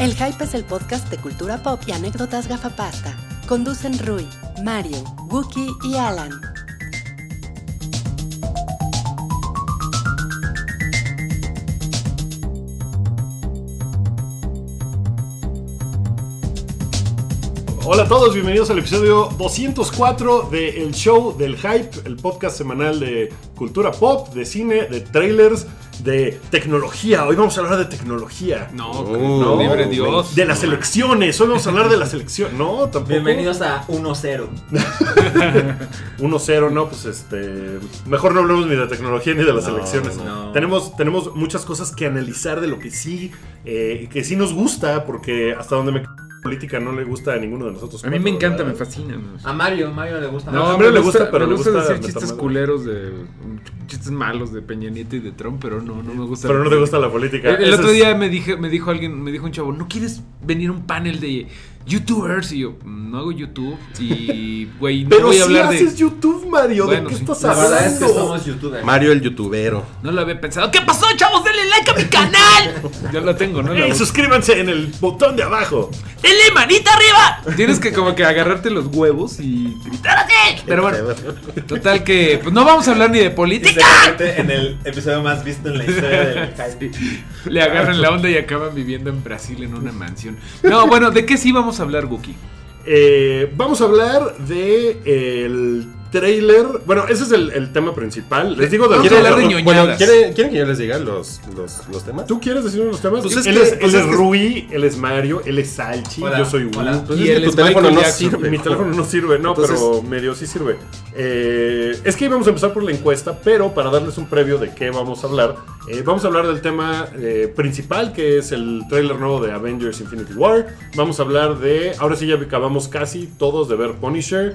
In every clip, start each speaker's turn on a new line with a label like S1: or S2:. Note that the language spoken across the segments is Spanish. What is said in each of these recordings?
S1: El Hype es el podcast de cultura pop y anécdotas gafapasta. Conducen Rui, Mario, Wookie y Alan.
S2: Hola a todos, bienvenidos al episodio 204 de El Show del Hype, el podcast semanal de cultura pop, de cine, de trailers, de tecnología. Hoy vamos a hablar de tecnología.
S3: No,
S2: No,
S3: no, libre Dios.
S2: De las elecciones, hoy vamos a hablar de las elecciones. No, tampoco.
S4: Bienvenidos a 1-0.
S2: 1-0, no, pues este. Mejor no hablemos ni de tecnología ni de las elecciones.
S4: no.
S2: Tenemos, tenemos muchas cosas que analizar de lo que sí, eh, que sí nos gusta, porque hasta donde me c- política no le gusta a ninguno de nosotros.
S3: A mí me
S2: cuatro,
S3: encanta,
S2: ¿verdad?
S3: me fascina. güey.
S4: A Mario, Mario le gusta.
S2: a
S3: No,
S2: Mario
S3: me
S2: le gusta, pero
S3: me
S2: le
S3: gusta,
S2: gusta
S3: decir chistes
S2: metamadre.
S3: culeros de chistes malos de Peña Nieto y de Trump, pero no, no me gusta.
S2: Pero no te gusta la política.
S3: El, el
S2: Ese
S3: otro
S2: es-
S3: día me dije, me dijo alguien, me dijo un chavo, ¿no quieres venir a un panel de YouTubers? Y yo, no hago YouTube y güey, no
S2: Pero
S3: voy
S2: si
S3: a hablar de.
S2: haces YouTube, Mario,
S3: Bueno,
S2: ¿de qué
S3: sí.
S2: estás
S4: La
S2: hablando?
S4: verdad es que somos youtubers.
S5: Mario el youtubero.
S3: No lo había pensado. ¿Qué pasó, chavos? Denle like a mi canal. ya lo tengo, ¿no? La-
S2: Ey, suscríbanse en el botón de abajo.
S3: ¡Denle manita arriba! Tienes que como que agarrarte los huevos y gritar así. Pero bueno, total que pues no vamos a hablar ni de política.
S4: en el episodio más visto en la historia del hype.
S3: Le agarran la onda y acaban viviendo en Brasil en una mansión. No, bueno, ¿de qué sí vamos a hablar, Guki?
S2: Eh, vamos a hablar de eh, el trailer. Bueno, ese es el, el tema principal. Les digo de
S3: Vamos
S2: los-
S3: a hablar de ñoñadas.
S5: ¿quieren, quieren que yo les diga los, los, los temas?
S2: ¿Tú quieres decir unos temas?
S5: Pues es
S2: él
S5: que-
S2: es,
S5: pues
S2: él
S5: es
S2: es
S5: que-
S2: Rui, él es Mario, él es Salchi,
S4: Hola,
S2: yo soy
S4: hola.
S2: Uno.
S5: Pues
S3: Y
S5: es que
S3: él
S5: tu
S3: es
S5: teléfono
S3: Michael
S5: no
S3: Jackson.
S5: sirve.
S2: Mi teléfono no sirve, no,
S5: Entonces-
S2: pero medio sí sirve. Eh, es que íbamos a empezar por la encuesta, pero para darles un previo de qué vamos a hablar, eh, vamos a hablar del tema eh, principal, que es el tráiler nuevo de Avengers Infinity War. Vamos a hablar de, ahora sí ya acabamos casi todos de ver Punisher.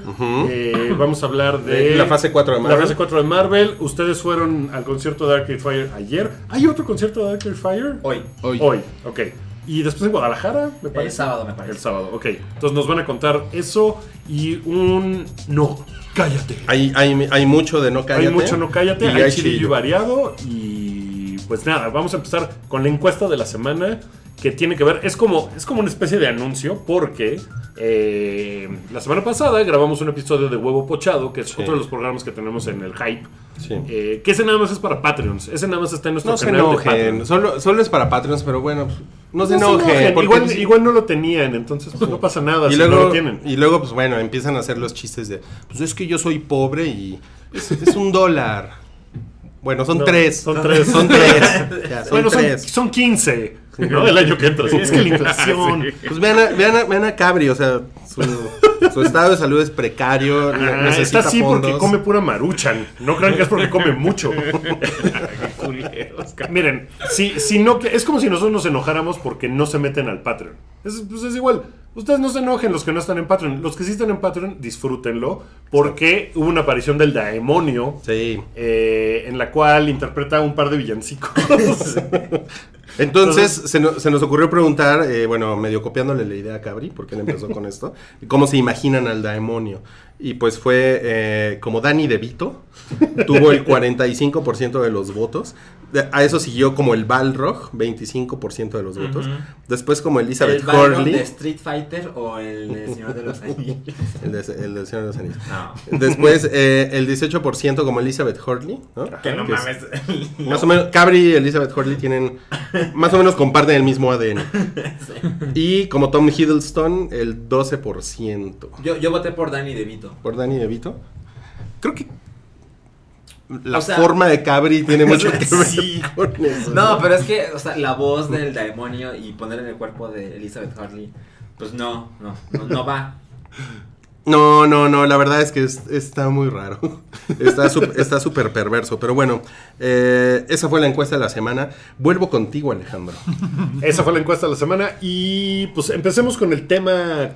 S2: Eh, vamos a hablar de...
S5: De la fase 4 de
S2: La
S5: Marvel.
S2: fase 4 de Marvel. Ustedes fueron al concierto de Arcade Fire ayer. ¿Hay otro concierto de Arcade Fire?
S4: Hoy.
S3: Hoy.
S2: Hoy, ok. Y después en Guadalajara, me parece.
S4: sábado, me parece.
S2: El sábado, ok. Entonces nos van a contar eso y un. No, cállate.
S5: Hay, hay, hay mucho de no cállate.
S2: Hay mucho no cállate,
S5: Y
S2: hay,
S5: hay
S2: chilillo
S5: chillo.
S2: variado y. Pues nada, vamos a empezar con la encuesta de la semana que tiene que ver. Es como, es como una especie de anuncio porque. eh, la semana pasada grabamos un episodio de Huevo Pochado, que es otro de los programas que tenemos en el Hype.
S5: Sí.
S2: eh, que ese nada más es para Patreons. Ese nada más está en nuestro
S5: No se
S2: canal de Patreon.
S5: enojen. Solo, solo es para Patreons, pero bueno, pues, no se
S2: No se
S5: enojen.
S2: enojen,
S5: porque- pues,
S2: Igual, igual no lo tenían, entonces pues, no pasa nada
S5: y
S2: si
S5: luego,
S2: no lo tienen.
S5: y luego, pues bueno, empiezan a hacer los chistes de, pues es que yo soy pobre y es, es un dólar. Bueno, son
S2: No,
S5: tres.
S2: son tres.
S5: Son tres. Ya, son
S2: bueno, son,
S5: tres.
S2: son 15, ¿no? El año que entra. sí, Es que la inflación.
S5: Pues vean a, vean, a, vean a Cabri, o sea, su, su estado de salud es precario. ne-
S2: Ah, está
S5: necesita
S2: así porque
S5: fondos.
S2: come pura maruchan. No crean que es porque come mucho. Miren, si, si no, que- es como si nosotros nos enojáramos porque no se meten al Patreon. Es, pues es igual. Ustedes no se enojen los que no están en Patreon. Los que sí están en Patreon, disfrútenlo. Porque hubo una aparición del Daemonio.
S5: Sí.
S2: eh, en la cual interpreta un par de villancicos.
S5: Entonces, se, no- se nos ocurrió preguntar, eh, bueno, medio copiándole la idea a Cabri, porque él empezó con esto, cómo se imaginan al demonio. Y pues fue eh, como Danny DeVito, tuvo el 45% de los votos. De- A eso siguió como el Balrog, 25% de los votos. Después como Elizabeth
S4: ¿El Balrog
S5: Hurley,
S4: de este. Street Fighter o el de Señor de los Anillos?
S5: el, de, el del Señor de los Anillos.
S4: No.
S5: Después eh, el 18% como Elizabeth Hurley, ¿no?
S4: Que no
S5: Que es-
S4: mames.
S5: Más o menos, Cabri y Elizabeth Hurley tienen. Más o menos comparten el mismo ADN. Y como Tom Hiddleston, el 12%.
S4: Yo, yo voté por Danny DeVito.
S5: Por Danny DeVito. Creo que. La
S4: O sea-
S5: forma de Cabri tiene mucho que ver
S4: Sí.
S5: con eso.
S4: No, pero es que, o sea, la voz del demonio y ponerle el cuerpo de Elizabeth Harley, pues no, no, no, no va.
S5: No, no, no, la verdad es que es- está muy raro. Está sup- está súper perverso. Pero bueno, eh, esa fue la encuesta de la semana. Vuelvo contigo, Alejandro.
S2: Esa fue la encuesta de la semana. Y pues empecemos con el tema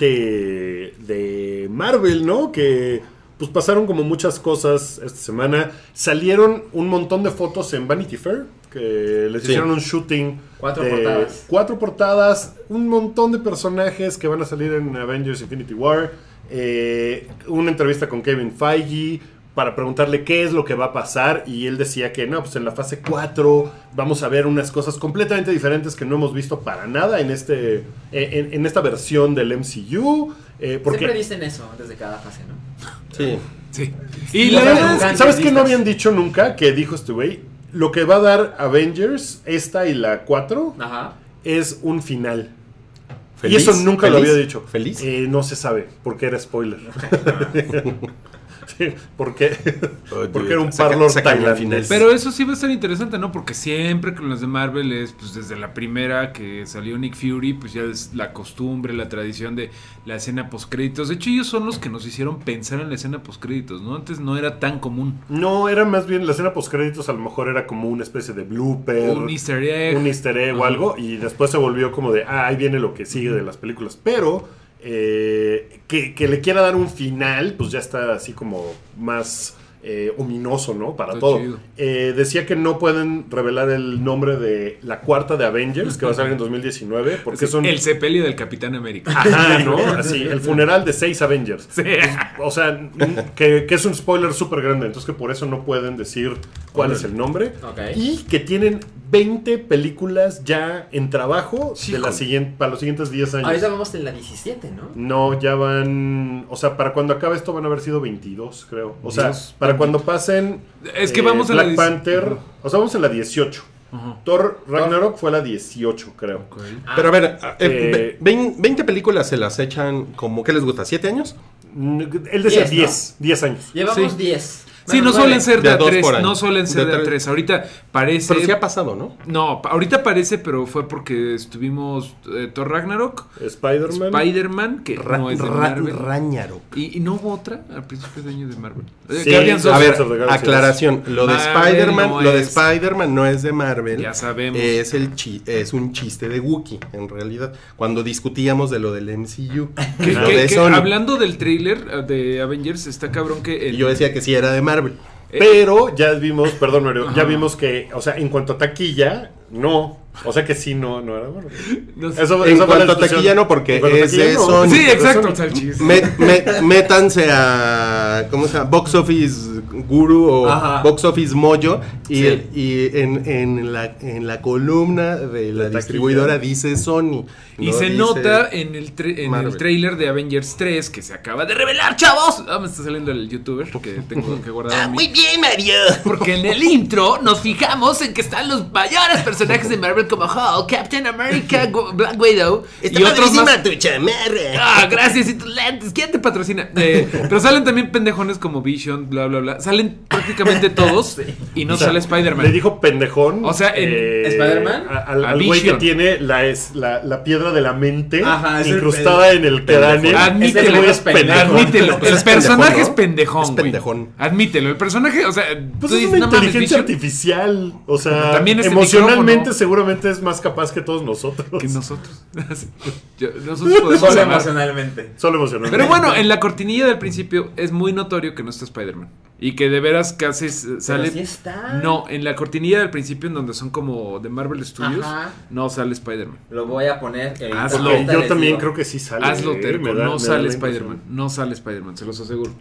S2: candente de Marvel, ¿no? Que pues pasaron como muchas cosas esta semana. Salieron un montón de fotos en Vanity Fair, que les
S5: Sí.
S2: hicieron un shooting.
S4: Cuatro
S2: de
S4: portadas.
S2: Cuatro portadas, un montón de personajes que van a salir en Avengers Infinity War. eh, una entrevista con Kevin Feige. para preguntarle qué es lo que va a pasar y él decía que no, pues en la fase 4 vamos a ver unas cosas completamente diferentes que no hemos visto para nada en, este, en, en esta versión del MCU. eh, porque
S4: Siempre dicen eso antes de cada fase, ¿no?
S5: Sí.
S3: Sí.
S2: Y
S3: Y
S2: la
S3: la
S2: verdad es
S4: nunca
S2: que, ¿sabes qué no
S4: entrevistas.
S2: habían dicho nunca? Que dijo este güey, lo que va a dar Avengers, esta y la 4,
S4: Ajá.
S2: es un final. y eso nunca lo
S5: feliz,
S2: había dicho.
S5: ¿Feliz?
S2: Eh, no se sabe, porque era spoiler. Sí, porque, porque era un
S5: Saca-
S2: parlor
S5: saca el
S2: tailandés.
S5: final.
S3: Pero eso sí va a estar interesante, ¿no? Porque siempre con las de Marvel es, pues desde la primera que salió Nick Fury, pues ya es la costumbre, la tradición de la escena postcréditos. De hecho, ellos son los que nos hicieron pensar en la escena postcréditos, ¿no? Antes no era tan común.
S2: No, era más bien la escena postcréditos, a lo mejor era como una especie de blooper.
S3: Un easter egg.
S2: un easter egg o
S3: Ajá.
S2: algo y después se volvió como de, ah, ahí viene lo que sigue de las películas, pero eh, que, que le quiera dar un final, pues ya está así como más eh, ominoso, ¿no? Para
S3: Está
S2: todo.
S3: chido.
S2: Eh, decía que no pueden revelar el nombre de la cuarta de Avengers, que va a salir en 2019, porque
S3: Sí,
S2: son... Ah,
S3: El sepelio del Capitán América.
S2: Ajá, ¿no? Así, el funeral de seis Avengers.
S3: Sí.
S2: O sea, mm, que, que es un spoiler súper grande, entonces que por eso no pueden decir cuál es el nombre.
S4: Ok.
S2: Y que tienen 20 películas ya en trabajo
S3: Sí,
S2: de la
S3: con-
S2: siguiente, para los siguientes 10 años.
S4: Ahorita vamos en la 17, ¿no?
S2: No, ya van... O sea, para cuando acabe esto van a haber sido 22, creo. O sea,
S3: Dios
S2: para cuando pasen...
S3: Es que
S2: eh,
S3: vamos a la
S2: Black
S3: dis-
S2: Panther... O sea, vamos en la 18.
S3: Ajá.
S2: Thor Ragnarok fue la 18, creo.
S3: Ok.
S4: Ah,
S5: Pero a ver,
S2: Eh,
S5: eh, ve- vein- 20 películas se las echan como, ¿qué les gusta? ¿7 años?
S2: Mm, Él decía 10,
S4: Diez, ¿no?
S2: 10, años.
S4: Llevamos
S3: Sí.
S4: 10.
S3: Sí, no
S4: Bueno,
S3: suelen
S4: nueve.
S3: ser de
S5: De
S3: a
S5: a dos
S3: tres,
S5: por año.
S3: no suelen ser
S5: De
S3: de a
S5: tres.
S3: tres. Ahorita parece...
S5: Pero sí ha pasado, ¿no?
S3: No, pa- ahorita parece, pero fue porque estuvimos eh, Thor Ragnarok,
S2: Spider-Man.
S3: Spider-Man, que
S5: Ra-
S3: no es de
S5: ra-
S3: Marvel.
S5: Ragnarok.
S3: ¿Y, y no hubo otra al principio de año de Marvel? Eh,
S2: Sí,
S3: Guardians of-
S5: A ver,
S2: Guardians of the Galaxy.
S5: aclaración, lo de
S3: Marvel
S5: Spider-Man,
S3: no
S5: lo de
S3: es.
S5: Spider-Man no es de Marvel.
S3: Ya sabemos.
S5: Es el chi- es un chiste de Wookiee, en realidad. Cuando discutíamos de lo del MCU,
S3: que-
S5: lo
S3: que-
S5: de
S3: que
S5: Sony.
S3: hablando del trailer eh, de Avengers, está cabrón que...
S5: Y
S3: el-
S5: yo decía que sí era de Marvel.
S3: eh,
S2: Pero ya vimos, perdón, Mario, ya
S3: Ajá.
S2: vimos que, o sea, en cuanto a taquilla, no. O sea que sí, no, no era bueno.
S3: no sé.
S2: Eso,
S5: En
S2: eso fue la
S5: cuanto a
S2: discusión.
S5: taquilla, no, porque
S2: En cuanto a
S5: es de
S2: no.
S5: Sony.
S3: sí, exacto,
S2: Sony.
S3: salchis.
S5: Me- me- métanse a ¿cómo se llama? Box Office Guru o
S4: Ajá.
S5: Box Office Mojo y,
S4: Sí.
S5: y en, en la, en la columna de la,
S2: taquilla.
S5: distribuidora dice Sony.
S3: Y
S5: no
S3: se
S5: dice-
S3: nota en el, tra- en el
S5: Marvel.
S3: trailer de Avengers 3 que se acaba de revelar, chavos. Ah, me está saliendo el youtuber que tengo que guardar.
S5: Ah,
S3: en mí.
S5: bien, Mario.
S3: Porque en el intro nos fijamos en que están los mayores personajes de Marvel como Hulk, Captain America, Gu- Black Widow y otros más.
S5: tu chamarra.
S3: Ah, gracias y tus lentes. ¿Quién te patrocina? Eh, pero salen también pendejones como Vision, bla, bla, bla. Salen prácticamente todos y no
S2: O sea,
S3: sale
S2: Le
S3: Spider-Man.
S2: dijo pendejón. eh,
S3: O sea, en
S4: Spider-Man,
S2: a- al-
S3: a
S2: Al güey que
S3: Vision.
S2: tiene la, es, la, la piedra de la mente
S4: Ajá, es el
S2: incrustada en el cráneo. Ese
S3: Admítelo,
S2: este güey
S4: es pendejo.
S3: Admítelo,
S5: Pues
S3: el
S5: es
S3: personaje es
S5: pendejón, ¿no?
S3: pendejón. güey.
S5: Es pendejón.
S3: Admítelo, el personaje, o sea,
S2: Pues
S3: tú
S2: es
S3: dices,
S2: una
S3: "No mames,
S2: inteligencia
S3: Vision".
S2: artificial. O sea,
S3: También este
S2: emocionalmente
S3: micrófono.
S2: seguramente es más capaz que todos nosotros.
S3: que nosotros. Yo- nosotros podemos
S4: Solo
S3: hablar.
S4: emocionalmente.
S2: Solo emocionalmente.
S3: Pero bueno, en la cortinilla del principio es muy notorio que no está Spider-Man. Y que de veras casi s- sale.
S4: Pero sí está.
S3: No, en la cortinilla del principio, en donde son como de Marvel Studios,
S4: Ajá.
S3: no sale Spider-man.
S4: Lo voy a poner. en-
S3: Hazlo.
S2: Porque
S4: Ahorita
S2: yo
S4: les
S2: también
S4: digo.
S2: creo que sí sale.
S3: Hazlo
S2: eh,
S3: terco,
S2: me da-
S3: no
S2: me da la
S3: sale
S2: impresión.
S3: Spider-Man. No sale Spider-Man, se los aseguro.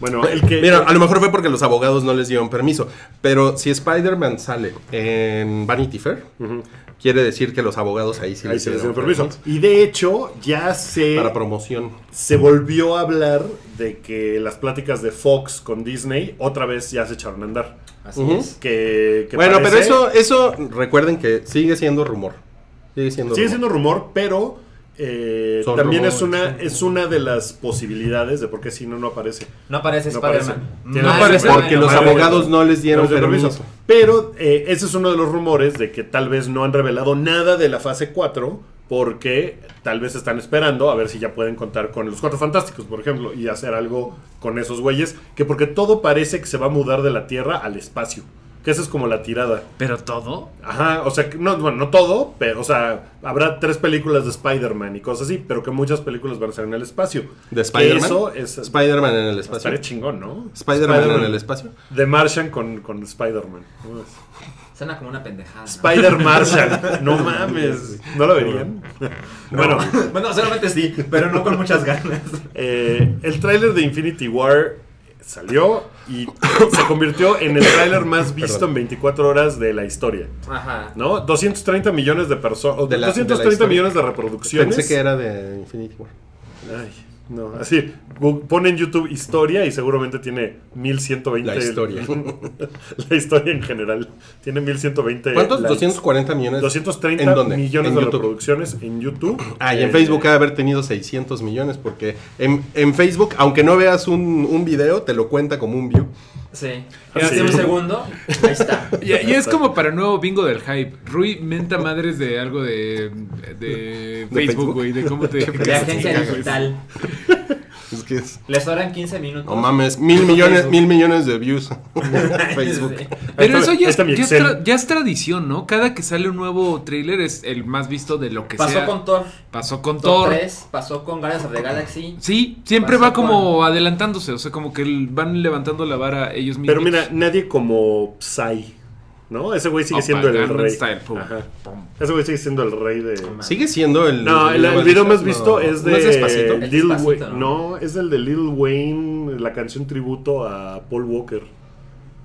S2: Bueno, el que.
S5: Mira, a lo mejor fue porque los abogados no les dieron permiso. Pero si Spider-Man sale en Vanity Fair,
S2: Ujú.
S5: quiere decir que los abogados ahí sí
S2: Ahí
S5: les
S2: se les
S5: dieron
S2: dio permiso. Y de hecho, ya se,
S5: Para promoción.
S2: se volvió a hablar de que las pláticas de Fox con Disney otra vez ya se echaron a andar.
S4: Así
S5: Ujú.
S4: es.
S2: Que, que
S5: Bueno, pero
S2: parece-
S5: eso, eso recuerden que sigue siendo rumor. Sigue siendo
S2: Sigue
S5: rumor.
S2: siendo rumor, pero eh,
S5: Son
S2: también es
S5: rumores.
S2: una, es una de las posibilidades de por qué si no, no aparece.
S4: No aparece
S2: No
S4: Spider-Man.
S2: aparece. Tiene-
S3: No
S4: Mal,
S3: aparece.
S4: mal,
S5: Porque
S4: mal,
S5: los
S4: mal.
S5: abogados no les dieron
S2: No les dio
S5: permiso.
S2: permiso. Pero eh, ese es uno de los rumores de que tal vez no han revelado nada de la fase 4 porque tal vez están esperando a ver si ya pueden contar con los Cuatro Fantásticos, por ejemplo, y hacer algo con esos güeyes, que porque todo parece que se va a mudar de la Tierra al espacio, que esa es como la tirada.
S3: Pero todo.
S2: Ajá, o sea, que no, bueno, no todo, pero, o sea, habrá tres películas de Spider-Man y cosas así, pero que muchas películas van a ser en el espacio.
S5: ¿De Spider-Man?
S2: Que Eso es...
S5: Spider-Man en el espacio.
S2: Estaría chingón, ¿no?
S5: Spider-Man en el espacio.
S2: The Martian con, con Spider-Man. ¿Cómo ves?
S4: Suena como una pendejada. ¿no?
S2: Spider Martian. No mames. ¿No lo verían? Bueno,
S4: bueno, solamente sí, pero no con muchas ganas.
S2: eh, el tráiler de Infinity War salió y se convirtió en el tráiler más visto
S5: Perdón.
S2: en 24 horas de la historia.
S4: Ajá.
S2: ¿No? 230 millones de personas.
S5: De la- de la
S2: 230
S5: historia.
S2: millones de reproducciones.
S5: Pensé que era de Infinity War.
S2: Ay, no, así. gu- Pon en YouTube historia y seguramente tiene 1120.
S5: La historia.
S2: la historia en general. Tiene 1120.
S5: ¿Cuántos?
S2: likes.
S5: 240 millones.
S2: 230
S5: ¿En dónde?
S2: millones
S5: En
S2: de
S5: YouTube.
S2: reproducciones en YouTube.
S5: Ah, y en
S2: Eh,
S5: Facebook ha de haber tenido 600 millones, porque en, en Facebook, aunque no veas un, un video, te lo cuenta como un view.
S4: Sí.
S2: Ah,
S4: Hace un
S2: sí.
S4: segundo. Ahí está.
S3: Y, y es como para nuevo bingo del hype. Rui menta madres de algo de, de
S5: Facebook?
S3: Facebook, güey. De cómo te.
S4: De agencia digital.
S5: Es que es-
S4: Les sobran 15 minutos.
S5: no mames, mil millones, mil millones de views en Facebook.
S4: Sí.
S3: Pero
S2: Ahí está-
S3: eso
S2: ahí
S3: ya es,
S2: está mi
S3: ya es
S2: Excel.
S3: tra- ya es tradición, ¿no? Cada que sale un nuevo tráiler es el más visto de lo que
S4: Pasó
S3: sea.
S4: con Thor.
S3: Pasó con
S4: Thor
S3: Thor.
S4: 3. Pasó con Guardians of the Galaxy.
S3: Sí, siempre
S4: Pasó
S3: va como adelantándose, o sea, como que el- van levantando la vara ellos mismos.
S2: Pero mira, nadie como Psy. ¿no? Ese güey sigue
S3: Opa,
S2: siendo el
S3: Gangnam
S2: rey.
S3: Style, pum,
S2: Ajá.
S3: pum.
S2: Ese güey sigue siendo el rey de.
S5: Sigue siendo el.
S2: No, el, el video más visto
S5: no,
S2: es de
S5: ¿no es despacito?
S2: Lil
S4: Es Despacito,
S2: Wayne.
S4: ¿no?
S2: ¿no? es el de Lil Wayne, la canción tributo a Paul Walker.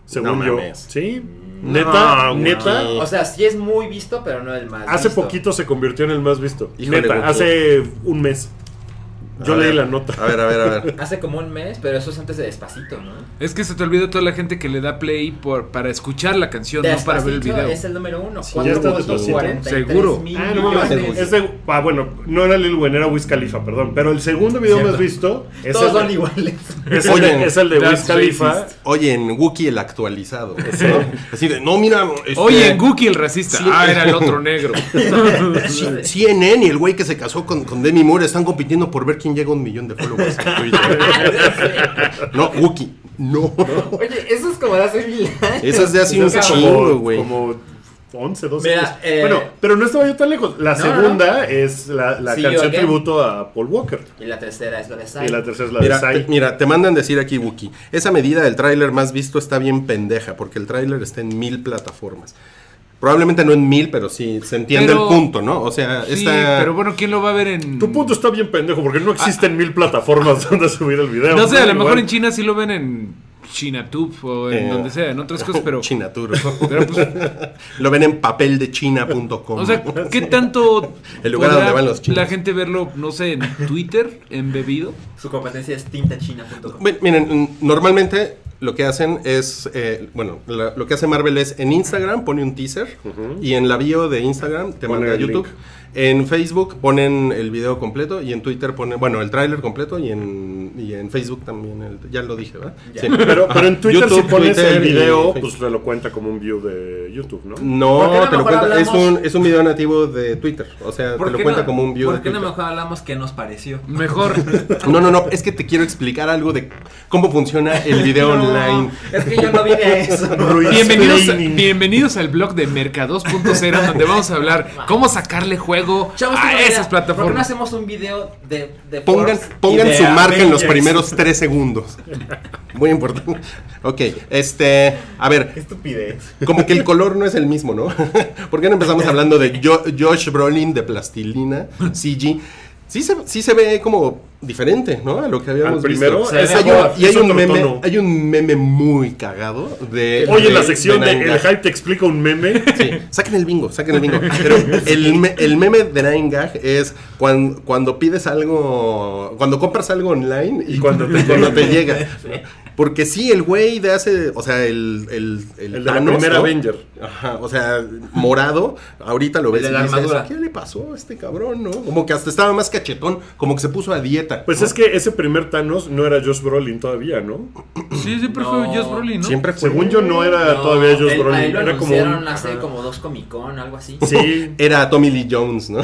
S2: Según
S5: No
S2: yo.
S5: mames.
S2: ¿Sí?
S5: No,
S2: Neta,
S5: güey.
S2: neta.
S4: O sea, sí es muy visto, pero no el más.
S2: Hace
S4: visto.
S2: poquito se convirtió en el más visto.
S5: Híjole,
S2: neta,
S5: Goku.
S2: hace un mes. Yo
S5: A
S2: leí
S5: ver,
S2: la nota.
S5: A ver, a ver, a ver.
S4: Hace como un mes, pero eso es antes de despacito, ¿no?
S3: Es que se te olvida toda la gente que le da play por, para escuchar la canción, no para ver el
S4: Despacito
S3: video.
S4: Es el número uno.
S5: Sí,
S2: ya está Despacito.
S4: 4.43
S3: Seguro.
S4: mil
S2: Ah, no mames.
S4: millones.
S2: Es de- ah, bueno, no era Lil Wayne, era Wiz Khalifa, perdón. Pero el segundo video
S4: Cierto.
S2: más visto es
S4: Todos
S2: el,
S4: son
S2: de-
S4: iguales.
S2: es el de,
S5: Oye,
S2: es el de Wiz
S3: that's
S2: Khalifa.
S3: racist.
S5: Oye, en Wookiee el actualizado. ¿no? Así de, no, mira. este,
S3: Oye, en Gookie el racista.
S5: Sí.
S3: Ah, era el otro negro.
S5: C- CNN y el güey que se casó con, con Demi Moore están compitiendo por ver quién llega a un millón de followers. en Twitter. no, Wookiee. No.
S4: Oye, eso es como de hace mil años.
S5: Esa es de hace un
S2: Desde hace
S5: chingo,
S2: como,
S5: güey.
S2: como 11, 12
S4: Mira,
S2: años.
S4: eh,
S2: bueno, pero no estaba yo tan lejos. La
S4: no,
S2: segunda es la, la
S4: See you
S2: canción
S4: again.
S2: tributo a Paul Walker.
S4: Y la tercera es la de Sai.
S2: Y la tercera es la
S5: Mira,
S2: de Psy.
S5: te, mira, te mandan decir aquí, Wookie. Esa medida del tráiler más visto está bien pendeja, porque el tráiler está en mil plataformas. Probablemente no en mil, pero sí se entiende
S3: Pero-
S5: el punto, ¿no? O sea,
S3: Sí,
S5: está.
S3: pero bueno, ¿quién lo va a ver en.?
S2: Tu punto está bien pendejo porque no existen mil plataformas donde subir el video.
S3: No sé, a lo mejor
S2: Igual.
S3: en China sí lo ven en Chinatube o en
S5: Eh,
S3: donde sea, en otras cosas, pero.
S5: Chinaturo.
S3: pero, pues,
S5: Lo ven en papeldechina.com.
S3: o sea, ¿qué tanto.
S5: El lugar
S3: podrá
S5: donde van los chinos.
S3: La gente verlo, no sé, en Twitter, en bebido.
S4: Su competencia es tintachina.com.
S5: Bueno, Miren, mm, normalmente lo que hacen es, eh, bueno, la- lo que hace Marvel es en Instagram pone un teaser y en la bio de Instagram te
S2: Pone
S5: manda a
S2: el
S5: YouTube.
S2: link.
S5: En Facebook ponen el video completo y en Twitter ponen, bueno, el tráiler completo y en, y en Facebook también, el- ya lo dije, ¿verdad?
S4: Ya.
S2: Pero, pero en
S5: Ajá.
S2: Twitter si
S5: YouTube,
S2: pones
S5: Twitter
S2: el
S5: y
S2: video,
S5: Facebook. Mm.
S2: pues te lo cuenta como un view de YouTube, ¿no?
S5: No,
S4: ¿Por qué no
S5: te lo
S4: mejor
S5: cuenta, es
S4: hablamos?
S5: un, es un video nativo de Twitter, o sea, te lo cuenta como un view de
S4: ¿Por qué no
S5: Twitter.
S4: mejor hablamos qué nos pareció?
S3: Mejor.
S5: No, no, no, es que te quiero explicar algo de cómo funciona el video
S4: No,
S5: online.
S4: Es que yo no vine a eso.
S2: Ruiz
S3: Bienvenidos, a-
S2: Planning.
S3: bienvenidos al blog de Merca 2.0, donde vamos a hablar cómo sacarle juego
S4: Chavos, tengo
S3: a
S4: una
S3: esas
S4: idea. ¿Por qué no
S3: plataformas.
S4: hacemos un video de, de
S5: Ah, Pongan,
S4: Forbes y
S5: pongan
S4: de
S5: su marca en
S4: Avengers?
S5: los primeros tres segundos. Muy importante. Ok, este, a
S4: Qué
S5: ver,
S4: estupidez.
S5: como que el color no es el mismo, ¿no? ¿Por qué no empezamos hablando de Jo- Josh Brolin de plastilina, CG? Sí se, sí se ve como diferente, ¿no? A lo que habíamos
S2: Al primero,
S5: visto.
S4: es
S5: hay
S4: mejor,
S5: un- y hay
S2: es
S5: un,
S2: otro
S5: meme,
S2: tono.
S5: hay un meme muy cagado de...
S2: Hoy en la
S5: de-
S2: sección de
S5: Nine
S2: El
S5: Gag.
S2: Hype te explica un meme.
S5: Sí, saquen el bingo, saquen el bingo. Pero el, me- el meme de Nine Gag es cuan- cuando pides algo, cuando compras algo online y cuando te, cuando te llega. Porque sí, el güey de hace, o sea, el... El,
S2: El de la
S5: Thanos,
S2: primera
S5: ¿no?
S2: Avenger.
S5: Ajá, o sea, morado, ahorita lo ves
S4: de
S5: y
S4: la
S5: dices,
S4: armadura.
S5: ¿qué le pasó a este cabrón, no? Como que hasta estaba más cachetón, como que se puso a dieta.
S2: Pues
S5: ¿no?
S2: es que ese primer Thanos no era Josh Brolin todavía, ¿no?
S3: Sí, siempre fue
S4: No.
S3: Josh Brolin, ¿no?
S5: Siempre fue-
S2: Según yo no era todavía Josh
S4: él- a
S2: Brolin.
S4: él lo
S2: Era como
S4: anunciaron
S2: un-
S4: hace
S2: Ajá.
S4: como dos Comic Con, algo así.
S2: Sí.
S5: Era Tommy Lee Jones, ¿no?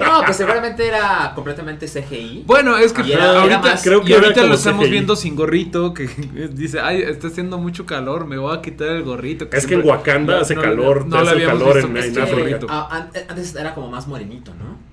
S4: No, que seguramente era completamente CGI.
S3: Bueno, es que
S4: Y era-
S3: ahorita,
S4: era más-
S2: creo que
S3: y
S2: era
S3: ahorita
S2: como
S3: lo estamos
S2: CGI.
S3: viendo sin gorrito, que dice, ay, está haciendo mucho calor, me voy a quitar el gorrito.
S2: Es que en
S3: siempre-
S2: Wakanda hace calor, te
S3: lo
S2: hace
S3: habíamos
S2: calor
S3: visto
S2: en-
S3: con
S2: en
S3: este
S2: África.
S3: gorrito.
S4: Ah, an- antes era como más morenito, ¿no?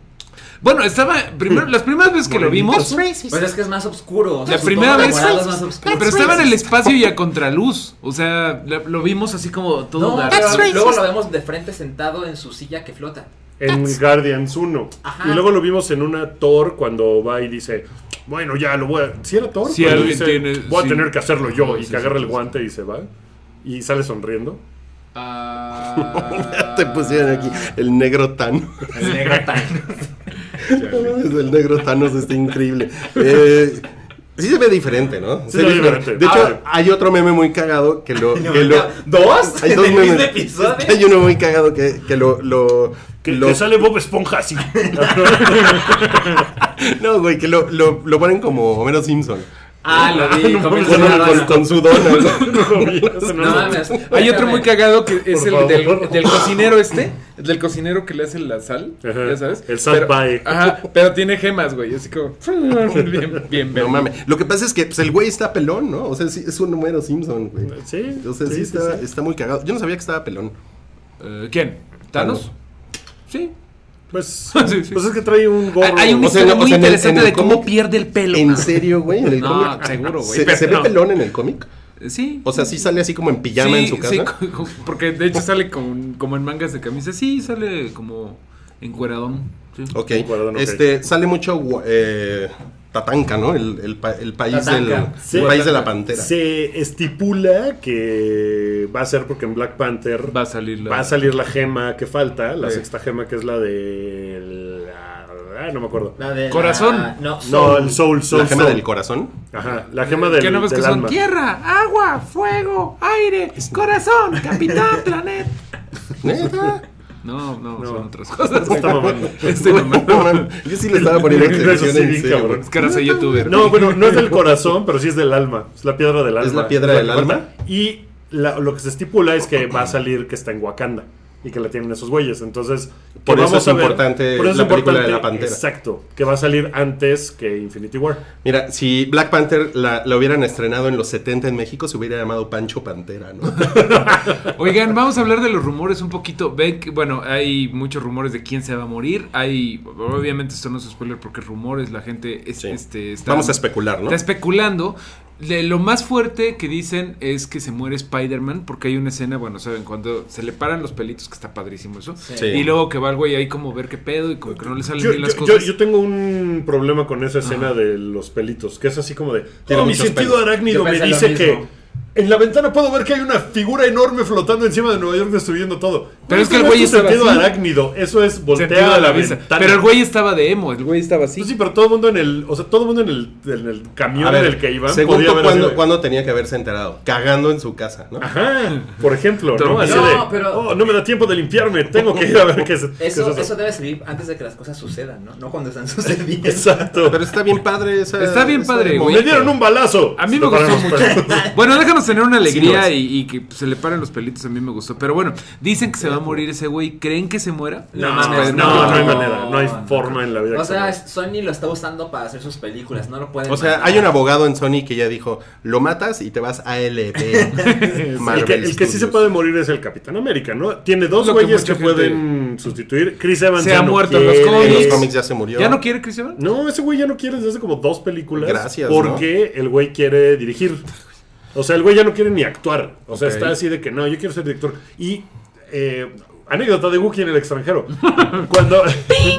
S3: Bueno, estaba, primero, las primeras veces que lo vimos,
S4: Pues es que es más oscuro. o sea,
S3: la
S4: su
S3: primera
S4: tono de
S3: vez,
S4: morado es más oscuro.
S3: pero estaba en el espacio y a contraluz, o sea, la- lo vimos así como todo
S4: No,
S3: dark.
S4: pero luego lo vemos de frente sentado en su silla que flota.
S2: en Guardians 1.
S4: Ajá.
S2: Y luego lo vimos en una Thor cuando va y dice, bueno, ya lo voy a... Si era Thor,
S3: Sí,
S2: Cuando
S3: alguien
S2: dice,
S3: tiene-
S2: voy
S3: sí.
S2: a tener que hacerlo yo.
S3: Sí,
S2: y
S3: sí,
S2: que agarra
S3: sí,
S2: el
S3: sí.
S2: guante y se va. Y sale sonriendo.
S3: Ah,
S5: Te pusieron aquí el negro Thanos.
S4: El negro tan.
S5: el negro Thanos está increíble. Eh, sí se ve diferente, ¿no?
S2: Sí se ve diferente.
S5: De hecho,
S2: Ahora-
S5: hay otro meme muy cagado que lo... que lo-
S4: ¿Dos?
S5: hay dos
S4: ¿En el mismo
S5: memes.
S4: episodio?
S5: Hay uno muy cagado que, que lo... lo
S2: Que,
S5: lo-
S2: que sale Bob Esponja así.
S5: No, güey, que lo, lo, lo ponen como Homero Simpson.
S4: Ah, lo vi.
S2: No,
S4: comiendo
S5: Con,
S2: no,
S4: una
S5: con-
S4: dona.
S5: con su dona. ¿no?
S2: No, vi, ese no
S4: No
S2: lo-
S4: mames.
S3: Hay otro muy cagado que es
S2: Por
S3: el del,
S2: favor.
S3: del cocinero este, el del cocinero que le hace la sal,
S2: Ajá,
S3: ya sabes.
S2: el sal
S3: Pero-
S2: pie.
S3: Ajá, pero tiene gemas, güey, así como bien, bien
S5: No
S3: verde.
S5: mames. Lo que pasa es que pues, el güey está pelón, ¿no? O sea, sí, es un Homero Simpson, güey.
S2: Sí,
S5: Entonces
S2: sí,
S5: sí,
S2: sí,
S5: está,
S2: sí.
S5: está muy cagado. Yo no sabía que estaba pelón.
S3: Eh, ¿Quién? ¿Thanos? Sí.
S2: Pues,
S3: Sí, sí.
S2: pues es que trae un gorro.
S3: Hay un
S5: O sea,
S3: misterio
S5: no, o
S3: muy
S5: sea, en el-
S3: interesante
S5: en el
S3: de cómo
S5: cómic-
S3: pierde el pelo.
S5: ¿En serio, güey? ¿En el
S3: No,
S5: cómic?
S3: seguro, güey.
S5: ¿Se,
S3: Pero
S5: se ve
S3: no.
S5: pelón en el cómic?
S3: Sí.
S5: O sea, sí sale así como en pijama
S3: Sí,
S5: en su casa.
S3: sí, co- co- porque de hecho sale con, como en mangas de camisa. Sí, sale como encueradón. sí.
S5: Ok.
S2: De acuerdo, ok.
S5: Este, sale mucho gua- eh, Tatanka, ¿no? El, el pa- el país del
S4: Tatanka.
S2: Sí.
S5: el país de la pantera.
S2: Se estipula que va a ser porque en Black Panther
S3: Va a salir la...
S2: Va a salir la gema que falta, la
S5: Sí.
S2: sexta gema que es la de. la- ah, no me acuerdo.
S4: La de la-
S3: Corazón.
S4: No,
S2: No, el Soul, Soul.
S5: La gema
S2: Soul.
S5: del corazón.
S2: Ajá, la gema del,
S3: que no ves que
S2: del
S3: son
S2: alma.
S3: tierra, agua, fuego, aire, corazón, capitán, planeta.
S5: Neta.
S3: No, no,
S2: No.
S3: son otras cosas.
S2: Está mamando.
S3: Este
S5: No, mames, Yo sí le estaba poniendo
S2: Eso
S5: atención
S2: sí,
S5: en
S2: bien
S5: serio,
S2: cabrón.
S5: güey.
S3: Es que ahora soy youtuber.
S2: No, bueno, no es del corazón, pero sí es del alma. Es la piedra del alma.
S5: la piedra del
S2: que falta.
S5: alma?
S2: Y la- lo que se estipula es que va a salir que está en Wakanda y que la tienen esos güeyes. Entonces, que
S5: Por eso
S2: vamos
S5: es
S2: a ver-
S5: importante
S2: por eso es
S5: la película de la
S2: importante,
S5: Pantera.
S2: Exacto, que va a salir antes que Infinity War.
S5: Mira, si Black Panther la, la hubieran estrenado en los 70 en México, se hubiera llamado Pancho Pantera, ¿no?
S3: Oigan, vamos a hablar de los rumores un poquito. Ven que, bueno, hay muchos rumores de quién se va a morir. Hay, obviamente esto no es spoiler porque rumores, la gente es-
S5: Sí.
S3: este, está,
S5: Vamos a especular, ¿no?
S3: está especulando. De lo más fuerte que dicen es que se muere Spider-Man porque hay una escena, bueno, saben, cuando se le paran los pelitos, que está padrísimo eso.
S4: Sí.
S5: Sí.
S3: Y luego que va el güey ahí como ver qué pedo y como que no le salen
S2: Yo,
S3: bien las
S2: yo- yo-
S3: cosas.
S2: yo tengo un problema con esa escena de los pelitos, que es así como de.
S5: Tiene
S2: "Oh, mi
S5: muchos
S2: sentido
S5: pelos".
S2: arácnido
S4: Yo
S2: me
S4: pensé lo
S2: dice
S4: mismo.
S2: que. En la ventana puedo ver que hay una figura enorme flotando encima de Nueva York destruyendo todo.
S3: Pero es
S2: eso
S3: que el
S2: no
S3: güey
S2: tu
S3: estaba
S2: sentido
S3: así.
S2: arácnido, eso es
S3: Sentido
S2: voltear
S3: de
S2: a la
S3: vista.
S2: ventana.
S3: Pero el güey estaba de emo, el güey estaba así.
S2: Pues sí, pero todo el mundo en el, o sea, todo el mundo en el, en el camión
S5: A
S2: en
S5: ver,
S2: el que iban
S5: según
S2: podía
S5: tú,
S2: haber
S5: ¿cuándo,
S2: sido-
S5: cuándo tenía que haberse enterado? Cagando en su casa, ¿no?
S2: Ajá, por ejemplo, ¿no?
S3: Toma.
S2: Así
S4: No,
S2: de,
S4: pero-
S2: "Oh, no me da tiempo de limpiarme, tengo que ir a ver qué es, qué es
S4: Eso,
S2: eso".
S4: eso debe servir antes de que las cosas sucedan, ¿no? No cuando están sucediendo.
S2: Exacto.
S5: Pero está bien padre esa...
S3: Está bien
S5: ese
S3: padre, güey.
S2: Me
S5: momento.
S2: dieron un balazo.
S3: A mí me
S2: Lo
S3: gustó
S2: paramos, pues.
S3: mucho.
S2: pero-
S3: Bueno, déjanos tener una alegría
S5: Sí,
S3: y, y que se le paren los pelitos. A mí me gustó. Pero bueno, dicen que se va a morir ese güey. ¿Creen que se muera?
S2: No,
S4: mames,
S2: no, no hay manera, no hay forma en la vida
S4: O
S2: que
S4: sea,
S2: se
S4: Sony lo está usando para hacer sus películas, no lo pueden.
S5: O sea,
S4: matar.
S5: hay un abogado en Sony que ya dijo, lo matas y te vas a LP.
S2: El que, el que sí se puede morir es el Capitán América, ¿no? Tiene dos
S3: Lo que
S2: güeyes que,
S3: mucha gente-
S2: pueden sustituir. Chris Evans
S3: Se
S2: ya
S3: ha
S2: no
S3: muerto en los
S2: quiere.
S5: En los
S3: Es-
S5: cómics ya se murió.
S3: ¿Ya no quiere Chris Evans?
S2: No, ese güey ya no quiere desde hace como dos películas.
S5: Gracias,
S2: Porque el güey quiere dirigir. O sea, el güey ya no quiere ni actuar. O sea,
S5: Ok.
S2: está así de que no, yo quiero ser director. Y eh, anécdota de Wookiee en el extranero. Cuando.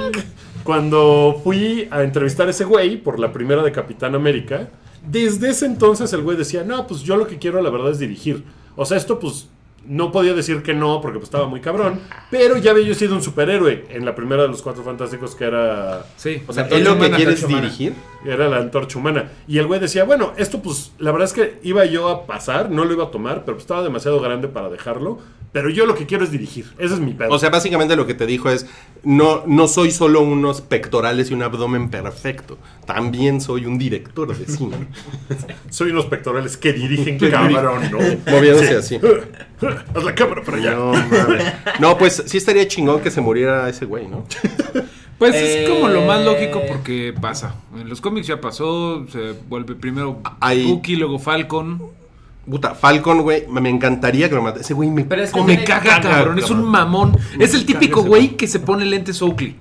S2: Cuando fui a entrevistar a ese güey por la primera de Capitán América, desde ese entonces el güey decía, no, pues yo lo que quiero la verdad es dirigir. O sea, esto pues no podía decir que no porque pues, estaba muy cabrón, pero ya había yo sido un superhéroe en la primera de los Cuatro Fantásticos que era
S3: Sí.
S5: O sea,
S3: Entonces,
S5: él lo que
S3: semana,
S5: quiere
S3: ocho
S5: es
S3: semanas.
S5: dirigir.
S2: era la antorcha humana. Y el güey decía, bueno, esto pues la verdad es que iba yo a pasar, no lo iba a tomar, pero pues, estaba demasiado grande para dejarlo. Pero yo lo que quiero es dirigir. Ese es mi pedo.
S5: O sea, básicamente lo que te dijo es, no, no soy solo unos pectorales y un abdomen perfecto. También soy un director de cine.
S2: soy unos pectorales que dirigen cabrón, ¿no?
S5: Moviéndose así.
S2: Haz la cámara para allá.
S5: No, mames. No, pues sí estaría chingón que se muriera ese güey, ¿no?
S3: Pues es como lo más
S4: Eh.
S3: lógico porque pasa. En los cómics ya pasó. Se vuelve primero
S5: Ahí-
S3: Bucky, luego Falcon.
S5: Puta, Falcon, güey, me encanta que lo mate. Ese güey me...
S4: Pero es que
S3: Oh, me
S4: tiene-
S3: caga, cabrón. Es un mamón. Es el
S2: caga
S3: típico
S2: ese
S3: güey
S2: güey.
S3: que se pone lentes Oakley.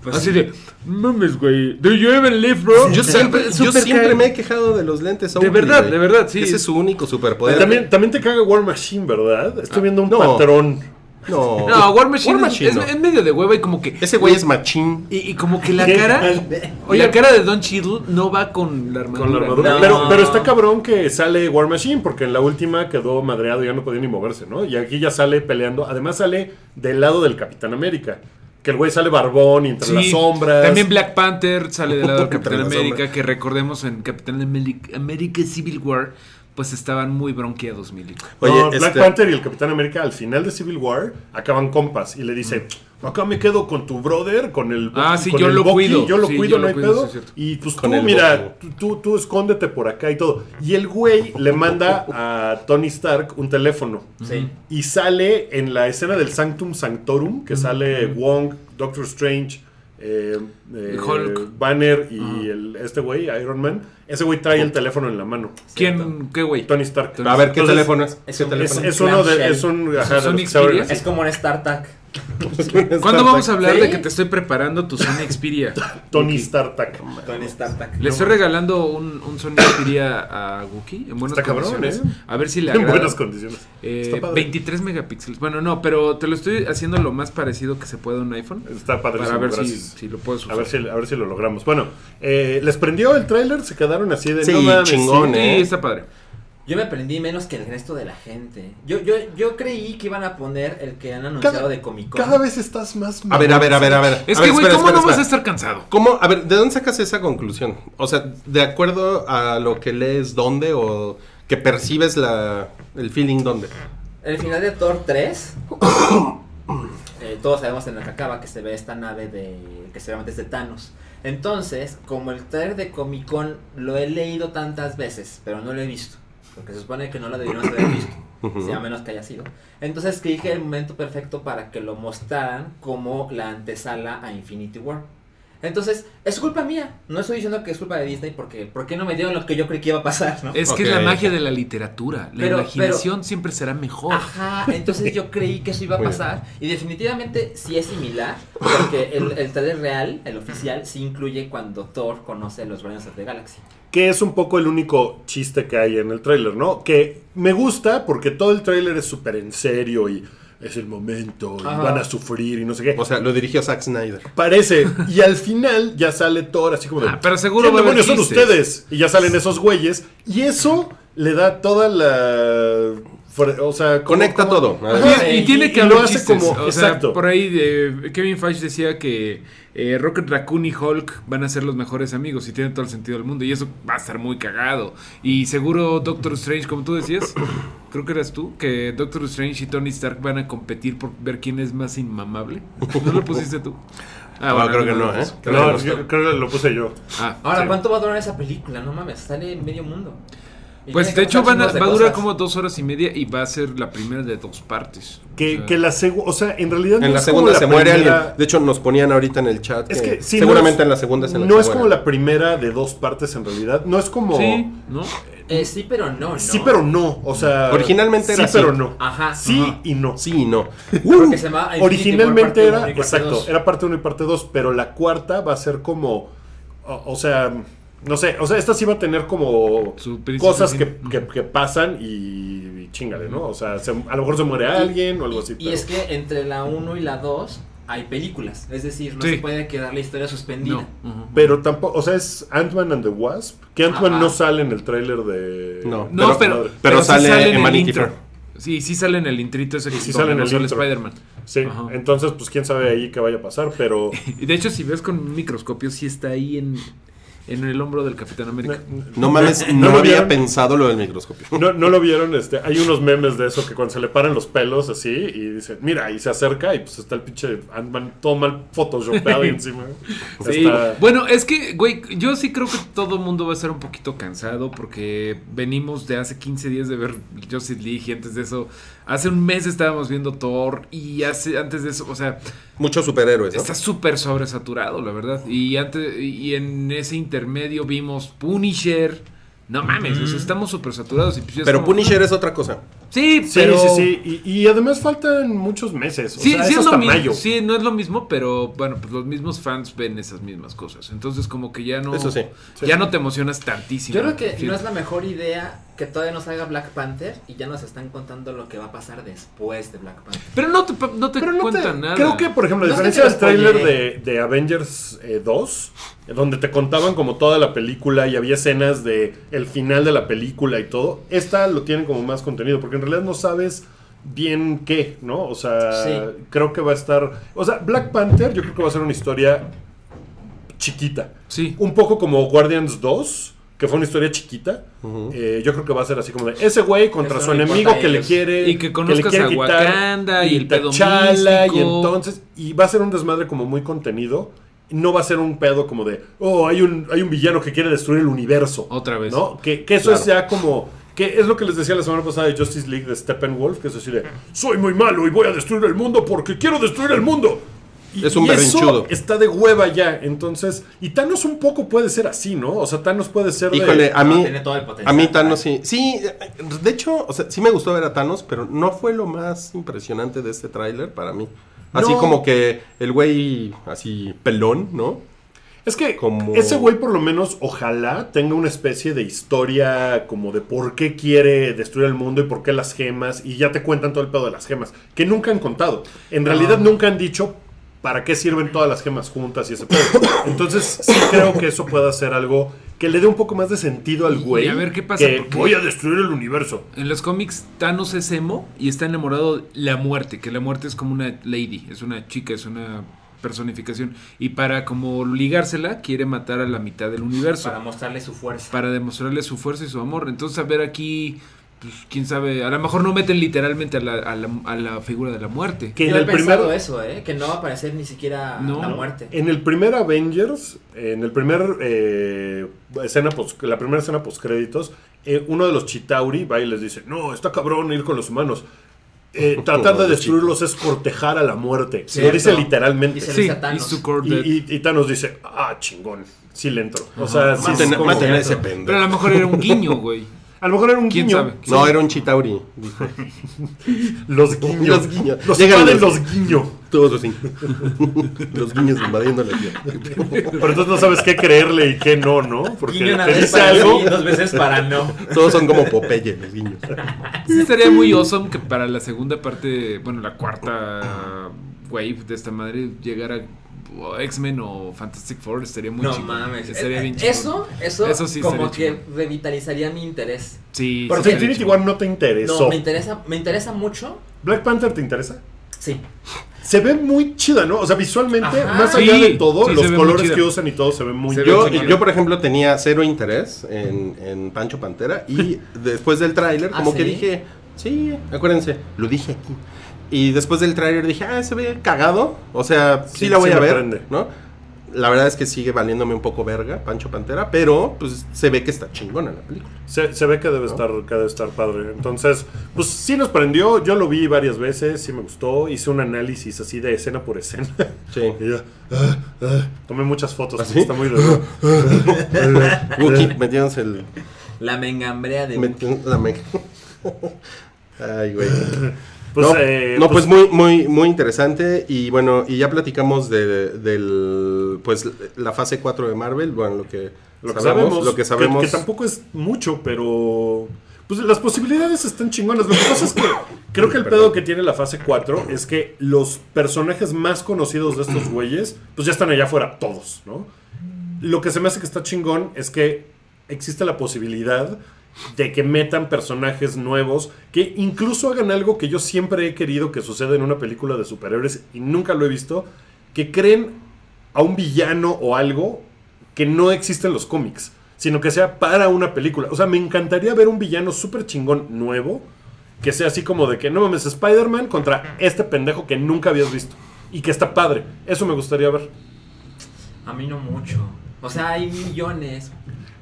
S4: Pues
S3: Así
S4: sí.
S3: de, mames, güey. Do you even live, bro?
S5: Yo siempre, yo
S3: Súper
S5: siempre
S3: cabrón.
S5: me he quejado de los lentes.
S3: De verdad, de verdad, sí.
S5: Ese es su único superpoder.
S2: También, también te caga War Machine, ¿verdad? Estoy viendo un
S5: no.
S2: patrón.
S5: No,
S3: No, War Machine,
S5: War
S3: es-
S5: Machine
S3: es,
S5: no.
S3: es medio de hueva y como que.
S5: Ese güey es machín.
S3: Y, y como que la
S2: ¿Qué
S3: cara.
S2: tal?
S3: Oye, la cara de Don Cheadle no va con la armadura.
S2: Con la armadura.
S4: No.
S2: Pero, pero está cabrón que sale War Machine, porque en la última quedó madreado y ya no podía ni moverse, ¿no? Y aquí ya sale peleando. Además sale del lado del Capitán América. Que el güey sale barbón y entre
S3: Sí,
S2: las sombras.
S3: También Black Panther sale del lado del
S5: Entre
S3: Capitán
S5: las
S3: América,
S5: sombras.
S3: que recordemos en Capitán América, América Civil War, pues estaban muy bronqueados, Milico.
S5: Oye,
S2: No,
S5: este-
S2: Black Panther y el Capitán América al final de Civil War acaban compas y le dice, "Pues acá me quedo con tu brother, con el
S3: Ah, sí,
S2: con
S3: yo
S2: el
S3: lo cuido.
S2: yo lo
S3: Sí,
S2: cuido,
S3: yo
S2: no
S3: lo
S2: hay
S3: cuido, sí,
S2: pedo.
S3: es cierto.
S2: y pues
S5: Con
S2: tú,
S5: el
S2: mira,
S5: Boku.
S2: tú, tú, tú escóndete por acá y todo. Y el güey le manda a Tony Stark un teléfono.
S4: Sí.
S2: Y sale en la escena del Sanctum Sanctorum, que sale Wong, Doctor Strange, eh, eh,
S3: Hulk.
S2: Banner y el, este güey, Iron Man. Ese güey trae el teléfono en la mano.
S3: ¿Quién? ¿Qué güey?
S2: Tony Stark.
S5: A ver, ¿qué
S2: Entonces,
S5: teléfono es?
S4: es
S5: ¿Qué
S4: un-
S2: Es,
S5: teléfono
S2: es uno de.
S4: Clamshell.
S2: Es un. ajá,
S3: ¿Son
S2: de los que se abren
S3: Xperia?
S2: así.
S4: Es como un StarTAC.
S3: ¿Cuándo vamos a hablar de
S4: Sí.
S3: que te estoy preparando tu Sony Xperia?
S2: Tony Startak.
S4: Tony StarTAC.
S3: Le estoy regalando un, un Sony Xperia a Wookie en buenas
S2: Está cabrón,
S3: condiciones.
S2: ¿eh?
S3: A ver si le
S2: En
S3: agrada.
S2: buenas condiciones.
S3: Eh,
S2: Está padre.
S3: 23 megapíxeles. Bueno, no, pero te lo estoy haciendo lo más parecido que se pueda a un iPhone.
S2: Está
S3: Para
S2: padrísimo.
S3: ver si,
S2: gracias.
S3: si lo puedes usar.
S2: A ver si, a ver si lo logramos. Bueno, eh, ¿les prendió el tráiler? Se quedaron así de
S5: Sí,
S2: no mames,
S5: chingón,
S3: Sí,
S5: ¿eh?
S3: está padre.
S4: Yo me aprendí menos que el resto de la gente. Yo, yo, yo creí que iban a poner el que han anunciado
S2: Cada-
S4: de Comic Con.
S2: Cada vez estás más.
S5: eh. A ver, a ver, a ver, a ver.
S3: Es
S5: A
S3: que,
S5: ver,
S3: güey,
S5: espera,
S3: ¿cómo
S5: espera,
S3: no vas a
S5: espera.
S3: estar cansado?
S5: ¿Cómo? A ver, ¿de dónde sacas esa conclusión? O sea, ¿de acuerdo a lo que lees dónde o que percibes la, el feeling dónde?
S4: El final de Thor 3. eh, todos sabemos en la que acaba que se ve esta nave de. que seguramente es de Thanos. Entonces, como el trailer de Comic Con lo he leído tantas veces, pero no lo he visto. Porque se supone que no lo debieron haber visto.
S5: Ujú.
S4: sí, a menos que haya sido. Entonces creí que era el momento perfecto para que lo mostraran como la antesala a Infinity War. Entonces, es culpa mía. No estoy diciendo que es culpa de Disney porque ¿por qué no me dieron lo que yo creí que iba a pasar, no?
S3: Es que es la
S5: Ok.
S3: magia de la literatura. La
S4: Pero-
S3: imaginación siempre será mejor.
S2: Ah.
S4: Ajá, entonces yo creí que eso iba a
S5: Muy
S4: pasar. Y definitivamente sí es similar, porque el, el trailer real, el oficial, sí incluye cuando Thor conoce a los Guardians of the Galaxy.
S2: Que es un poco el único chiste que hay en el tráiler, ¿no? Que me gusta porque todo el tráiler es súper en serio y es el momento y
S4: Ajá.
S2: van a sufrir y no sé qué.
S5: O sea, lo dirigió Zack Snyder.
S2: Parece. Y al final ya sale Thor así como de.
S3: Ah, pero seguro
S2: ¿Quién
S3: va a haber
S2: demonios son
S3: chistes?"
S2: ustedes? Y ya salen esos güeyes. Y eso le da toda la. fre- O sea, como-
S5: Conecta
S2: como-
S5: todo.
S3: Y-
S2: Ajá,
S3: y,
S2: y-
S3: tiene
S2: y
S3: que
S2: lo
S3: haber
S2: hace
S3: chistes.
S2: como-
S3: o sea,
S2: exacto.
S3: por ahí eh, Kevin Feige decía que eh, Rocket Raccoon y Hulk van a ser los mejores amigos y tiene todo el sentido del mundo y eso va a estar muy cagado. Y seguro Doctor Strange, como tú decías, creo que eras tú, que Doctor Strange y Tony Stark van a competir por ver quién es más inmamable. ¿No lo pusiste tú?
S5: No, creo que no,
S3: lo
S5: ¿eh?
S3: puse.
S2: No, yo creo que lo puse yo.
S3: Ah,
S4: Ahora,
S3: sí.
S4: ¿cuánto va a durar esa película? No mames, sale en medio mundo. Y
S3: Pues
S4: tiene que
S3: de hecho
S4: pasar
S3: van a-
S4: chingos de
S3: va a durar
S4: cosas.
S3: como dos horas y media y va a ser la primera de dos partes.
S2: Que,
S3: O sea,
S2: que la segunda, o sea, en realidad no
S5: En la
S2: es como
S5: segunda se muere
S2: primera-
S5: alguien. De hecho, nos ponían ahorita en el chat.
S2: Es que sí,
S5: seguramente
S2: no es-
S5: en la segunda es en la
S2: No
S5: que
S2: es
S5: se
S2: como
S5: muere.
S2: la primera de dos partes en realidad. No es como.
S3: Sí, ¿no?
S4: Eh, sí, pero no, no.
S2: Sí, pero no. O sea.
S5: Originalmente
S2: sí,
S5: era así.
S2: pero no.
S4: Ajá.
S2: Sí
S4: Ajá.
S2: y no.
S5: Sí y no. Uh.
S4: Porque se llama Infinity
S2: Originalmente
S4: War parte
S2: era.
S4: uno y parte
S2: Exacto.
S4: dos.
S2: Era parte 1 y parte 2. Pero la cuarta va a ser como. O, o sea. No sé. O sea, esta sí va a tener como.
S3: Su principio,
S2: Cosas
S3: sí.
S2: que, que- que pasan y, y chingale, ¿no? O sea, se- a lo mejor se muere alguien o algo así.
S4: Y
S2: pero-
S4: es que entre la 1 y la 2 hay películas. Es decir, no
S3: Sí.
S4: se puede quedar la historia suspendida.
S3: No. ujú.
S2: Pero tampoco, o sea, es Ant-Man and the Wasp. Que Ant-Man
S4: Ajá.
S2: no sale en el tráiler de.
S5: No.
S3: No,
S5: Pero-
S3: pero,
S5: pero sale en
S3: el
S5: Vanity
S3: intro.
S5: Fair.
S3: Sí, sí sale en el intrito ese que
S2: sí
S3: donde
S2: sale en
S3: no
S2: el
S3: sale
S2: intro.
S3: Spider-Man.
S2: Sí,
S3: Ajá.
S2: entonces, pues quién sabe ahí qué vaya a pasar, pero.
S3: Y de hecho, si ves con un microscopio, sí está ahí en, en el hombro del Capitán América.
S5: No mames,
S2: ¿No
S5: no,
S2: lo
S5: había
S2: vieron?
S5: pensado lo del microscopio.
S2: No, no lo vieron, este, hay unos memes de eso que cuando se le paran los pelos así y dicen, mira, y se acerca y pues está el pinche Ant-Man todo mal photoshopeado y encima.
S3: Sí.
S2: Está-
S3: Bueno, es que, güey, yo sí creo que todo el mundo va a estar un poquito cansado porque venimos de hace 15 días de ver Justice League y antes de eso, hace un mes estábamos viendo Thor y hace antes de eso, o sea,
S5: Muchos superhéroes, ¿no?
S3: Está súper sobresaturado, la verdad. Y antes y en ese intermedio vimos Punisher. No mames, o sea, estamos sobresaturados. Y pues ya es
S5: Pero
S3: como-
S5: Punisher es otra cosa.
S3: Sí,
S2: Sí,
S3: pero...
S2: sí, sí. Y, y además faltan muchos meses. O
S3: Sí,
S2: sea,
S3: sí
S2: es
S3: es lo
S2: hasta
S3: mismo.
S2: mayo.
S3: Sí, no es lo mismo, pero bueno, pues los mismos fans ven esas mismas cosas. Entonces, como que ya no.
S5: Eso sí.
S2: Sí.
S3: Ya no te emocionas tantísimo.
S4: Yo creo que
S3: Sí.
S4: no es la mejor idea que todavía no salga Black Panther y ya nos están contando lo que va a pasar después de Black Panther.
S3: Pero no te, no te
S2: Pero no te-
S3: cuentan nada.
S2: Creo que, por ejemplo, a
S4: No es que
S2: diferencia
S4: te
S2: del
S4: lo spoileé.
S2: tráiler de, de Avengers eh, 2, eh, donde te contaban como toda la película y había escenas de el final de la película y todo, esta lo tienen como más contenido, porque en realidad no sabes bien qué, ¿no? O sea,
S4: Sí.
S2: creo que va a estar... O sea, Black Panther yo creo que va a ser una historia chiquita.
S3: Sí.
S2: Un poco como Guardians 2, que fue una historia chiquita. Eh, yo creo que va a ser así como de ese güey contra
S4: Eso
S2: su
S4: no le
S2: enemigo
S4: importa a
S2: que le
S4: ellos.
S2: quiere.
S3: Y que conozcas a Wakanda y el pedo
S2: T'Challa, Y
S3: místico.
S2: entonces. Y va a ser un desmadre como muy contenido. No va a ser un pedo como de. Oh, hay un, hay un villano que quiere destruir el universo.
S3: Otra vez.
S2: ¿No? Que, que eso
S5: Claro.
S2: es ya como. Que es lo que les decía la semana pasada de Justice League de Steppenwolf, que es así de soy muy malo y voy a destruir el mundo porque quiero destruir el mundo. Y-
S5: Es un
S2: y eso
S5: berrinchudo.
S2: está de hueva ya. Entonces, y Thanos un poco puede ser así, ¿no? O sea, Thanos puede ser de-
S5: Híjole, a mí,
S4: tiene todo ¿eh? el
S5: a
S4: potencial.
S5: mí Thanos sí. Sí, de hecho, o sea, sí me gustó ver a Thanos, pero no fue lo más impresionante de este tráiler para mí. Así
S2: No.
S5: como que el güey, así pelón, ¿no?
S2: Es que
S5: Como-
S2: ese güey por lo menos ojalá tenga una especie de historia como de por qué quiere destruir el mundo y por qué las gemas y ya te cuentan todo el pedo de las gemas, que nunca han contado. En realidad nunca han dicho para qué sirven todas las gemas juntas y ese pedo. Entonces sí creo que eso pueda ser algo que le dé un poco más de sentido al
S3: Y-
S2: güey.
S3: y a ver qué pasa,
S2: que
S3: porque-
S2: voy a destruir el universo.
S3: En los cómics, Thanos es emo y está enamorado de la muerte, que la muerte es como una lady, es una chica, es una personificación. Y para como ligársela, quiere matar a la mitad del universo.
S4: Para
S3: Para,
S4: mostrarle su fuerza.
S3: demostrarle su fuerza y su amor. Entonces, a ver aquí, pues, quién sabe, a lo mejor no meten literalmente a la, a la- a la figura de la muerte.
S2: Que
S4: Yo
S2: en
S4: he
S2: el primer
S4: pensado eso, ¿eh? Que no va a aparecer ni siquiera
S3: No.
S4: la muerte.
S2: En el primer Avengers, en el primer eh, escena post- la primera escena post créditos, uno de los Chitauri va y les dice, no, está cabrón ir con los humanos. Eh, tratar de
S5: Los
S2: destruirlos es cortejar a la muerte.
S4: Cierto.
S2: Lo dice literalmente.
S4: Y
S2: Y,
S4: se lo
S3: Sí,
S4: dice a
S3: y
S4: Thanos.
S3: su core death.
S2: y, y Thanos dice, ah, chingón, sí le entro. O sea, sí,
S5: Maten,
S2: es como-
S5: maten a ese
S3: Pero a
S5: pendejo.
S3: lo mejor era un guiño, güey.
S2: a lo mejor era un
S3: ¿Quién
S2: guiño.
S3: sabe?
S5: No, era un Chitauri, dijo.
S2: Los guiños.
S5: Los guiños.
S2: Los
S5: Llegan
S2: padres
S5: los-
S2: los guiños.
S5: Todos así. Los guiños invadiendo la tierra.
S2: Pero entonces no sabes qué creerle y qué no, ¿no? Porque
S4: Guiño una
S2: te
S4: vez
S2: dice
S4: para
S2: algo.
S4: sí, dos veces para no.
S5: Todos son como Popeye, los guiños.
S3: Sí, sería muy awesome que para la segunda parte, bueno, la cuarta wave de esta madre llegara o X-Men o Fantastic Four, estaría muy
S4: No
S3: chingón.
S4: mames.
S3: Estaría
S4: Eh,
S3: bien chingón.
S4: eso, eso,
S3: Eso sí
S4: como que
S3: estaría
S4: revitalizaría mi interés.
S3: Sí,
S2: Pero
S3: sí, estaría
S2: Infinity
S3: chingón.
S2: War no te interesó.
S4: No, me interesa, me interesa mucho.
S2: ¿Black Panther te interesa?
S4: Sí.
S2: Se ve muy chida, ¿no? O sea, visualmente,
S4: Ajá.
S2: más allá
S3: Sí,
S2: de todo,
S3: sí, se
S2: los
S3: ve muy
S2: colores
S3: chida.
S2: que usan y todo se ven muy
S3: Se ve
S5: Yo,
S3: chingón.
S5: yo, por ejemplo, tenía cero interés en, en Pancho Pantera y después del tráiler,
S4: ¿Ah,
S5: como que
S4: sí?
S5: dije, sí, acuérdense, lo dije aquí. Y después del tráiler dije, ah, se ve cagado, o sea, sí,
S2: Sí,
S5: la voy
S2: sí
S5: a
S2: me
S5: ver,
S2: prende.
S5: ¿no? La verdad es que sigue valiéndome un poco verga Pancho Pantera, pero pues se ve que está chingona la película.
S2: Se, se ve que debe, estar, que debe estar padre. Entonces, pues sí nos prendió. Yo lo vi varias veces, sí me gustó. Hice un análisis así de escena por escena.
S5: Sí.
S2: Y ya, ah, ah. Tomé muchas fotos.
S5: ¿Ah, sí?
S2: Está muy de...
S5: Wookie metiéndose el...
S4: La mengambrea de.
S5: metiéndose la me- Ay, güey.
S2: Pues,
S5: no,
S2: eh,
S5: no, pues, muy, muy, muy interesante. Y bueno, y ya platicamos de, del pues la fase 4 de Marvel. Bueno, lo que,
S2: lo que sabemos,
S5: lo que sabemos.
S2: Que, tampoco es mucho, pero. Pues las posibilidades están chingonas. Lo que pasa es que creo que el
S5: Perdón.
S2: pedo que tiene la fase 4 es que los personajes más conocidos de estos güeyes, pues ya están allá afuera todos, ¿no? Lo que se me hace que está chingón es que existe la posibilidad de que metan personajes nuevos, que incluso hagan algo que yo siempre he querido que suceda en una película de superhéroes y nunca lo he visto, que creen a un villano o algo que no existe en los cómics, sino que sea para una película. O sea, me encantaría ver un villano súper chingón nuevo, que sea así como de que, no mames, Spider-Man contra este pendejo que nunca habías visto y que está padre. Eso me gustaría ver.
S4: A mí no mucho. O sea, hay millones.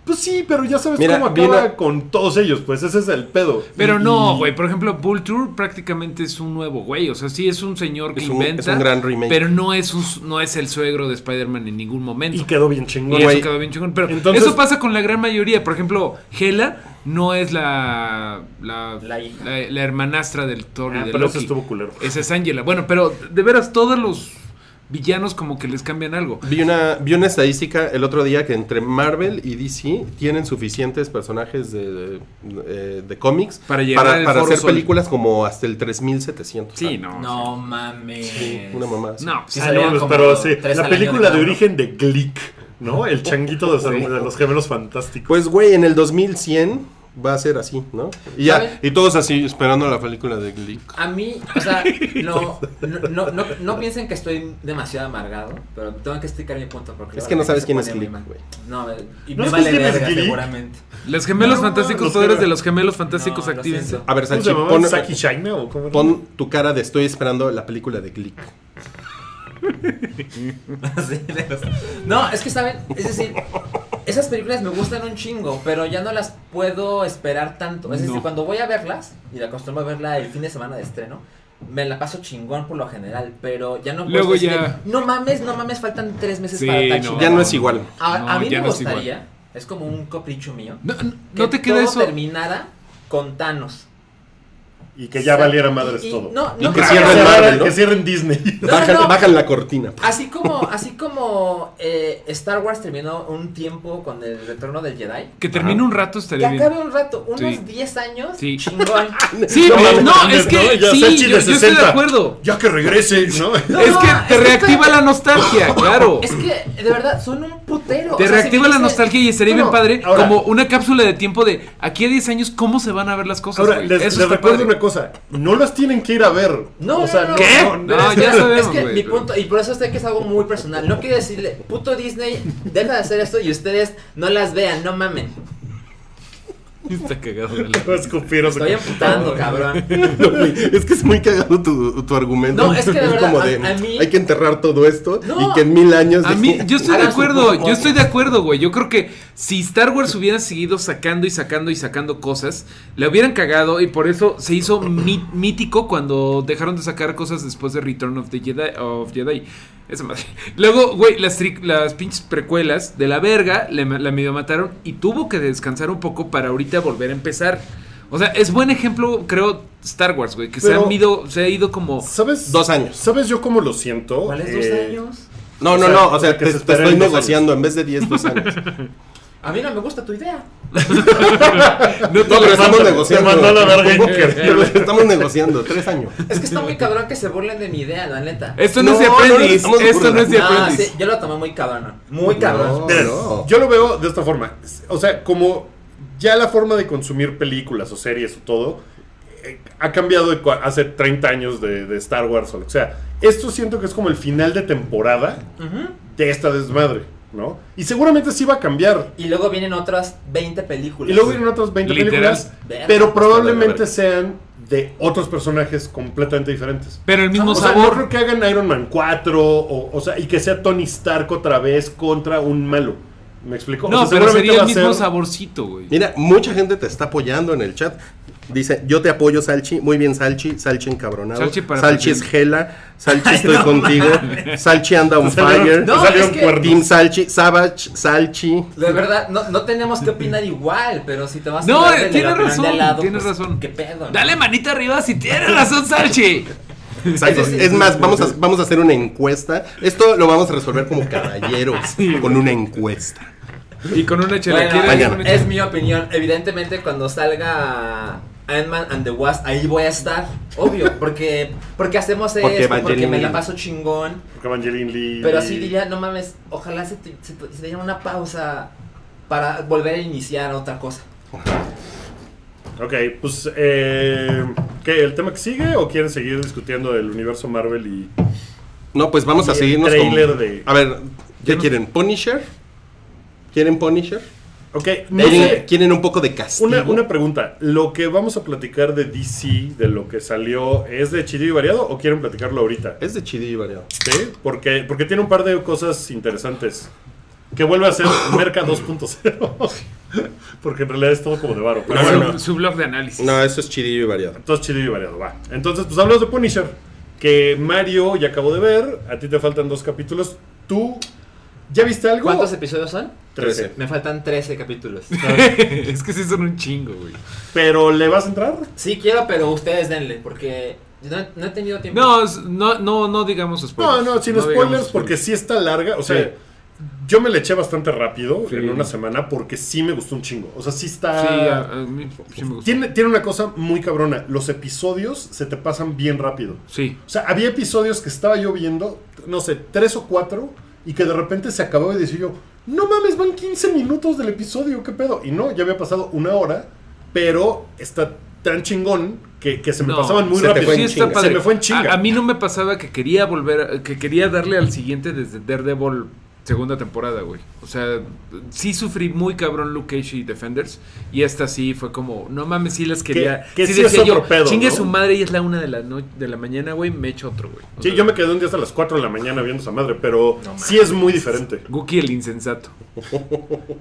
S2: Pues sí, pero ya sabes
S5: Mira,
S2: cómo acaba
S5: viene-
S2: con todos ellos, pues ese es el pedo.
S3: Pero
S2: Y-
S3: no,
S2: y-
S3: güey. Por ejemplo, Vulture prácticamente es un nuevo güey. O sea, sí es un señor que
S5: Es un-
S3: inventa.
S5: es un gran remake.
S3: Pero no es, un- no es el suegro de Spider-Man en ningún momento.
S2: Y quedó bien
S3: Y
S2: chingón.
S3: eso
S5: Güey.
S3: quedó bien chingón. Pero
S2: Entonces-
S3: eso pasa con la gran mayoría. Por ejemplo, Hela no es la la,
S4: La hija.
S3: la- la hermanastra del Thor y
S2: Ah,
S3: de
S2: pero eso
S3: Loki.
S2: estuvo culero.
S3: Esa es Angela. Bueno, pero de veras, todos los villanos como que les cambian algo.
S5: Vi una, vi una estadística el otro día que entre Marvel y DC tienen suficientes personajes de, de, eh, de cómics
S3: Para llenar el
S5: para
S3: Foro
S5: hacer
S3: Sol.
S5: películas como hasta el 3700.
S3: Sí,
S5: ¿sabes?
S3: no.
S4: No mames.
S5: Una mamá. así.
S3: No,
S2: Sí,
S3: pues,
S4: Ah, salían
S2: no,
S4: como
S2: pero sí,
S4: tres
S2: la
S4: al año
S2: película
S4: de
S2: de
S4: cada
S2: origen de Glick, ¿no? El changuito de, de los gemelos fantásticos.
S5: Pues, güey, en el 2100 va a ser así, ¿no? Y,
S4: ¿Saben?
S5: ya, y todos así esperando la película de Glick.
S4: A mí, o sea, no, no, no, no, no piensen que estoy demasiado amargado, pero tengo que explicar mi punto. Porque
S5: Es
S4: luego
S5: que no
S4: la gente
S5: sabes
S4: se
S5: quién es
S4: pone muy
S5: Glick,
S4: mal.
S5: güey.
S4: No, y
S2: ¿No
S4: me
S2: sabes
S4: vale
S2: quién es
S4: verga
S2: Glick?
S4: seguramente.
S3: Los gemelos
S2: No,
S3: fantásticos,
S2: los
S3: poderes
S2: gemelos.
S3: de los gemelos fantásticos,
S4: No, lo
S3: actívense.
S4: siento.
S5: A ver,
S2: ¿Cómo se
S5: Salchi,
S2: llamaba?
S5: pon,
S2: ¿Saki Shaina o cómo era?
S5: pon tu cara de estoy esperando la película de Glick.
S4: Así de los- No, es que saben, es decir, esas películas me gustan un chingo, pero ya no las puedo esperar tanto. Es decir,
S3: No.
S4: cuando voy a verlas, y la acostumbro a verla el fin de semana de estreno, me la paso chingón por lo general, pero ya no puedo
S3: Luego
S4: decir,
S3: ya-
S4: no mames, no mames, faltan tres meses
S3: Sí,
S4: para
S3: no.
S4: Tachi.
S5: Ya no es igual.
S4: A, a
S3: No,
S4: mí
S3: ya
S4: me
S3: no es
S4: gustaría, es, como un capricho mío,
S3: No, no-
S4: que
S3: no te queda
S4: todo
S3: eso.
S4: terminara con Thanos.
S2: Y que ya
S4: O sea,
S2: valiera
S4: y-
S2: madres
S4: y-
S2: todo.
S4: No,
S5: Y
S4: no,
S5: que
S4: no,
S2: Que
S5: cierren
S4: no, no,
S5: Marvel,
S2: cierren-
S5: ¿no?
S2: que cierren Disney.
S4: no,
S5: Bajan,
S4: no.
S5: bajan la cortina.
S4: Así como, así como eh, Star Wars terminó un tiempo con el retorno del Jedi.
S3: Que termine un rato
S4: Que
S3: estaría bien.
S4: acabe un rato,
S3: Sí.
S4: unos 10 años,
S3: Sí.
S4: chingón.
S3: Sí,
S2: No,
S3: no,
S2: mames,
S3: es
S2: ¿no?
S3: que
S2: Ya
S3: sí,
S2: Salchi
S3: yo,
S2: de
S3: yo estoy de
S2: 60.
S3: acuerdo.
S2: Ya que regrese, ¿no?
S4: No,
S3: es que te
S4: es que
S3: reactiva
S4: espérate.
S3: la nostalgia, claro.
S4: Es que, de verdad, son un putero.
S3: Te
S4: O sea,
S3: reactiva
S4: si
S3: la
S4: dice-
S3: nostalgia y sería
S4: No,
S3: bien padre
S2: ahora-
S3: como una cápsula de tiempo de aquí a 10 años cómo se van a ver las cosas.
S2: Ahora,
S3: güey?
S2: les, les
S3: Eso está
S2: recuerdo
S3: padre.
S2: una cosa. No las tienen que ir a ver.
S4: No,
S2: o sea,
S4: no, no.
S3: ¿Qué?
S2: no, no,
S3: No, ya
S4: Es
S3: sabemos,
S4: que
S3: güey,
S4: mi
S3: pero-
S4: punto, y por eso sé que es algo muy personal. No quiero decirle, puto Disney, deja de hacer esto y ustedes no las vean, no mamen.
S3: Está cagado. de
S2: Voy a
S3: la-
S2: escupir, o sea,
S4: Estoy amputando, cabrón.
S5: No, güey, es que es muy cagado tu, tu argumento.
S4: No, es que de verdad,
S5: como
S4: a-
S5: de,
S4: a mí-
S5: hay que enterrar todo esto
S4: No.
S5: y que en mil años.
S3: A mí, yo estoy Pues de
S4: Hagan su
S3: acuerdo,
S4: propio
S3: yo estoy de acuerdo, güey. Yo creo que si Star Wars hubiera seguido sacando y sacando y sacando cosas, la hubieran cagado y por eso se hizo mi- mítico cuando dejaron de sacar cosas después de Return of the Jedi. Of Jedi. Esa madre. Luego, güey, las, tri- las pinches precuelas de la verga le ma- la medio mataron y tuvo que descansar un poco para ahorita volver a empezar. O sea, es buen ejemplo, creo, Star Wars, güey, que se,
S2: Pero-
S3: han ido, se ha ido como...
S2: ¿Sabes?
S5: Dos años.
S2: ¿Sabes yo cómo lo
S3: Oh,
S2: siento?
S4: ¿Cuáles dos
S2: Eh,
S4: años?
S5: No, no,
S2: o sea,
S5: no. O sea,
S2: que se
S5: te, te
S2: esperen
S5: estoy
S2: dos
S5: negociando en vez de 10, dos años.
S4: A mí no me gusta tu idea.
S3: No,
S5: No, pero estamos
S2: mando-
S5: negociando.
S2: te mandó a la verga
S5: Pero
S2: increíble.
S5: estamos negociando, tres años.
S4: Es que está muy cabrón que se burlen de mi idea, la neta.
S3: Esto no, es de
S5: No, no, no,
S3: aprendiz,
S5: estamos
S3: esto no es de
S5: burlando.
S4: Ah,
S3: aprendiz.
S4: sí, yo lo tomé muy cabrón. Muy cabrón.
S5: No,
S2: Miren,
S5: no.
S2: Yo lo veo de esta forma. O sea, como ya la forma de consumir películas o series o todo eh, ha cambiado de cua- hace 30 años de, de Star Wars o lo que sea. Esto siento que es como el final de temporada
S4: Ujú.
S2: de esta desmadre, ¿no? Y seguramente sí va a cambiar.
S4: Y luego vienen otras 20 películas.
S2: Y luego vienen otras 20
S3: Literal.
S2: películas,
S4: Verga.
S2: pero probablemente
S5: pues, verga.
S2: sean de otros personajes completamente diferentes.
S3: Pero el mismo
S2: O sea, no
S3: sabor.
S2: creo que hagan Iron Man 4 o, o sea, y que sea Tony Stark otra vez contra un malo. ¿Me explico? O
S3: No,
S2: sea,
S3: pero
S2: seguramente
S3: sería
S2: va
S3: el
S2: a
S3: mismo
S2: ser-
S3: saborcito, güey.
S5: Mira, mucha gente te está apoyando en el chat. Dice, yo te apoyo, Salchi. Muy bien, Salchi. Salchi encabronado.
S3: Salchi
S5: Salchi,
S3: para
S5: es
S3: presidente.
S5: gela. Salchi estoy contigo. Salchi anda on
S2: Salieron-
S5: fire.
S4: No,
S2: salieron
S4: es que-
S2: cuernos.
S5: Team Salchi. Savage, Salchi.
S4: De verdad, no, no tenemos que opinar igual, pero si te vas
S3: No,
S4: a
S3: eh, tienes razón, tienes razón.
S4: pues, ¿Qué pedo? no?
S3: Dale manita arriba si tienes razón, Salchi.
S5: Exacto. Es más, vamos a, vamos a hacer una encuesta. Esto lo vamos a resolver como caballeros, con una encuesta.
S3: Y con una chela.
S4: Bueno,
S3: ¿quieres
S5: mañana.
S3: una chela?
S4: es mi opinión. Evidentemente, cuando salga Ant-Man and the Wasp, ahí voy a estar. Obvio, porque, porque hacemos
S5: Porque
S4: esto, porque
S5: Evangeline
S4: me la
S5: Lee.
S4: paso chingón.
S2: Porque Evangeline Lee.
S4: Pero sí diría, no mames, ojalá se, tu- se, tu- se diera una pausa para volver a iniciar otra cosa.
S2: Ok, pues. Eh, ¿Qué? ¿El tema que sigue o quieren seguir discutiendo del universo Marvel y.
S5: No, pues vamos
S2: Y
S5: a
S2: el
S5: seguirnos
S2: trailer
S5: con...
S2: de-
S5: A ver,
S3: Yo
S5: ¿qué
S3: no-
S5: quieren? ¿Punisher? ¿Quieren Punisher?
S2: Ok, no
S5: ¿Quieren,
S2: sé,
S5: quieren un poco de castigo?
S2: Una, una pregunta. ¿Lo que vamos a platicar de DC, de lo que salió, es de chido y variado o quieren platicarlo ahorita?
S5: Es de chidillo y variado.
S2: Sí, porque, porque tiene un par de cosas interesantes. Que vuelve a ser Merca 2.0. porque en realidad es todo como de varo. Pero
S5: No,
S3: su,
S2: bueno,
S5: no, no.
S3: su blog de análisis.
S5: No, eso es chidillo y variado.
S2: todo chido y variado, va. Entonces, pues hablamos de Punisher. Que Mario ya acabo de ver. A ti te faltan dos capítulos. ¿Tú ya viste algo?
S4: ¿Cuántos episodios son?
S5: Trece.
S4: Me faltan 13 capítulos.
S3: es que sí son un chingo, güey.
S2: ¿Pero le vas a entrar?
S4: Sí quiero, pero ustedes denle, porque yo no, no he tenido tiempo.
S3: No, es- no, no, no digamos spoilers.
S2: No, no, sin
S3: Pues, digamos
S2: spoilers, porque sí está larga. O sea,
S3: Sí.
S2: yo me le eché bastante rápido
S3: Sí.
S2: en una semana porque sí me gustó un chingo. O sea, sí está.
S3: Sí, a, a mí sí me gustó.
S2: tiene, tiene una cosa muy cabrona. Los episodios se te pasan bien rápido.
S3: Sí.
S2: O sea, había episodios que estaba yo viendo, no sé, tres o cuatro, y que de repente se acabó y decía yo, no mames, van 15 minutos del episodio, qué pedo. Y no, ya había pasado una hora, pero está tan chingón que, que se me
S3: No,
S2: pasaban muy
S5: se te
S2: rápido.
S5: fue
S3: Sí
S5: en
S3: está
S5: chinga.
S3: padre.
S2: Se me fue en chinga.
S3: A, a mí no me pasaba que quería volver, a- que quería darle al siguiente desde Daredevil segunda temporada, güey. O sea, sí sufrí muy cabrón Luke Cage y Defenders y esta sí fue como, no mames, sí las quería.
S2: que sí es otro pedo,
S3: chingue
S2: ¿no?
S3: su madre y es la una de la no- de la mañana, güey, me echo otro, güey. O
S2: Sí,
S3: sea,
S2: yo me quedé un día hasta las 4 de la mañana viendo esa madre, pero sí es muy diferente.
S3: Guki el insensato.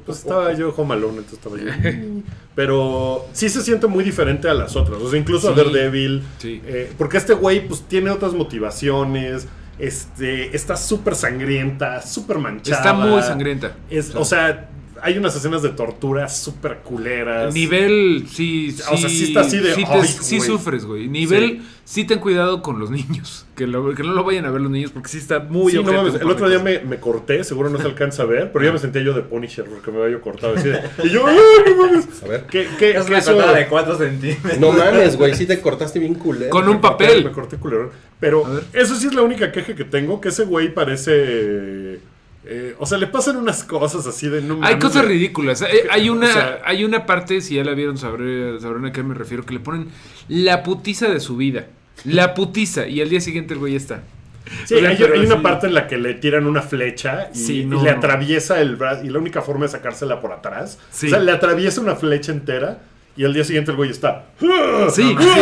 S2: Pues estaba yo home alone, entonces estaba yo. Pero sí se siente muy diferente a las otras. O sea, incluso a
S3: Sí.
S2: Daredevil.
S3: Sí.
S2: eh, porque este güey, pues, tiene otras motivaciones. Este, está súper sangrienta, súper manchada.
S3: Está muy sangrienta.
S2: Es- o sea, hay unas escenas de tortura súper culeras.
S3: Nivel, sí, sí.
S2: O sea, sí está así de,
S3: Sí, te-
S2: "Ay,
S3: sí
S2: güey".
S3: sufres, güey. Nivel,
S2: Sí.
S3: sí. ten cuidado con los niños. Que, lo- que no lo vayan a ver los niños porque sí está muy
S2: Sí, no
S3: ojete
S2: mames,
S3: un
S2: el
S3: par de
S2: otro día
S3: cosas.
S2: me, me corté, seguro no se alcanza a ver, pero ya me sentía yo de Punisher porque me había yo cortado. así de- y yo, ¡ay, no mames!
S5: A ver.
S2: ¿Qué, qué,
S4: Es
S2: qué
S4: una
S2: eso-
S4: cortada de 4 centímetros.
S5: No mames, güey, sí te cortaste bien culero.
S3: Con un papel.
S2: Me corté culerón. Pero
S3: A ver.
S2: eso sí es la única queja que tengo, que ese güey parece... eh, o sea, le pasan unas cosas así de... no
S3: Hay
S2: mames,
S3: cosas
S2: de-
S3: ridículas. Hay, hay una,
S2: o sea-
S3: hay una parte, si ya la vieron, sabré- sabrán a qué me refiero, que le ponen la putiza de su vida. La putiza. Y al día siguiente el güey ya está.
S2: Sí,
S3: O sea,
S2: hay,
S3: pero
S2: hay una
S3: sí.
S2: parte en la que le tiran una flecha y,
S3: Sí,
S2: y
S3: no,
S2: le
S3: no.
S2: atraviesa el brazo. Y la única forma es sacársela por atrás.
S3: Sí.
S2: O sea, le atraviesa una flecha entera y al día siguiente el güey está... "Ah,
S3: Sí, sí,
S2: No, no,
S3: sí,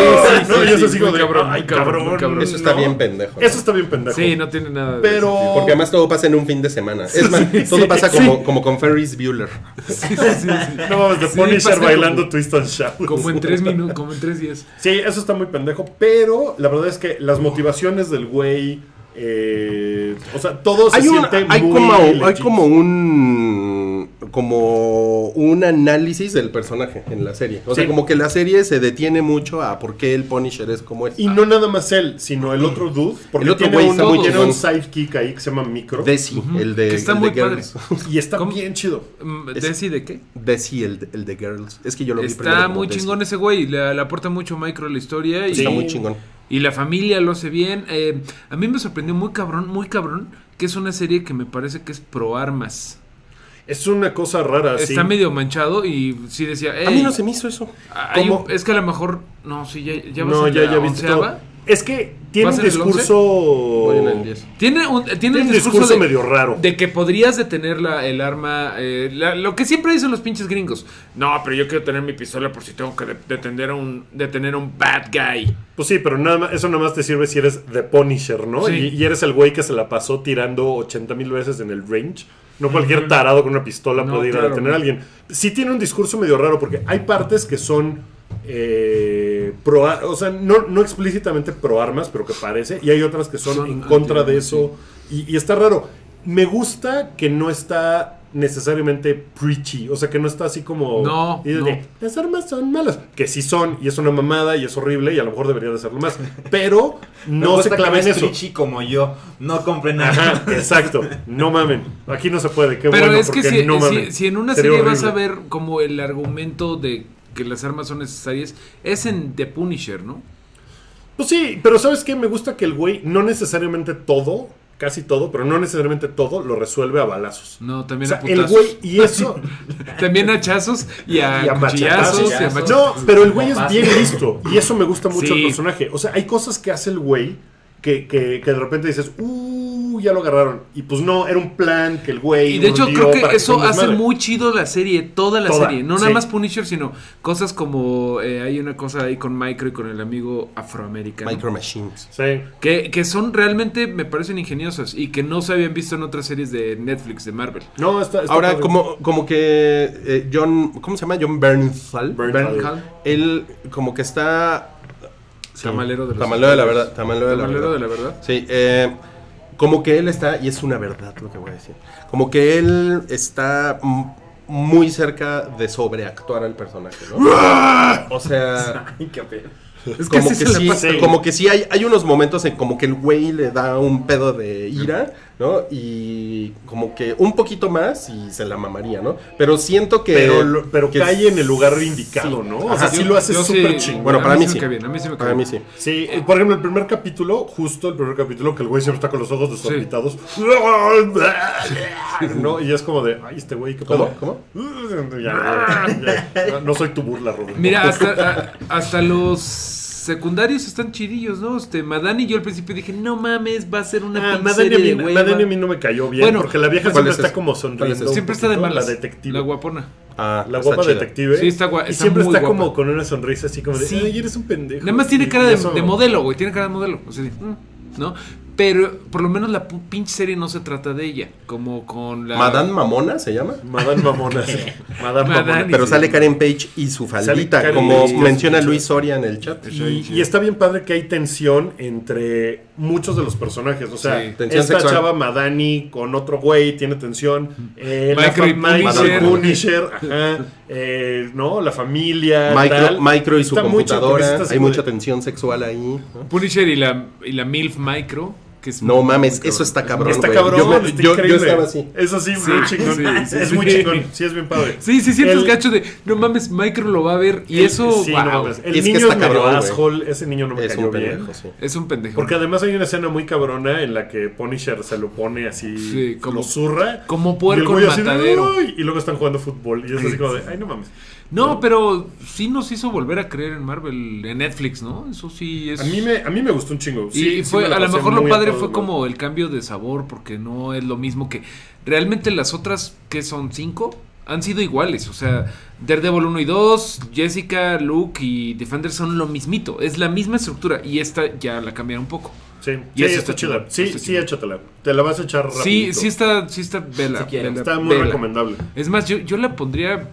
S2: y eso
S3: sí,
S2: así como
S3: muy
S2: de,
S3: cabrón,
S2: "Ay,
S3: muy cabrón,
S2: cabrón,
S3: muy cabrón".
S5: Eso está
S2: no.
S5: bien pendejo.
S2: Eso está bien pendejo.
S3: Sí, no tiene nada. de
S2: Pero-
S3: sentido.
S5: Porque además todo pasa en un fin de semana. Es más, todo pasa como, como con Ferris Bueller.
S3: Sí, sí, sí, sí.
S2: No mames, de
S3: Sí, pasa
S2: Punisher
S3: como-
S2: bailando Twist and Shout.
S3: Como en tres minutos, como en tres días.
S2: Sí, eso está muy pendejo, pero la verdad es que las motivaciones del güey. eh, o sea, todo se
S5: Hay, un-
S2: siente
S5: hay
S2: muy
S5: como, hay
S2: legit.
S5: como un como un análisis del personaje en la serie. O sea,
S2: Sí.
S5: como que la serie se detiene mucho a por qué el Punisher es como es. Ah,
S2: Y no nada más él, sino el otro dude. Porque
S5: Mm. El otro
S2: tiene,
S5: güey
S2: un,
S5: está muy
S2: tiene un
S5: chingón.
S2: sidekick ahí que se llama Micro.
S5: Desi, el de
S3: que está
S5: el
S3: muy
S5: de Girls.
S2: y está
S3: ¿Cómo?
S2: bien chido.
S3: Mm,
S5: Es-
S3: ¿Desi de qué?
S5: Desi, el, de- el de Girls. Es que yo lo vi primero
S3: Está
S5: como
S3: muy
S5: Desi.
S3: chingón ese güey. Le, le aporta mucho micro a la historia. y-
S5: Está muy chingón.
S3: Y la familia lo hace bien. Eh, a mí me sorprendió muy cabrón, muy cabrón, que es una serie que me parece que es pro armas.
S2: Es una cosa rara.
S3: Está
S2: sí.
S3: medio manchado y sí decía,
S5: Ah, A mí
S3: "Ey,
S5: no se me hizo eso.
S3: hay
S2: ¿cómo?
S3: un- es que a lo mejor, no, sí, ya, ya vas
S2: no,
S3: en
S2: ya,
S3: la
S2: ya viste
S3: onceava".
S2: todo. Es que tiene
S3: ¿Vas
S2: un
S3: en el once?
S2: discurso.
S5: Voy
S2: Oh,
S5: en el 10.
S3: Tiene un, tiene
S2: Tiene
S3: el
S2: un
S3: discurso,
S2: discurso
S3: de,
S2: medio raro.
S3: de que podrías detener la, el arma, eh, la- lo que siempre dicen los pinches gringos. No, pero yo quiero tener mi pistola por si tengo que de- detener a un detener a un bad guy.
S2: Pues sí, pero nada más, eso nada más te sirve si eres The Punisher, ¿no?
S3: Sí.
S2: Y, y eres el güey que se la pasó tirando 80 mil veces en el range. No cualquier tarado con una pistola
S3: No,
S2: puede ir a
S3: claro,
S2: detener a
S3: no.
S2: alguien. Sí tiene un discurso medio raro porque hay partes que son eh, pro, o sea, no, no explícitamente pro armas, pero que parece, y hay otras que son,
S3: Son
S2: en contra de
S3: anti-armas,
S2: eso. Y, y está raro. Me gusta que no está necesariamente preachy, o sea, que no está así como...
S3: No,
S2: y de-
S3: no.
S2: las armas son malas. Que sí son, y es una mamada, y es horrible, y a lo mejor debería de serlo más. Pero no se claven
S4: claven
S2: en eso.
S4: como yo, no compre nada.
S2: Ajá, exacto. No mamen. Aquí no se puede. Qué
S3: Pero
S2: bueno,
S3: es que
S2: porque
S3: si,
S2: no
S3: si-
S2: mamen.
S3: si en una
S2: Sería
S3: serie vas a
S2: horrible.
S3: ver como el argumento de que las armas son necesarias, es en The Punisher, ¿no?
S2: Pues sí, pero ¿sabes qué? Me gusta que el güey no necesariamente todo, casi todo, pero no necesariamente todo lo resuelve a balazos.
S3: No,
S2: O
S3: también
S2: sea,
S3: a
S2: el
S3: putazos.
S2: güey y eso
S3: También a hachazos y a,
S2: y a
S3: cuchillazos y a
S2: machetazos. No,
S3: machetazos.
S2: pero el güey es
S4: Papás.
S2: bien listo. Y eso me gusta mucho
S3: Sí.
S2: el personaje. O sea, hay cosas que hace el güey que, que, que de repente dices, uh, ya lo agarraron. Y pues no, era un plan que el güey.
S3: Y de hecho
S2: urdió
S3: creo
S2: para
S3: que eso
S2: fuera un
S3: hace
S2: desmadre.
S3: muy chido la serie, toda la
S2: Toda,
S3: serie, no
S2: sí.
S3: nada más Punisher, sino cosas como eh, hay una cosa ahí con Micro y con el amigo afroamericano.
S5: Micro Machines.
S2: Sí.
S3: Que, que son realmente, me parecen ingeniosas y que no se habían visto en otras series de Netflix, de Marvel.
S2: No, está. está
S5: Ahora,
S2: padre.
S5: como, como que eh, John, ¿cómo se llama? John Bernthal.
S2: Bernthal.
S3: Bernthal.
S5: Él como que está...
S3: Tamalero de los
S5: Tamalero de la
S3: Oscars.
S5: verdad. Tamalero de la
S3: Tamalero de
S5: verdad.
S3: la verdad.
S5: Sí, eh, Como que él está, y es una verdad lo que voy a decir, como que él está mm, muy cerca de sobreactuar al personaje, ¿no? O sea,
S4: Ay, qué pena.
S3: Es que
S5: como, que
S3: así se la
S5: sí,
S3: pasa.
S2: Sí.
S5: como que sí hay, hay unos momentos en como que el güey le da un pedo de ira, ¿no? Y como que un poquito más y se la mamaría, ¿no? Pero siento que...
S2: Pero, lo- pero
S5: que
S2: cae en el lugar
S5: sí.
S2: indicado, ¿no? O sea,
S5: Ajá.
S2: sí lo hace
S3: Yo sí-
S2: súper chingón.
S5: Bueno, para
S3: a
S5: mí
S3: se me
S5: sí.
S3: cae bien, a mí se me cae
S5: Para mí
S3: bien.
S5: sí.
S2: Sí, eh, por ejemplo, el primer capítulo, justo el primer capítulo, que el güey siempre está con los ojos desorbitados. ¿No? Y es como de, ay, este güey, ¿qué pedo?
S5: ¿Cómo? ¿Cómo?
S2: Ya, ya, ya. No, no soy tu burla, Rubén.
S3: Mira, hasta, a- hasta los secundarios están chidillos, ¿no? Este, Madani yo al principio dije, no mames, va a ser una
S2: Ah,
S3: pinche
S2: Madani a,
S3: serie
S2: mí,
S3: de hueva".
S2: Madani a mí no me cayó bien,
S3: Bueno,
S2: porque la vieja
S5: ¿cuál
S2: siempre
S5: es
S2: está
S5: ese?
S2: como
S5: ¿Cuál es
S2: sonriendo.
S5: ese?
S2: un
S3: Siempre está de
S2: poquito,
S3: malas.
S2: La detective.
S3: La guapona.
S5: Ah,
S2: La
S5: está
S2: guapa
S5: chida.
S2: detective.
S3: Sí, está gua-
S2: Y
S3: está
S2: siempre
S3: muy
S2: está
S3: guapa.
S2: como con una sonrisa así como de,
S3: Sí.
S2: ay, eres un pendejo.
S3: Nada más tiene
S2: Y
S3: cara de,
S2: eso-
S3: de modelo, güey. Tiene cara de modelo. O sea, de, mm, ¿no? Pero por lo menos la pu- pinche serie no se trata de ella. Como con la.
S5: ¿Madame Mamona se llama?
S2: Madame Mamona, sí. Madame
S3: Madani,
S2: Mamona.
S5: Pero
S3: sí.
S5: sale Karen Page y su faldita,
S2: Karen
S5: como
S2: Page y su
S5: menciona
S2: faldita.
S5: Luis Soria en el chat.
S2: Y, y está bien padre que hay tensión entre muchos de los personajes. O sea,
S3: Sí,
S5: tensión
S2: esta
S5: sexual.
S2: chava Madani con otro güey tiene tensión. Eh, la
S3: Micro y
S2: fa- Micro
S5: Punisher.
S2: Punisher, ajá. Eh, ¿No? La familia.
S5: Micro,
S2: tal.
S5: Micro y su
S2: Está mucho, porque sí
S5: computadora.
S2: está así
S5: hay
S2: como
S5: mucha
S2: de-
S5: tensión sexual ahí. ¿no?
S3: Punisher y la, y la MILF Micro. Que es
S5: No
S3: muy-
S5: mames,
S3: muy cabrón.
S5: eso está cabrón.
S2: Está
S5: güey.
S2: cabrón,
S5: Yo me-
S2: está
S5: yo, yo
S2: increíble.
S5: estaba así.
S2: Es así, muy chingón.
S3: sí, sí,
S2: es
S3: sí.
S2: muy chingón. Sí, es bien padre.
S3: Sí, sí, sientes
S2: El-
S3: gacho de. No mames, Micro lo va a ver. Y
S2: el-
S3: eso.
S2: sí,
S3: wow,
S2: no mames. el
S5: Es que
S2: niño
S5: está
S2: es medio
S5: cabrón, güey.
S2: asshole. Ese niño no me
S5: Es
S2: cayó
S5: un
S2: bien.
S5: pendejo, sí.
S3: es un pendejo.
S2: Porque además hay una escena muy cabrona en la que Punisher se lo pone así,
S3: Sí, como-
S2: lo zurra.
S3: como
S2: y el
S3: puerco
S2: güey
S3: en
S2: así de,
S3: matadero.
S2: "Ay", y luego están jugando fútbol. Y es así como de, ay, no mames.
S3: No, pero sí nos hizo volver a creer en Marvel, en Netflix, ¿no? Eso sí es.
S2: A mí me, a mí me gustó un chingo. Sí,
S3: y
S2: sí
S3: fue,
S2: me la
S3: a lo
S2: pasé
S3: mejor lo
S2: muy
S3: padre
S2: a todo,
S3: fue
S2: güey.
S3: como el cambio de sabor, porque no es lo mismo que. Realmente las otras, que son cinco, han sido iguales. O sea, Daredevil 1 y 2, Jessica, Luke y Defender son lo mismito. Es la misma estructura y esta ya la cambiaron un poco.
S2: Sí,
S3: Y
S2: sí, está
S3: eso está
S2: chida.
S3: chingón,
S2: Sí,
S3: está
S2: sí,
S3: chingón.
S2: échatela. Te la vas a echar rápido.
S3: Sí, sí está, sí está, vela.
S4: Si quieren,
S3: vela,
S2: Está muy
S3: vela.
S2: recomendable.
S3: Es más, yo, yo la pondría.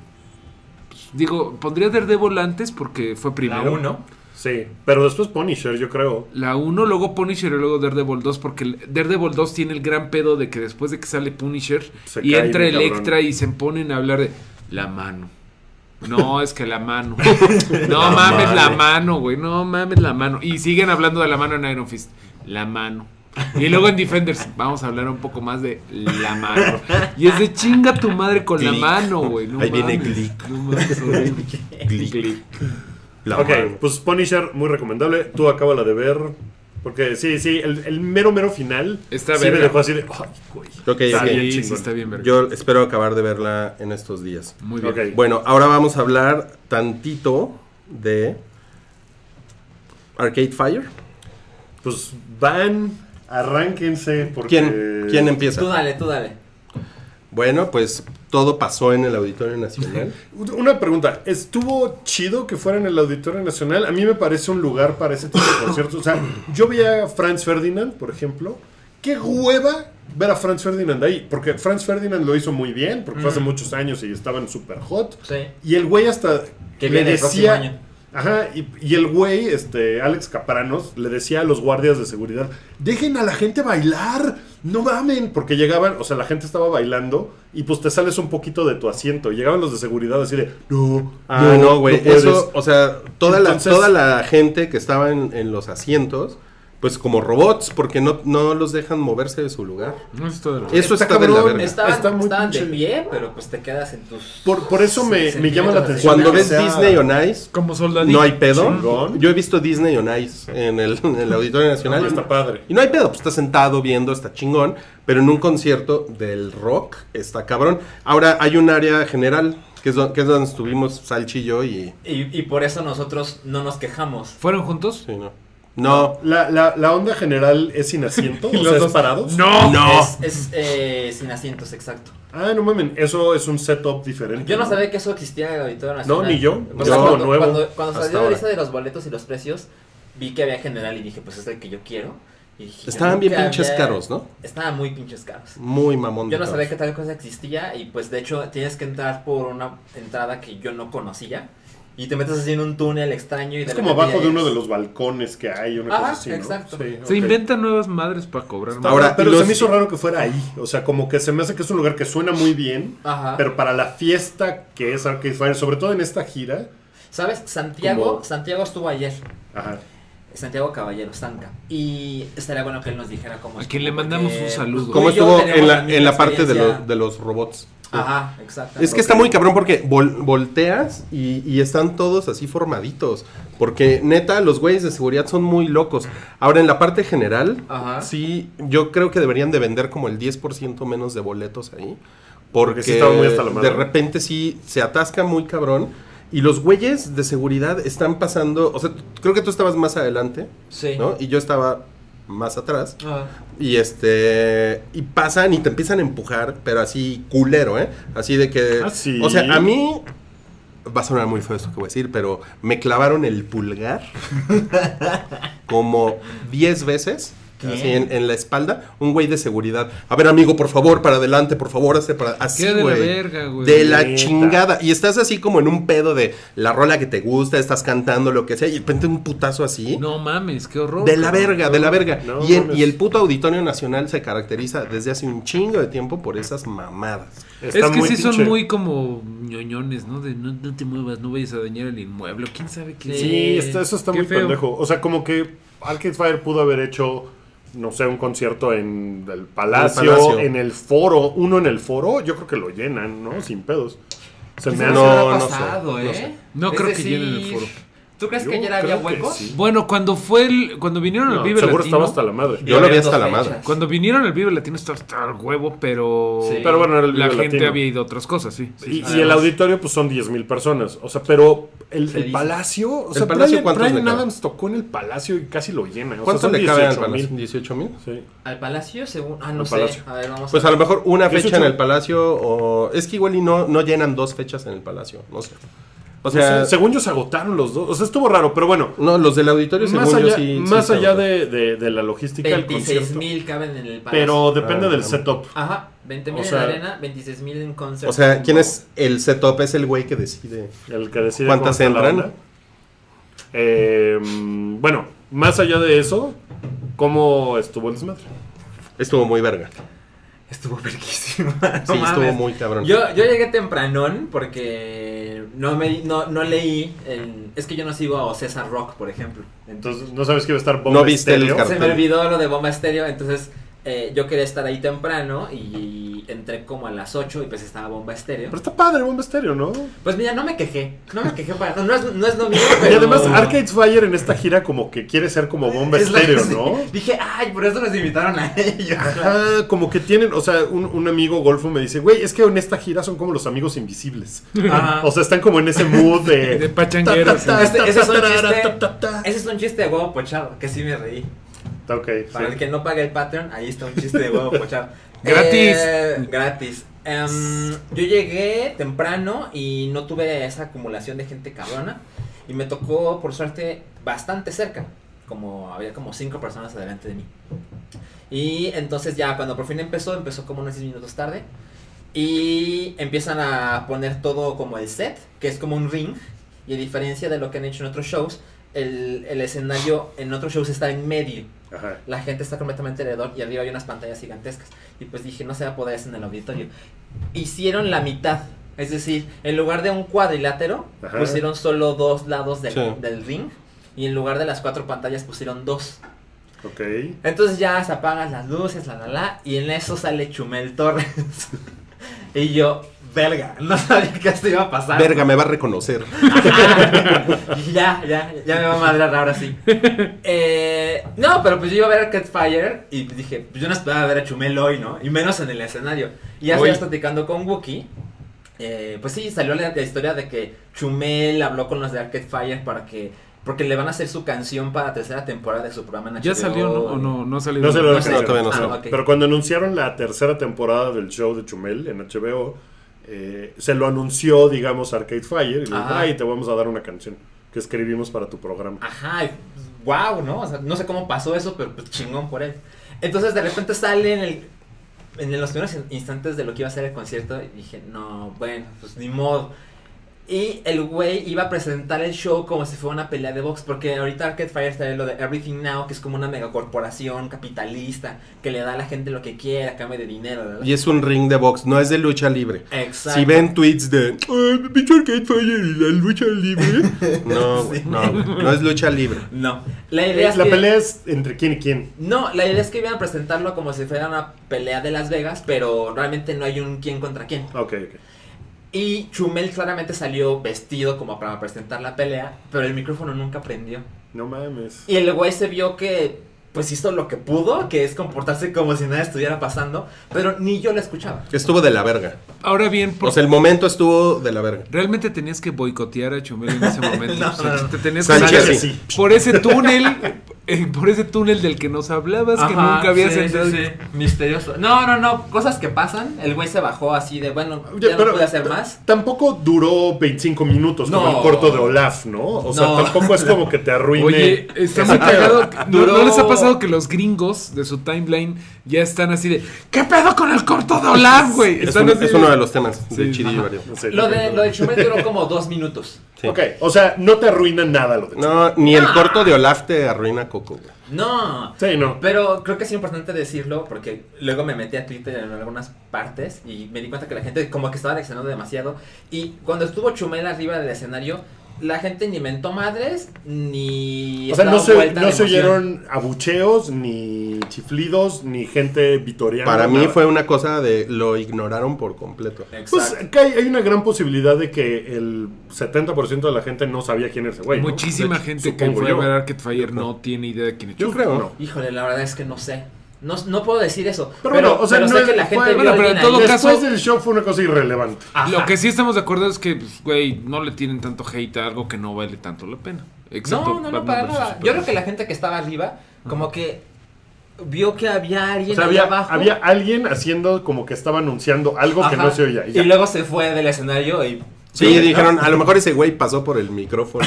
S3: pues, Digo, pondría Daredevil antes porque fue
S4: La
S3: primero.
S4: 1.
S2: Sí, pero después Punisher, yo creo.
S3: La 1, luego Punisher y luego Daredevil 2, porque el- Daredevil 2 tiene el gran pedo de que después de que sale Punisher
S2: Se
S3: y
S2: cae
S3: entra
S2: el cabrón.
S3: Electra y se ponen a hablar de la mano. No, es que la mano. No mames la mano, güey. No mames la mano. Y siguen hablando de la mano en Iron Fist. La mano. Y luego en Defenders vamos a hablar un poco más de la mano. Y es de chinga tu madre con la
S5: Glick.
S3: mano, güey. No
S5: Ahí viene
S3: mames.
S5: Glick.
S3: No mames, horrible.
S5: Glick.
S3: Glick.
S5: La
S2: ok,
S5: mano.
S2: pues Punisher, muy recomendable. Tú acabas de ver. Porque sí, sí, el, el mero, mero final.
S3: Está
S2: sí me
S3: verga.
S2: dejó así de, ay, güey.
S5: Ok,
S2: Está
S5: ok.
S2: bien
S3: Sí, sí,
S2: chingón.
S3: está bien, verga.
S5: Yo espero acabar de verla en estos días.
S3: Muy bien.
S2: Ok.
S5: Bueno, ahora vamos a hablar tantito de Arcade Fire.
S2: Pues van, arránquense. Porque...
S5: ¿Quién, quién em-? empieza?
S4: Tú dale, tú dale.
S5: Bueno, pues todo pasó en el Auditorio Nacional.
S2: Una pregunta, ¿estuvo chido que fuera en el Auditorio Nacional? A mí me parece un lugar para ese tipo de conciertos. O sea, yo vi a Franz Ferdinand, por ejemplo. Qué hueva ver a Franz Ferdinand ahí, porque Franz Ferdinand lo hizo muy bien, porque fue hace muchos años y estaban súper hot.
S4: Sí.
S2: Y el güey hasta
S4: Que
S2: le
S4: viene el próximo
S2: decía...
S4: año.
S2: Ajá, y, y el güey, este, Alex Capranos, le decía a los guardias de seguridad, dejen a la gente bailar, no mamen, porque llegaban, o sea, la gente estaba bailando y pues te sales un poquito de tu asiento, y llegaban los de seguridad así de, no,
S5: Ah, no, güey.
S2: puedes".
S5: eso, o sea, toda,
S2: Entonces-
S5: la, toda la gente que estaba en, en los asientos, pues como robots, porque no, no los dejan moverse de su lugar.
S3: No es todo lo-
S5: Eso
S2: Está
S5: está, de la
S2: cabrón,
S5: verga.
S2: está-
S4: Estaban,
S2: muy
S4: estaban de
S2: pinche.
S4: pie, pero pues te quedas en tus.
S2: Por, por eso me,
S4: Sí,
S2: me llama la
S4: sentimientos así.
S2: atención.
S5: Cuando
S2: que
S5: ves
S2: sea-
S5: Disney on Ice,
S3: Como soldadito.
S5: no hay pedo.
S2: Chingón.
S5: Yo he visto Disney on Ice en el, en el Auditorio Nacional.
S2: Ah, está padre.
S5: Y no hay pedo, pues está sentado viendo, está chingón. Pero en un concierto del rock está cabrón. Ahora hay un área general, que es, do- que es donde estuvimos Salchi y yo y...
S4: Y, y por eso nosotros no nos quejamos.
S3: ¿Fueron juntos?
S5: sí, no. No,
S2: La, la, la onda general es sin asiento, o
S3: los
S2: sea, es
S3: dos-
S2: parados.
S3: No.
S4: Es, es, eh, sin asientos, exacto.
S2: Ah, no mamen, eso es un setup diferente.
S4: Yo no sabía que eso existía en el Auditorio Nacional.
S2: ni yo.
S4: O
S5: Yo-
S4: sea, cuando,
S2: como nuevo,
S4: cuando, cuando
S5: hasta
S4: salió la
S5: ahora.
S4: lista de los boletos y los precios, vi que había general y dije, pues es el que yo quiero. Y dije,
S5: estaban bien
S4: nunca
S5: pinches
S4: había-
S5: caros, ¿no?
S4: Estaban muy pinches caros.
S5: Muy mamón.
S4: Yo
S5: de
S4: no sabía que
S5: caros.
S4: tal cosa existía y pues de hecho tienes que entrar por una entrada que yo no conocía y te metes así en un túnel extraño y
S2: Es
S4: de
S2: como
S4: repente
S2: abajo
S4: ya
S2: de uno de
S4: llegas.
S2: los balcones que hay, una
S4: Ajá,
S2: cosa así, ¿no?
S4: exacto.
S2: Sí,
S3: Se
S2: ok.
S3: inventan nuevas madres para cobrar más.
S2: Ahora,
S5: Ahora,
S2: pero
S5: los-
S2: se me hizo raro que fuera ahí. O sea, como que se me hace que es un lugar que suena muy bien,
S4: Ajá.
S2: pero para la fiesta que es Arcade Fire, sobre todo en esta gira.
S4: ¿Sabes? Santiago,
S2: Como-
S4: Santiago estuvo ayer.
S2: Ajá.
S4: Santiago Caballero, Sanca. Y estaría bueno que él nos dijera cómo
S3: A
S4: estuvo,
S3: quien le mandamos
S4: porque pues,
S3: un saludo.
S4: tú
S5: ¿Cómo
S4: y yo
S5: estuvo
S4: tenemos
S5: en la,
S4: misma
S5: en la parte de,
S4: experiencia.
S5: los- de los robots?
S4: Ajá, exacto.
S5: Es que está muy cabrón porque vol- volteas y, y están todos así formaditos. Porque neta, los güeyes de seguridad son muy locos. Ahora, en la parte general,
S4: Ajá.
S5: sí, yo creo que deberían de vender como el 10% menos de boletos ahí. Porque,
S2: Porque sí estaba muy hasta la madre.
S5: de repente sí se atasca muy cabrón. Y los güeyes de seguridad están pasando. O sea, t- creo que tú estabas más adelante,
S4: Sí.
S5: ¿no? Y yo estaba más atrás.
S4: Ajá.
S5: Y este. Y pasan y te empiezan a empujar, pero así culero, ¿eh? Así de que.
S2: Ah, sí.
S5: O sea, a mí. Va a sonar muy feo esto que voy a decir, pero me clavaron el pulgar como 10 veces.
S4: ¿Qué?
S5: así en, en la espalda, un güey de seguridad. A ver, amigo, por favor, para adelante, por favor, hazte para. Así,
S3: Qué de la
S5: güey.
S3: verga, güey.
S5: De la
S2: Neta.
S5: chingada. Y estás así como en un pedo de la rola que te gusta, estás cantando, lo que sea, y de repente un putazo así.
S3: No mames, qué horror.
S5: De la
S3: cabrón.
S5: verga, de la verga.
S2: No,
S5: y, en-
S2: mames.
S5: y el puto Auditorio Nacional se caracteriza desde hace un chingo de tiempo por esas mamadas.
S2: Está
S3: es que
S2: muy
S3: sí son
S2: pinche.
S3: muy como ñoñones, ¿no? De no, no te muevas, no vayas a dañar el inmueble. ¿Quién sabe qué?
S4: Sí.
S2: Sí, está- eso está
S3: Qué
S2: muy
S3: feo.
S2: pendejo. O sea, como que Arcade Fire pudo haber hecho, no sé, un concierto en el palacio,
S5: El Palacio.
S2: en el foro. Uno en el foro, yo creo que lo llenan, ¿no? Sin pedos. Se me
S4: Quizás
S5: No,
S2: hace-
S4: eso habrá
S5: no sé,
S4: pasado,
S5: no
S4: ¿eh?
S5: sé.
S3: No
S4: Es
S3: creo que
S4: decir,
S3: llenen el foro.
S4: ¿Tú crees
S2: Yo
S4: que ayer había
S2: creo que
S4: huecos?
S2: sí.
S3: Bueno, cuando fue el. Cuando vinieron al
S2: No,
S3: Vive
S2: seguro
S3: Latino.
S2: estaba hasta la madre.
S5: Yo lo vi hasta la
S4: Fechas.
S5: madre.
S3: Cuando vinieron al Vive Latino estaba hasta el huevo, pero.
S4: Sí.
S2: Pero bueno, era el
S3: la
S2: Vive
S3: gente
S2: Latino.
S3: había ido a otras cosas, sí. sí.
S2: Y, y
S4: Además.
S2: el auditorio, pues son 10.000 personas. O sea, pero el,
S4: Se
S2: el
S4: dice.
S2: Palacio. O sea,
S5: Palacio
S2: Brian,
S5: cuántos
S2: Brian
S5: le cabe?
S2: Adams tocó en el Palacio y casi lo llena. O sea,
S5: ¿Cuánto
S2: son
S5: le cabe al
S2: 18,000.
S5: palacio? ¿18 mil?
S2: Sí.
S4: Al palacio, según. Ah, no
S2: Al
S4: sé.
S2: Palacio.
S4: A ver, vamos
S5: Pues
S4: a
S5: a lo mejor una
S2: 18.
S5: fecha en el palacio o... Es que igual y no, no llenan dos fechas en el palacio, no sé. O
S2: No
S5: sea,
S2: sé, según yo se agotaron los dos. O sea, estuvo raro, pero bueno.
S5: no, los del auditorio
S2: Más
S5: según
S2: allá,
S5: yo sí... sí
S2: más
S5: se
S2: allá
S5: agotan.
S2: de, de- de la logística del concierto.
S4: 26.000 caben en el palacio.
S2: Pero depende
S5: Ah,
S2: del
S5: no.
S2: setup.
S4: Ajá, 20.000
S2: O sea-
S4: en la arena, 26.000 en concert.
S5: O sea, ¿quién es el setup? Es el güey que decide.
S2: El que decide
S5: ¿Cuántas
S2: cómo está la
S5: entran?
S2: onda. Eh, mm, bueno, más allá de eso, ¿cómo estuvo el desmadre?
S5: Estuvo muy verga.
S4: Estuvo verguísima.
S5: Sí,
S4: no
S5: estuvo
S4: mames.
S5: muy cabrón.
S4: Yo, yo llegué tempranón porque no me no, no leí el- es que yo no sigo a César Rock, por ejemplo.
S2: Entonces, no sabes que iba a estar Bomba
S5: No viste el
S2: Estéreo?
S5: cartel.
S4: se me olvidó lo de Bomba Estéreo, entonces eh, yo quería estar ahí temprano y entré como a las 8 y pues estaba Bomba Estéreo.
S2: Pero está padre Bomba Estéreo, ¿no?
S4: Pues mira, no me quejé, no me quejé para no es, no es lo mío,
S2: Y
S4: pero-
S2: además, Arcade Fire en esta gira como que quiere ser como Bomba
S4: Es la-
S2: Estéreo,
S4: sí.
S2: ¿no?
S4: Dije, ay, por eso nos invitaron a ellos.
S2: Ajá, como que tienen, o sea, un, un amigo golfo me dice, güey, es que en esta gira son como los amigos invisibles.
S4: Ajá.
S2: O sea, están como en ese mood de...
S3: De pachangueros.
S2: Ta, ta, ta,
S4: Este, Ese- ese es un
S2: ta, ta,
S4: chiste.
S2: ta, ta, ta.
S4: Ese es un chiste de huevo pochado, que sí me reí.
S2: Ok,
S4: Para
S2: sí.
S4: el que no paga el Patreon, ahí está un chiste de huevo pochado.
S3: Gratis.
S4: Eh, gratis. Em, yo llegué temprano y no tuve esa acumulación de gente cabrona. Y me tocó, por suerte, bastante cerca. Como había como cinco personas adelante de mí. Y entonces ya cuando por fin empezó, empezó como unos 10 minutos tarde. Y empiezan a poner todo como el set, que es como un ring. Y a diferencia de lo que han hecho en otros shows, el, el escenario en otros shows está en medio.
S2: Ajá.
S4: La gente está completamente alrededor y arriba hay unas pantallas gigantescas. Y pues dije, no se va a poder hacer en el auditorio. Hicieron la mitad. Es decir, en lugar de un cuadrilátero,
S2: Ajá.
S4: pusieron solo dos lados del,
S5: Sí.
S4: del ring. Y en lugar de las cuatro pantallas, pusieron dos.
S2: Ok.
S4: Entonces ya se apagan las luces, la la la. Y en eso sale Chumel Torres. y yo, verga, no sabía que esto iba a pasar.
S5: Verga, me va a reconocer.
S4: ya, ya, ya me va a madrar ahora sí. Eh, no, pero pues yo iba a ver a Catfire y dije, pues yo no esperaba ver a Chumel hoy, ¿no? Y menos en el escenario. Y ya
S3: Hoy.
S4: estás platicando con Wookie. eh, pues sí, salió la, la historia de que Chumel habló con los de Arcade Fire para que. Porque le van a hacer su canción para la tercera temporada de su programa en
S3: ¿Ya
S4: HBO.
S3: salió ¿no? o no? No ha salido.
S2: No se lo
S4: No sé.
S2: dejaron.
S5: todavía no
S4: Ah, ok.
S5: sé.
S2: Pero cuando anunciaron la tercera temporada del show de Chumel en HBO, eh, se lo anunció, digamos, Arcade Fire. Y le dijo,
S4: Ajá. Ah,
S2: ay, te vamos a dar una canción que escribimos para tu programa.
S4: Ajá, wow, ¿no? O sea, no sé cómo pasó eso, pero pues, chingón por él. Entonces de repente sale en el en los primeros instantes de lo que iba a ser el concierto y dije, no, bueno, pues ni modo. Y el güey iba a presentar el show como si fuera una pelea de box, porque ahorita Arcade Fire está en lo de Everything Now, que es como una megacorporación capitalista que le da a la gente lo que quiera, a cambio de dinero. ¿verdad?
S5: Y es un ring de box, no es de lucha libre.
S4: Exacto.
S5: Si ven tweets de "Ah, pinche Arcade Fire y la lucha libre. No, güey, no, güey, no es lucha libre.
S4: No. La idea es
S2: La
S4: que-
S2: pelea es entre quién y quién.
S4: No, la idea es que iban a presentarlo como si fuera una pelea de Las Vegas, pero realmente no hay un quién contra quién.
S2: Ah, Ok, ok.
S4: Y Chumel claramente salió vestido como para presentar la pelea, pero el micrófono nunca prendió.
S2: No mames.
S4: Y el güey se vio que pues hizo lo que pudo, que es comportarse como si nada estuviera pasando, pero ni yo la escuchaba.
S5: Estuvo de la verga.
S3: Ahora bien, por-
S5: O sea, el momento estuvo de la verga.
S3: realmente tenías que boicotear a Chumel en ese momento.
S4: No,
S3: O sea,
S4: no, no.
S3: Te tenías que
S5: Sánchez,
S3: salir
S5: sí.
S3: por ese túnel, eh, por ese túnel del que nos hablabas que
S4: Ajá,
S3: nunca habías
S4: sí,
S3: entrado.
S4: sí, sí. Misterioso. No, no, no, cosas que pasan. El güey se bajó así de, bueno, ya,
S2: Oye,
S4: no
S2: pero
S4: pude hacer más.
S2: Tampoco duró 25 minutos como
S4: No.
S2: el corto de Olaf, ¿no? O sea,
S4: No.
S2: tampoco es como que te arruine.
S3: Oye, está muy
S2: Ese
S3: cagado. ¿No,
S4: Duró-
S3: no les ha pasado que los gringos de su timeline ya están así de ¿Qué pedo con el corto de Olaf, güey?
S5: Es,
S3: Están
S5: un-
S3: así
S5: es uno de los temas de
S3: Sí,
S5: Chidi y Vario.
S2: No sé,
S4: Lo
S2: no
S4: de,
S2: creo.
S4: lo de Chumel duró como dos minutos.
S5: Sí.
S2: Ok, o sea, no te arruina nada lo de
S5: No, ni el corto de Olaf te arruina Coco, güey.
S4: No.
S2: Sí, no.
S4: Pero creo que es importante decirlo porque luego me metí a Twitter en algunas partes y me di cuenta que la gente como que estaba reaccionando demasiado. Y cuando estuvo Chumel arriba del escenario, la gente ni mentó madres ni...
S2: O sea, no
S4: estaba
S2: se,
S4: vuelta
S2: no
S4: de
S2: se
S4: emoción.
S2: oyeron abucheos, ni chiflidos, ni gente vitoreando.
S5: Para mí
S2: nada.
S5: fue una cosa de lo ignoraron por completo.
S2: Pues
S4: Exacto.
S2: que hay, hay una gran posibilidad de que el 70% de la gente no sabía quién era ese güey. ¿no?
S3: Muchísima
S2: De hecho,
S3: gente que
S2: supongo
S3: fue
S2: yo.
S3: a ver Arcade Fire no tiene idea de quién es
S5: Yo
S3: Chumel.
S5: creo.
S2: No.
S4: Híjole, la verdad es que no sé. No, no puedo decir eso.
S2: Pero
S4: Pero,
S2: bueno, o sea,
S4: pero
S2: no
S4: sé
S2: es-
S4: que la gente
S2: bueno,
S4: vio a
S3: pero en
S4: alguien
S3: todo
S4: ahí.
S2: Después
S3: caso-
S2: del show fue una cosa irrelevante.
S4: Ajá.
S3: Lo que sí estamos de acuerdo es que, pues, güey, no le tienen tanto hate a algo que no vale tanto la pena. Exacto.
S4: No, no, no,
S3: Batman
S4: para
S3: versus
S4: nada.
S3: Superman.
S4: Yo creo que la gente que estaba arriba, como que vio que había alguien
S2: O sea,
S4: ahí
S2: había,
S4: abajo.
S2: había alguien haciendo como que estaba anunciando algo que
S4: Ajá.
S2: no se oía. y ya.
S4: Y luego se fue del escenario y.
S5: Sí, dijeron, a lo mejor ese güey pasó por el micrófono.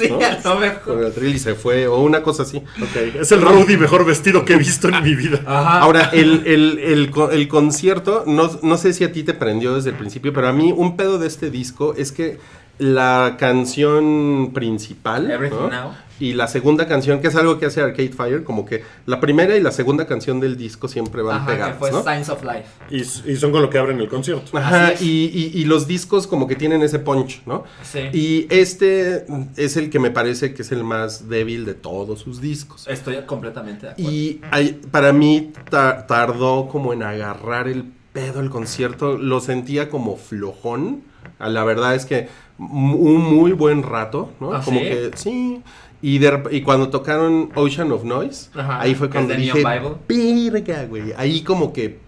S4: sí,
S5: ¿no?
S4: a lo
S5: Por
S4: mejor.
S5: el tril y se fue, o una cosa así.
S2: Ok, Es el Rudy mejor vestido que he visto en mi vida.
S4: Ajá.
S5: Ahora, el, el- el co- el concierto, no, no sé si a ti te prendió desde el principio, pero a mí un pedo de este disco es que la canción principal
S4: Everything
S5: ¿no?
S4: Now.
S5: y la segunda canción, que es algo que hace Arcade Fire, como que la primera y la segunda canción del disco siempre van
S4: Ajá,
S5: pegadas.
S4: que fue
S5: ¿no?
S4: Signs of Life.
S2: Y, y son con lo que abren el concierto.
S5: Ajá,
S4: Así es.
S5: y, y- y los discos como que tienen ese punch, ¿no?
S4: Sí.
S5: Y este es el que me parece que es el más débil de todos sus discos.
S4: Estoy completamente de acuerdo.
S5: Y hay- para mí ta- tardó como en agarrar el pedo el concierto, lo sentía como flojón. Ah, La verdad es que mu- un muy buen rato, ¿no?
S4: ¿Ah,
S5: como
S4: sí?
S5: que sí. Y, de rep- y cuando tocaron Ocean of Noise,
S4: Ajá,
S5: ahí fue
S4: que
S5: cuando
S4: es de
S5: dije,
S4: Neon
S5: "Verga, güey." Ahí como que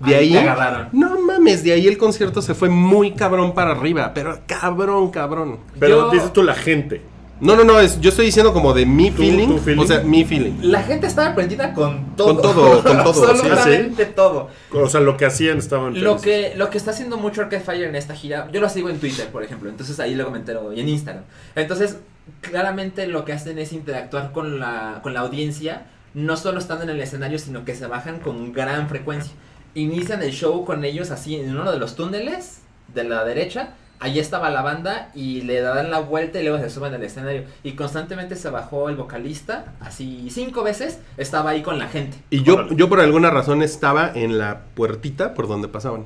S5: de
S4: Ahí
S5: ahí,
S4: te agarraron.
S5: no mames, de ahí el concierto se fue muy cabrón para arriba, pero cabrón, cabrón.
S2: Pero
S4: Yo-
S2: dices tú la gente.
S5: No, no, no, es, yo estoy diciendo como de mi
S2: ¿Tu-
S5: feeling,
S2: tu feeling?
S5: o sea, mi feeling.
S4: La gente estaba prendida con todo.
S5: Con todo, con todo, sí.
S2: Ah,
S4: Absolutamente todo.
S2: O sea, lo que hacían estaban
S4: Lo
S2: felices.
S4: que, lo que está haciendo mucho Arcade Fire en esta gira, yo lo sigo en Twitter, por ejemplo, entonces ahí luego me entero, y en Instagram. Entonces, claramente lo que hacen es interactuar con la, con la audiencia, no solo estando en el escenario, sino que se bajan con gran frecuencia. Inician el show con ellos así en uno de los túneles de la derecha. Allí estaba la banda y le dan la vuelta y luego se suben al escenario. Y constantemente se bajó el vocalista, así cinco veces, estaba ahí con la gente.
S5: Y yo,
S2: Órale.
S5: yo por alguna razón estaba en la puertita por donde pasaban.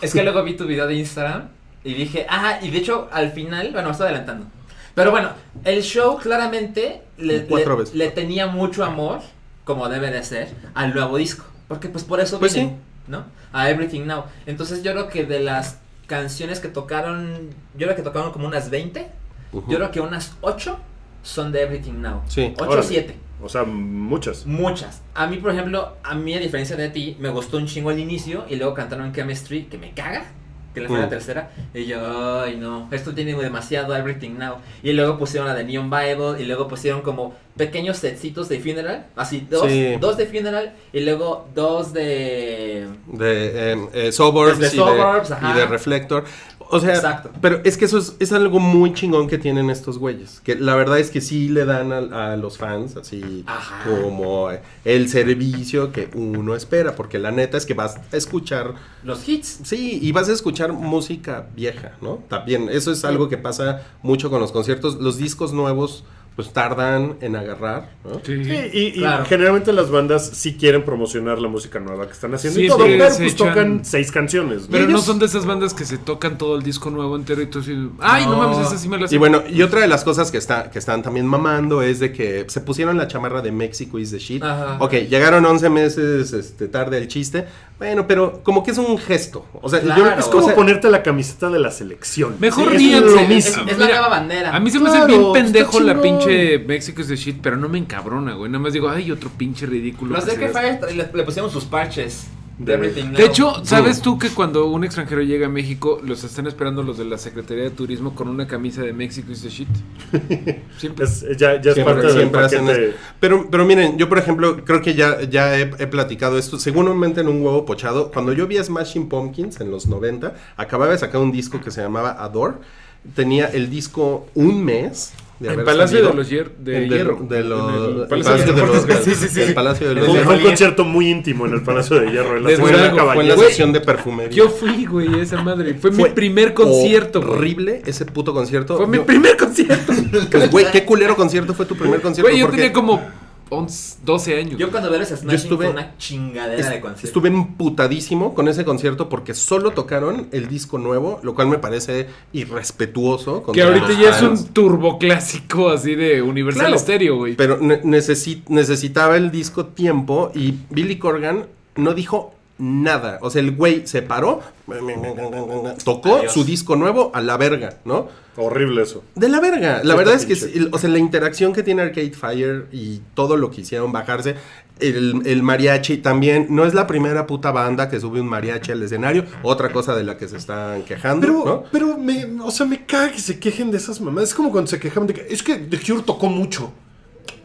S4: Es que luego vi tu video de Instagram y dije, ah, y de hecho al final, bueno, me estoy adelantando. Pero bueno, el show claramente le,
S5: Cuatro
S4: le-
S5: veces.
S4: le tenía mucho amor, como debe de ser, al nuevo disco. Porque pues por eso
S5: Pues
S4: vienen, ¿no? A Everything Now. Entonces yo creo que de las canciones que tocaron, yo creo que tocaron como unas 20,
S5: Ujú.
S4: yo creo que unas 8 son de Everything Now.
S5: Sí.
S4: 8 o
S2: Órale.
S4: 7.
S2: O sea, muchas.
S4: Muchas. A mí, por ejemplo, a mí, a diferencia de ti, me gustó un chingo el inicio y luego cantaron Chemistry, que me caga, que la fue la
S5: Mm.
S4: tercera. Y yo, ay, no, esto tiene demasiado Everything Now. Y luego pusieron la de Neon Bible y luego pusieron como pequeños setcitos de Funeral, así, dos,
S5: Sí.
S4: dos de Funeral y luego dos de.
S5: De eh, eh, Suburbs,
S4: Desde
S5: y, de-
S4: Suburbs,
S5: y de,
S4: ajá.
S5: Reflector. O sea,
S4: Exacto.
S5: pero es que eso es, es algo muy chingón que tienen estos güeyes. Que la verdad es que sí le dan a, a los fans así
S4: Ajá.
S5: como eh, el servicio que uno espera. Porque la neta es que vas a escuchar
S4: Los hits.
S5: Sí, y vas a escuchar música vieja, ¿no? También, eso es algo que pasa mucho con los conciertos. Los discos nuevos, pues tardan en agarrar, ¿no?
S3: Sí.
S2: Sí, y, y
S4: Claro.
S2: generalmente las bandas sí quieren promocionar la música nueva que están haciendo
S3: Sí,
S2: y todo,
S3: porque
S2: pero
S3: se
S2: pues
S3: echan-
S2: tocan seis canciones.
S3: Pero no
S2: Ellos-
S3: son de esas bandas que se tocan todo el disco nuevo entero y tú así, Ay, no,
S4: No.
S3: mames, esa sí me la sé".
S5: Y bueno, y otra de las cosas que, está, que están también mamando es de que se pusieron la chamarra de Mexico is the shit.
S4: Ajá.
S5: Ok, llegaron 11 meses este, tarde al chiste. Bueno, pero como que es un gesto. O sea, yo
S4: Claro.
S2: Es como
S5: o sea,
S2: ponerte la camiseta de la selección.
S3: Mejor
S2: Sí, es
S4: es
S3: ríanse.
S2: lo mismo.
S4: Es- es la nueva bandera.
S3: A mí se me
S2: Claro,
S3: hace bien
S2: está
S3: pendejo la
S2: chingón.
S3: pinche México is the shit, pero no me encabrona, güey. Nada más digo, ay, otro pinche ridículo.
S4: Los
S3: que
S4: de
S3: se
S4: que
S3: hace".
S4: Fire le, le pusieron sus parches.
S2: De-
S4: De, Everything
S3: De
S4: Now.
S3: hecho, ¿sabes tú que cuando un extranjero llega a México, los están esperando los de la Secretaría de Turismo con una camisa de México is the shit? Siempre.
S2: Es- ya, ya es
S5: Siempre-
S2: parte del
S5: siempre hacen
S2: paquete.
S5: eso. Pero, pero miren, yo por ejemplo, creo que ya, ya he, he platicado esto, seguramente en un huevo pochado. Cuando yo vi a Smashing Pumpkins en los 90, acababa de sacar un disco que se llamaba Adore. Tenía el disco un mes. De
S3: En
S5: haber
S3: Palacio
S5: salido.
S3: de los Hier- de
S5: En del-
S3: Hierro.
S5: de los-
S3: En el Palacio de
S5: el Palacio de
S3: Deportes.
S5: los-
S3: Sí, sí, sí.
S5: el Palacio de
S2: Fue-
S5: los-
S2: Fue, un
S4: Rolling.
S2: concierto muy íntimo en el Palacio de Hierro. En la
S3: De
S5: Fue
S2: Ciudad
S5: en
S2: de
S5: la- fue en la
S2: Caballeros.
S5: sección de perfumería.
S3: Yo fui, güey, a esa madre. Fue, mi
S5: Fue
S3: primer concierto, güey.
S5: Horrible ese puto concierto.
S3: Fue mi
S5: Yo-
S3: primer concierto.
S5: pues, güey, qué culero concierto fue tu primer concierto.
S3: Güey, yo
S5: porque-
S3: tenía como 11, 12 años.
S4: Yo cuando veo ese Smashing
S5: estuve-
S4: fue una chingadera
S5: Est-
S4: de concierto.
S5: Estuve emputadísimo con ese concierto porque solo tocaron el disco nuevo, lo cual me parece irrespetuoso.
S3: que
S5: contra
S3: ahorita
S5: los
S3: ya es
S5: fans.
S3: un turboclásico así de Universal
S5: Claro.
S3: Stereo, güey.
S5: Pero ne- necesi- necesitaba el disco tiempo y Billy Corgan no dijo nada. O sea, el güey se paró, tocó
S4: Adiós.
S5: su disco nuevo a la verga, ¿no?
S2: Horrible eso.
S5: De la verga. La
S2: Está
S5: verdad es que,
S2: pinche.
S5: sí, el- o sea, la interacción que tiene Arcade Fire y todo lo que hicieron bajarse, el, el mariachi también, no es la primera puta banda que sube un mariachi al escenario, otra cosa de la que se están quejando,
S2: Pero,
S5: ¿no?
S2: pero me, o sea, me caga que se quejen de esas mamadas. Es como cuando se quejaban de que es que The Cure tocó mucho.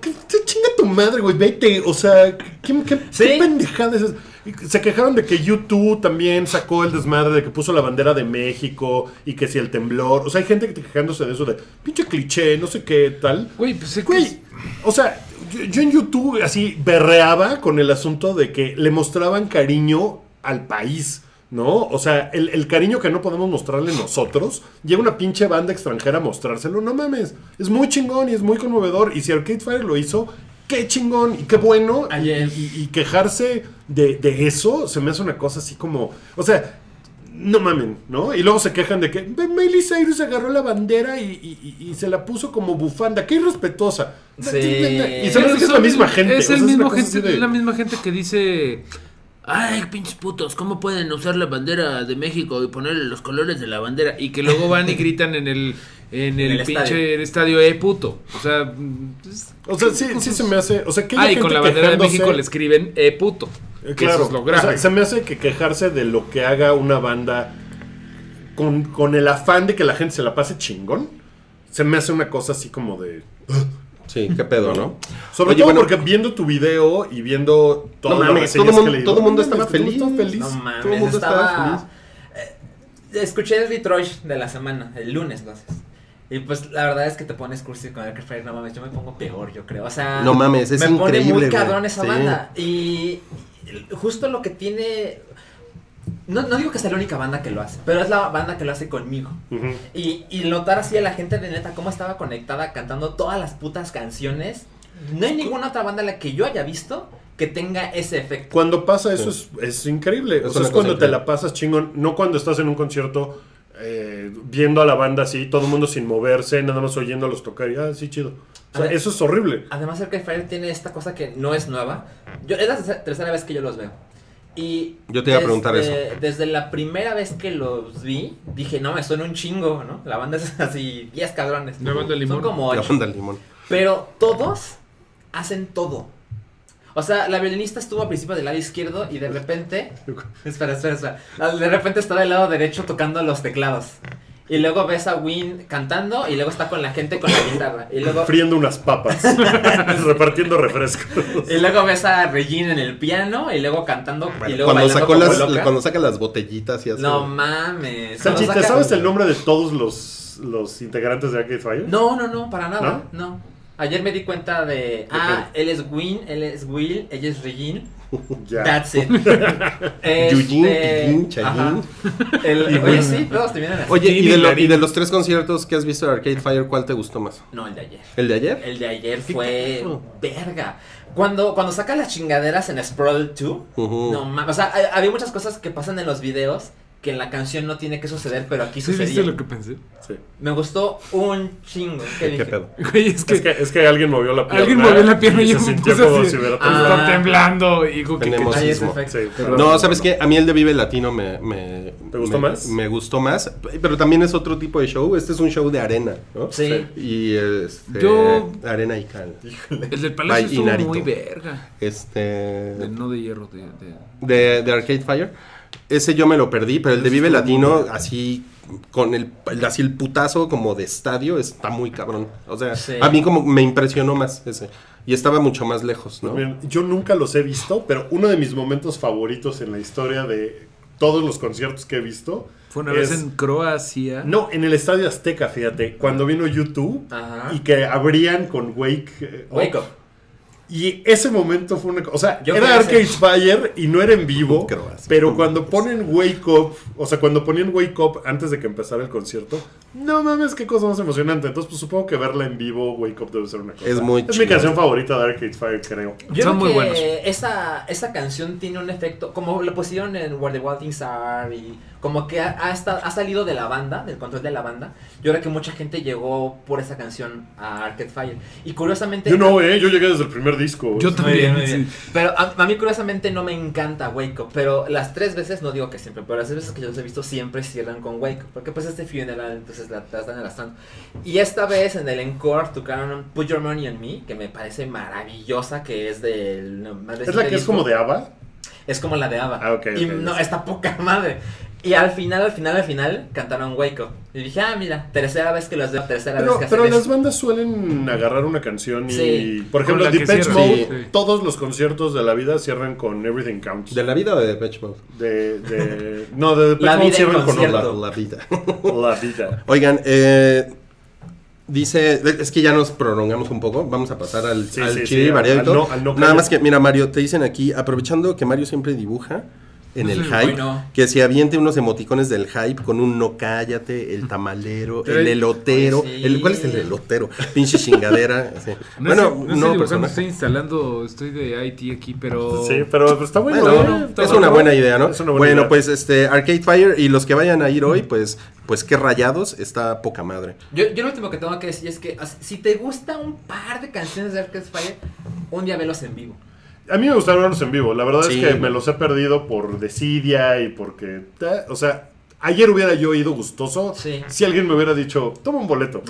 S2: ¿Qué, qué chinga tu madre, güey, vete. O sea, ¿qué, qué,
S4: Sí.
S2: qué pendejada es esa? Y Se quejaron de que YouTube también sacó el desmadre de que puso la bandera de México y que si el temblor. O sea, hay gente que te quejándose de eso de pinche cliché, no sé qué tal.
S3: Güey, pues es que
S2: Güey, o sea, yo, yo en YouTube así berreaba con el asunto de que le mostraban cariño al país, ¿no? O sea, el, el cariño que no podemos mostrarle nosotros, llega una pinche banda extranjera a mostrárselo, no mames. Es muy chingón y es muy conmovedor. Y si Arcade Fire lo hizo, qué chingón y qué bueno. Y,
S4: Ayer.
S2: y- y quejarse de, de eso se me hace una cosa así como, o sea... No mamen, ¿no? Y luego se quejan de que "Ve, Miley Cyrus agarró la bandera y, y- y- y se la puso como bufanda. ¡Qué irrespetuosa!
S4: Sí.
S2: Y se
S3: Pero
S2: me hace que es la
S3: son-
S2: misma gente.
S3: Es,
S2: o
S3: el
S2: sea, una
S3: mismo
S2: cosa
S3: gente,
S2: así de-
S3: es la misma gente que dice. Ay, pinches putos, ¿cómo pueden usar la bandera de México y ponerle los colores de la bandera? Y que luego van y gritan en el, en el,
S4: el
S3: pinche estadio, eh, puto. O sea, mm, es-
S2: O sea, sí, sí
S3: cosas-
S2: se me hace. O sea, que haya
S3: Ah, y
S2: gente
S3: con la bandera de
S2: quejándose-
S3: México le escriben, eh, puto.
S2: Eh,
S3: Que
S2: Claro,
S3: eso es lo
S2: o
S3: grave.
S2: sea, se me hace que quejarse de lo que haga una banda con, con el afán de que la gente se la pase chingón. Se me hace una cosa así como de.
S5: Sí, qué pedo, ¿no?
S2: Sobre
S5: Oye,
S2: todo
S5: bueno,
S2: porque viendo tu video y viendo
S5: No
S2: todas las
S5: mames,
S2: reseñas
S5: todo
S2: que
S5: mundo-
S2: leí, no
S5: todo mundo
S2: mames,
S5: estaba
S2: todo el mundo
S5: feliz.
S2: estaba
S4: No
S2: feliz.
S4: mames,
S5: todo el mundo estaba
S4: estaba- eh, escuché el Detroit de la semana, el lunes lo haces. Y pues la verdad es que te pones cursi con el que Fire, no mames, yo me pongo peor, yo creo. O sea,
S5: No mames, es
S4: me
S5: increíble,
S4: pone
S5: güey.
S4: muy cabrón esa
S5: Sí.
S4: banda. Y, y justo lo que tiene. No, no digo que sea la única banda que lo hace, pero es la banda que lo hace conmigo.
S2: Ujú.
S4: Y, y notar así a la gente de neta cómo estaba conectada cantando todas las putas canciones. No hay ninguna otra banda a la que yo haya visto que tenga ese efecto.
S2: Cuando pasa eso es, es increíble.
S5: Es
S2: o sea,
S5: una
S2: es cuando
S5: cosa
S2: te
S5: increíble.
S2: la pasas chingón. No cuando estás en un concierto eh, viendo a la banda así, todo el mundo sin moverse, nada más oyéndolos tocar. Y, ah, sí, chido. O sea,
S4: Ahora-
S2: eso es horrible.
S4: Además, el Fire tiene esta cosa que no es nueva. Yo, es la tercera- tercera vez que yo los veo. Y
S5: Yo te iba a preguntar
S4: desde- Desde la primera vez que los vi, dije, no, me suena un chingo, ¿no? La banda es así, 10 cabrones.
S3: La banda Limón.
S4: Son como
S5: La
S4: ocho.
S5: banda Limón.
S4: Pero todos hacen todo. O sea, la violinista estuvo al principio del lado izquierdo y de repente. Espera, espera, espera. De repente está del lado derecho tocando los teclados. Y luego ves a Win cantando y luego está con la gente con la guitarra. Y luego,
S2: Friendo unas papas, repartiendo refrescos.
S4: y luego ves a Regina en el piano y luego cantando y luego
S5: cuando,
S4: bailando
S5: sacó
S4: como
S5: las,
S4: loca.
S5: cuando saca las botellitas y así.
S4: No mames.
S2: Sanchi, ¿te
S4: cuando saca-
S2: sabes el nombre de todos los, los integrantes de Arcade Fire?
S4: No, no, no, para nada. ¿No? Ayer me di cuenta de. Ah, él es Win, él es Will, ella es Regine.
S2: Ya.
S4: That's it.
S5: Yuyin,
S4: Este,
S5: Pillín, Chayín.
S4: ajá. El- oye, sí, todos te vienen así.
S5: Oye, ¿y
S3: Tilly
S5: de, lo-
S3: Larín.
S5: y de los tres conciertos que has visto de Arcade Fire, cuál te gustó más?
S4: No, el de ayer.
S5: ¿El de ayer?
S4: El de ayer
S5: ¿Qué
S4: fue
S5: pedo?
S4: verga. Cuando, cuando saca las chingaderas en Sprawl 2,
S5: Ujú.
S4: no mames. O sea, hay- había muchas cosas que pasan en los videos que en la canción no tiene que suceder, pero aquí
S3: ¿Sí
S4: sucedía.
S3: viste lo que pensé?
S2: Sí.
S4: Me gustó un chingo. ¿Qué,
S5: ¿Qué
S4: dije?
S5: pedo?
S3: Güey, es
S2: Es
S3: que
S2: que, es que alguien movió la pierna.
S3: alguien movió la pierna y yo
S2: se
S3: me
S2: sintió
S3: puse
S2: como
S3: así.
S2: si hubiera
S4: Ah.
S2: tomado-
S3: Está temblando y digo, ¿qué- qué
S5: Tenemos-
S3: tal?
S4: Ahí es
S5: Sismo.
S4: perfecto.
S2: Sí,
S4: Pero-
S5: No, ¿sabes qué? A mí el de Vive Latino me... me
S2: ¿Te gustó
S5: me-
S2: más?
S5: Me gustó más, pero también es otro tipo de show. Este es un show de arena, ¿no?
S4: Sí.
S5: Y este,
S3: Yo-
S5: arena y cal.
S3: El del
S5: Bye,
S3: palacio estuvo
S5: Inarito.
S3: muy verga.
S5: Este...
S3: De- no de hierro, de, de-
S5: de, de Arcade Fire. Ese yo me lo perdí, pero el de Vive Latino, así con el, el- así el putazo como de estadio, está muy cabrón. O sea,
S4: Sí.
S5: a mí como me impresionó más ese. Y estaba mucho más lejos, ¿no?
S2: Miren, yo nunca los he visto, pero uno de mis momentos favoritos en la historia de todos los conciertos que he visto.
S3: Fue una
S2: es-
S3: vez en Croacia.
S2: No, en el Estadio Azteca, fíjate, cuando vino YouTube
S4: Ajá.
S2: y que abrían con Wake, eh,
S4: Wake up.
S2: Y ese momento fue una cosa. O sea,
S4: Yo
S2: era
S4: fui a
S2: Arcade
S4: ese.
S2: Fire y no era en vivo.
S5: Croacia.
S2: Pero cuando ponen Wake Up, o sea, cuando ponían Wake Up antes de que empezara el concierto, no mames, qué cosa más emocionante. Entonces, pues supongo que verla en vivo, Wake Up debe ser una cosa.
S5: Es muy
S2: Es mi
S5: chingón.
S2: canción favorita de Arcade Fire, creo.
S4: Yo
S3: Son
S4: creo
S3: muy
S4: que
S3: buenos.
S4: Esa, esa canción tiene un efecto, como lo pusieron en Where the Wild Things Are, y como que ha, ha esta- ha salido de la banda, del control de la banda. Yo creo que mucha gente llegó por esa canción a Arcade Fire. Y curiosamente.
S2: Yo no, eh, yo llegué desde el primer disco.
S3: Yo
S4: Muy
S3: también.
S4: bien, muy bien.
S3: sí.
S4: Pero a, a mí curiosamente no me encanta Wake Up, pero las tres veces, no digo que siempre, pero las tres veces que yo los he visto siempre cierran con Wake Up, porque pues este funeral, entonces la, las dan en las tantas. Y esta vez en el encore tocaron Put Your Money on Me, que me parece maravillosa, que es del... no, más
S2: ¿Es la
S4: reciente
S2: que es como
S4: disco.
S2: de ABBA?
S4: Es como la de Ava.
S2: Ah, ok,
S4: y
S2: ok,
S4: no,
S2: ya.
S4: está poca madre. Y al final, al final, al final, cantaron Wake Up. Y dije, ah, mira, tercera vez que los veo, tercera
S2: Pero,
S4: vez que hacen
S2: pero las
S4: eso.
S2: bandas suelen agarrar una canción y,
S4: Sí.
S2: por
S3: Con
S2: ejemplo,
S3: la que
S2: Depeche
S3: cierran.
S2: Mode,
S3: Sí.
S2: todos los conciertos de la vida cierran con Everything Counts.
S5: ¿De la vida o de Depeche Mode?
S2: De, de- no, de Depeche
S4: La
S2: Mode
S4: vida en
S2: cierran con
S4: concierto.
S5: La,
S4: Cierto.
S5: la vida.
S2: La vida.
S5: Oigan, eh, dice, es que ya nos prolongamos un poco, vamos a pasar al,
S2: Sí,
S5: al
S2: sí,
S5: chile
S2: sí,
S5: variadito.
S2: al no- al no
S5: Nada
S2: callar.
S5: más que, mira Mario, te dicen aquí, aprovechando que Mario siempre dibuja en el
S3: Sí,
S5: hype,
S4: bueno.
S5: que se aviente unos emoticones del hype con un no cállate, el tamalero, el
S3: Ay,
S5: elotero,
S4: sí.
S5: el, ¿cuál es el elotero? Pinche chingadera. sí.
S3: No estoy-
S5: bueno,
S3: no,
S5: no,
S3: estoy dibujando,
S5: personaje.
S3: estoy instalando, estoy de IT aquí, pero...
S2: Sí, pero pero está bueno.
S5: Bueno,
S2: ¿eh? Está
S5: es una
S2: bueno.
S5: buena idea, ¿no?
S2: Es una buena
S5: bueno,
S2: idea.
S5: pues este Arcade Fire y los que vayan a ir hoy, pues, pues qué rayados, está poca madre.
S4: Yo, yo lo último que tengo que decir es que as- si te gusta un par de canciones de Arcade Fire, un día velos en vivo.
S2: A mí me gustaron verlos en vivo. La verdad
S5: Sí.
S2: es que me los he perdido por desidia y porque. eh, O sea, ayer hubiera yo ido gustoso
S4: Sí. Ah.
S2: si alguien me hubiera dicho, toma un boleto.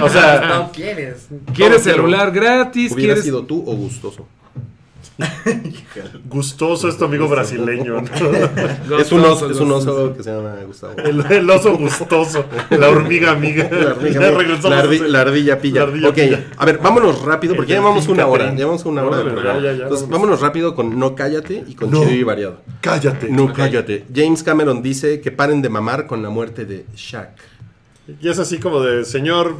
S2: O sea,
S4: no quieres.
S3: ¿Quieres
S2: No, pero-
S3: celular gratis?
S5: ¿Hubiera
S3: ¿Quieres...?
S5: sido tú o gustoso?
S2: gustoso es tu amigo brasileño. ¿no?
S5: Es un oso,
S3: Gostoso,
S5: es un
S3: gostoso.
S5: oso que se llama Gustavo.
S2: El, el oso gustoso, la hormiga amiga.
S5: La hormiga,
S2: Ya
S5: mira,
S2: regresamos
S5: la, ardi-
S2: a-
S5: la ardilla pilla.
S2: La ardilla
S5: ok,
S2: pilla.
S5: a ver, vámonos rápido porque
S2: El
S5: ya llevamos
S2: delfín
S5: una hora.
S2: Catrín.
S5: Llevamos una hora de
S2: Órale,
S5: programa.
S2: ya, ya, ya,
S5: Entonces,
S2: vámonos.
S5: vámonos rápido con No Cállate y con
S2: No.
S5: Chido y Variado.
S2: Cállate.
S5: No Cállate. James Cameron dice que paren de mamar con la muerte de Shaq.
S2: Y es así como de, señor,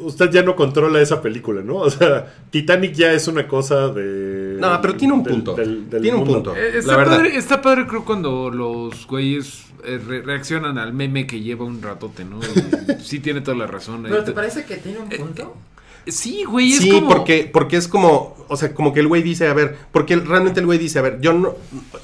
S2: usted ya no controla esa película, ¿no? O sea, Titanic ya es una cosa de...
S5: No, pero tiene un
S2: del-
S5: punto.
S2: del- del
S5: tiene un
S2: mundo.
S5: punto.
S3: Eh,
S5: la
S3: Está
S5: verdad.
S3: padre, está padre, creo, cuando los güeyes eh, re- reaccionan al meme que lleva un ratote, ¿no? Y sí tiene toda la razón.
S4: ¿Pero
S3: ahí
S4: te
S3: te-
S4: parece que tiene un punto?
S3: Sí, güey, es
S5: sí,
S3: como...
S5: porque, porque es como, o sea, como que el güey dice, a ver, porque el- realmente el güey dice, a ver, yo no,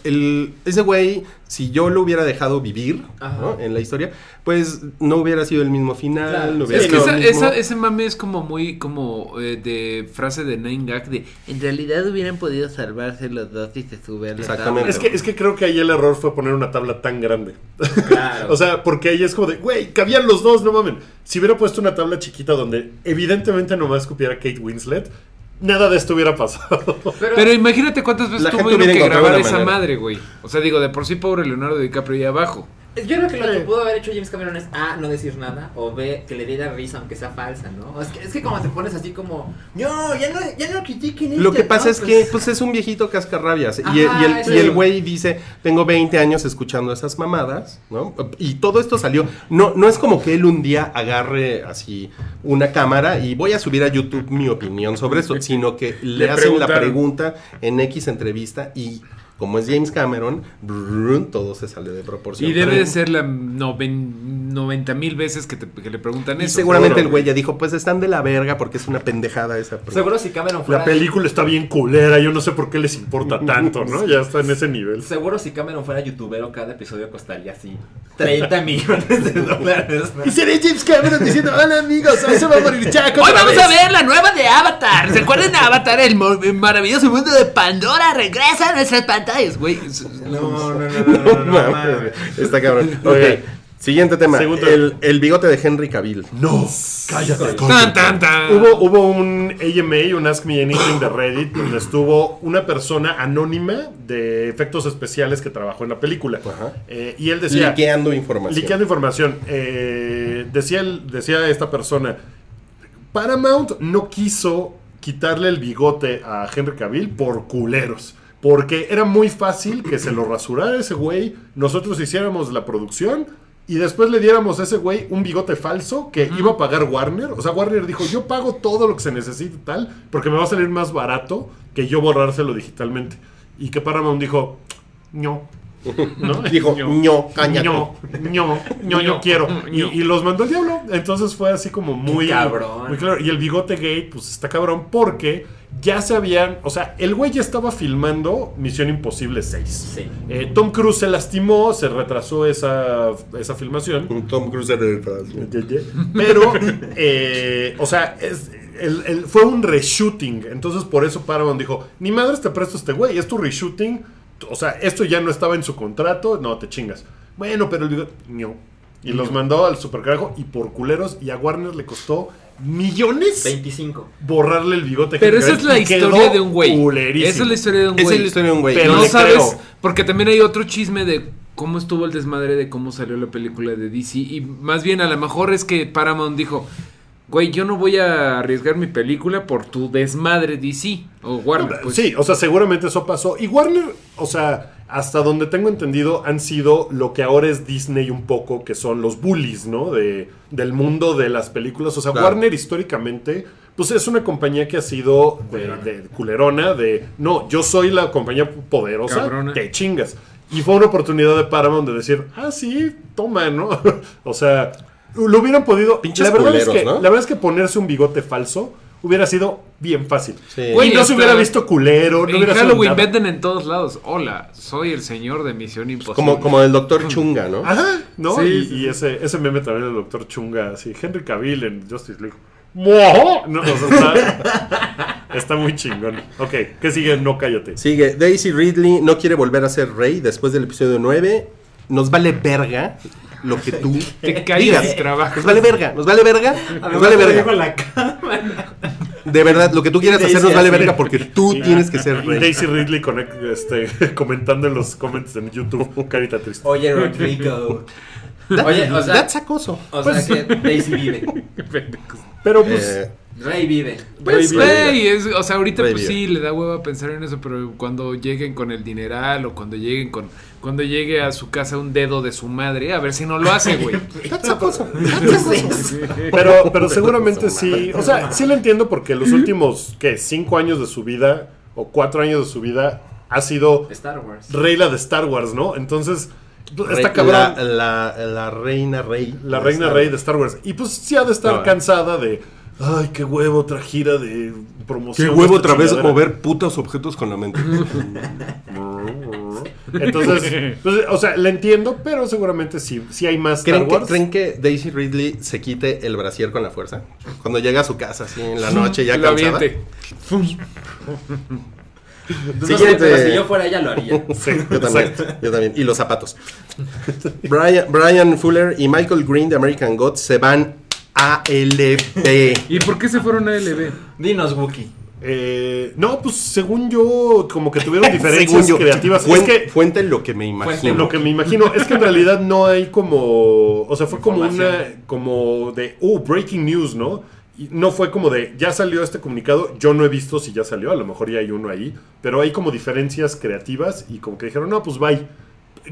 S5: el, ese güey, si yo lo hubiera dejado vivir
S4: Ajá.
S5: ¿no? en la historia, pues no hubiera sido el mismo final,
S4: Claro.
S5: no
S4: Sí,
S5: hubiera
S3: Es que
S5: sido
S3: esa-
S5: lo mismo.
S3: esa- ese mame es como muy como eh, de frase de Nine Gag de en realidad hubieran podido salvarse los dos si se sube a la
S5: Exactamente.
S2: Es que, es que creo que ahí el error fue poner una tabla tan grande.
S4: eh, Claro.
S2: O sea, porque ahí es como de, güey, cabían los dos, no mamen. Si hubiera puesto una tabla chiquita donde evidentemente nomás cupiera Kate Winslet, nada de esto hubiera pasado.
S4: pero,
S3: Pero imagínate cuántas veces
S5: La gente
S3: tuvieron
S5: hubiera
S3: que
S5: encontrado
S3: grabar
S5: una
S3: esa
S5: manera.
S3: madre, güey. O sea, digo, de por sí pobre Leonardo DiCaprio ahí abajo.
S4: Yo creo que lo
S5: Eh.
S4: que
S2: Sí.
S4: pudo haber hecho James Cameron es A, no decir nada, o B, que le diera risa aunque sea falsa, ¿no? Es que, es que como te pones así como, no, ya no, ya no critiquen
S5: Lo
S4: este,
S5: que pasa
S4: ¿no?
S5: es que
S4: Pues,
S5: pues es un viejito cascarrabias y,
S4: Ajá,
S5: el- y el,
S4: sí.
S5: y el güey dice, tengo 20 años escuchando esas mamadas, ¿no? Y todo esto salió, no, no es como que él un día agarre así una cámara y voy a subir a YouTube mi opinión sobre esto, sino que le,
S2: Le
S5: hacen la
S2: preguntaron.
S5: pregunta en X entrevista y como es James Cameron, brrrr, todo se sale de proporción.
S3: Y debe
S5: Pero-
S3: de ser la noven- 90 mil veces que, te- que le preguntan
S5: y
S3: eso.
S5: seguramente
S2: seguro.
S5: el güey ya dijo, pues están de la verga porque es una pendejada esa pregunta.
S4: Seguro si Cameron fuera...
S2: La película está bien culera, yo no sé por qué les importa tanto, ¿no? Ya está en ese nivel.
S4: Seguro si Cameron fuera youtubero, cada episodio costaría así 30 millones de dólares. ¿no?
S5: Y seré James Cameron diciendo, hola amigos, hoy se va a morir Chaco.
S6: Hoy
S5: otra
S6: vamos
S5: vez".
S6: a ver la nueva de Avatar. ¿Recuerden Avatar? El mo- maravilloso mundo de Pandora regresa a nuestras pantallas, güey. Es-
S4: No, no, no, no, no, no,
S5: No,
S4: mames.
S5: Está cabrón.
S2: Ok.
S5: Ok. Siguiente tema.
S2: Segundo.
S5: El, el bigote de Henry Cavill.
S2: No, cállate.
S3: Tan, tan, tan.
S2: Hubo, hubo un AMA, un Ask Me Anything de Reddit, donde estuvo una persona anónima de efectos especiales que trabajó en la película.
S5: Ajá.
S2: Eh, y él decía...
S5: Liqueando información.
S2: Liqueando información. Eh, decía, el- decía esta persona, Paramount no quiso quitarle el bigote a Henry Cavill por culeros. Porque era muy fácil que se lo rasurara ese güey, nosotros hiciéramos la producción y después le diéramos a ese güey un bigote falso que iba a pagar Warner. O sea, Warner dijo, yo pago todo lo que se necesite y tal, porque me va a salir más barato que yo borrárselo digitalmente. Y que Paramount dijo, no. ¿No?
S5: Dijo,
S2: No.
S5: ño, cállate.
S2: No, no, no, yo quiero. Y, y los mandó al diablo. Entonces fue así como muy.
S4: Qué cabrón.
S2: Muy claro. Y el bigote gay, pues está cabrón porque ya se habían. O sea, el güey ya estaba filmando Misión Imposible 6.
S4: Sí.
S2: Eh, Tom Cruise se lastimó, se retrasó esa, esa filmación.
S5: Un Tom Cruise en el brazo.
S2: Pero, eh, o sea, es- el- el- fue un reshooting. Entonces, por eso Paramount dijo: Ni madres te presto este güey, es tu reshooting. O sea, esto ya no estaba en su contrato. No, te chingas. Bueno, pero el bigote, no. Y los mandó al supercarajo y por culeros. Y a Warner le costó millones
S4: 25.
S2: borrarle el bigote.
S3: Pero
S2: a
S3: esa es
S2: Henry
S3: la
S2: Cavill, y
S3: historia
S2: quedó
S3: de un güey.
S2: culerísimo.
S3: Esa es la historia de un güey.
S5: Esa es la historia de un güey.
S2: Pero
S3: no
S2: le
S3: sabes,
S2: creo.
S3: porque también hay otro chisme de cómo estuvo el desmadre de cómo salió la película de DC. Y más bien, a lo mejor es que Paramount dijo: Güey, yo no voy a arriesgar mi película por tu desmadre DC o Warner. pues.
S2: Sí, o sea, seguramente eso pasó. Y Warner, o sea, hasta donde tengo entendido, han sido lo que ahora es Disney un poco, que son los bullies, ¿no? De, del mundo de las películas. O sea,
S5: Claro.
S2: Warner históricamente, pues es una compañía que ha sido de
S4: Culerona.
S2: de culerona, de no, yo soy la compañía poderosa,
S3: Cabrona.
S2: te chingas. Y fue una oportunidad de Paramount de decir, ah, sí, toma, ¿no? o sea, lo hubieran podido.
S5: Pinches
S2: la, verdad es
S5: culeros,
S2: que,
S5: ¿no?
S2: la verdad es que ponerse un bigote falso hubiera sido bien fácil.
S5: Sí.
S3: Güey,
S2: y no se
S3: hasta-
S2: hubiera visto culero, no
S3: En
S2: hubiera sido
S3: Halloween
S2: nada. Pues
S3: venden en todos lados. Hola, soy el señor de Misión Imposible.
S5: Como, como el doctor Chunga, ¿no?
S2: Ajá, ¿no?
S3: Sí,
S2: y
S3: sí,
S2: y
S3: sí.
S2: Ese, ese meme también del doctor Chunga, así, Henry Cavill en Justice League. ¡Muajo! No, o sea, está, está muy chingón. Ok, ¿qué sigue? No cállate.
S5: Sigue. Daisy Ridley no quiere volver a ser rey después del episodio 9. Nos vale verga lo que tú
S3: Te callas
S5: digas.
S3: y trabajas.
S5: Nos vale verga, nos vale verga, nos vale verga.
S4: la cámara.
S5: De verdad, lo que tú quieras
S4: Daisy
S5: hacer nos vale
S4: así.
S5: verga porque tú tienes que ser
S2: Y
S5: rey.
S2: Daisy Ridley conect- este, comentando en los comments en YouTube, carita triste.
S4: Oye, Rodrigo.
S5: That-
S4: Oye, o sea-
S5: that's acoso.
S4: O sea que Daisy vive.
S2: Pero pues,
S5: Eh,
S4: Rey vive.
S3: Pues,
S5: Rey
S3: güey, es- o sea, ahorita
S5: Rey
S3: pues
S5: Viva.
S3: sí, le da hueva pensar en eso, pero cuando lleguen con el dineral o cuando lleguen con... Cuando llegue a su casa un dedo de su madre, a ver si no lo hace, güey.
S5: that's acoso.
S2: Pero, pero seguramente sí. O sea, sí lo entiendo porque los últimos, ¿qué? Cinco años de su vida o cuatro años de su vida ha sido
S4: Star Wars.
S2: regla de Star Wars, ¿no? Entonces,
S5: Re-
S2: está cabrón.
S5: La,
S2: La,
S5: la- la reina rey.
S2: reina
S5: Star-
S2: rey de Star Wars. Y pues sí ha de estar
S5: Ah.
S2: cansada de. Ay, qué huevo otra gira de
S5: Qué
S2: promoción.
S5: huevo
S2: de
S5: otra
S2: esta
S5: vez
S2: chingadera".
S5: mover putos objetos con la mente.
S2: Entonces, pues, o sea, le entiendo, pero seguramente sí, sí hay más Star
S5: ¿Creen que,
S2: Wars.
S5: creen que Daisy Ridley se quite el brasier con la fuerza? Cuando llega a su casa así en la noche ya
S3: Lo
S5: cansada.
S3: aviente.
S4: Entonces,
S5: Siguiente.
S4: pero si yo fuera ella, lo haría.
S2: Sí,
S5: Yo también,
S2: exacto.
S5: yo también. Y los zapatos. Brian, Brian Fuller y Michael Green de American Gods se van a LB.
S3: ¿Y por qué se fueron a LB?
S4: Dinos, Wookie.
S2: Eh, no, pues según yo, como que tuvieron
S5: Según
S2: diferencias
S5: yo,
S2: creativas.
S5: cuen-
S2: es que
S5: Fuente lo que me imagino.
S2: lo que me imagino es que en realidad no hay como, o sea, fue como una,
S4: Información.
S2: como de, uh, breaking news, ¿no? Y no fue como de, ya salió este comunicado, yo no he visto si ya salió, a lo mejor ya hay uno ahí, pero hay como diferencias creativas y como que dijeron, no, pues bye.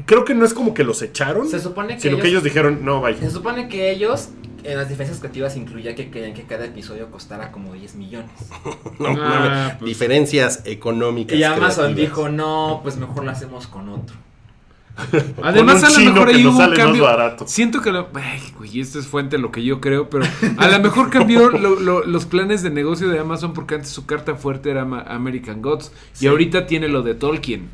S2: Creo que no es como que los echaron,
S4: Se supone que
S2: sino que ellos dijeron, no, bye.
S4: Se supone que ellos, en las diferencias creativas, incluía que querían que cada episodio costara como 10 millones.
S5: No, mames.
S3: pues.
S5: Diferencias económicas.
S4: Y Amazon
S5: creativas.
S4: dijo, no, pues mejor lo hacemos con otro.
S3: Además,
S2: un
S3: a lo
S2: chino
S3: mejor
S2: que
S3: ahí
S2: nos
S3: hubo
S2: sale
S3: un
S2: más
S3: cambio.
S2: barato.
S3: Siento que lo. Ay, güey, esto es fuente lo que yo creo, pero a lo mejor cambió lo- lo- los planes de negocio de Amazon porque antes su carta fuerte era Ma- American Gods y
S4: Sí.
S3: ahorita tiene lo de Tolkien.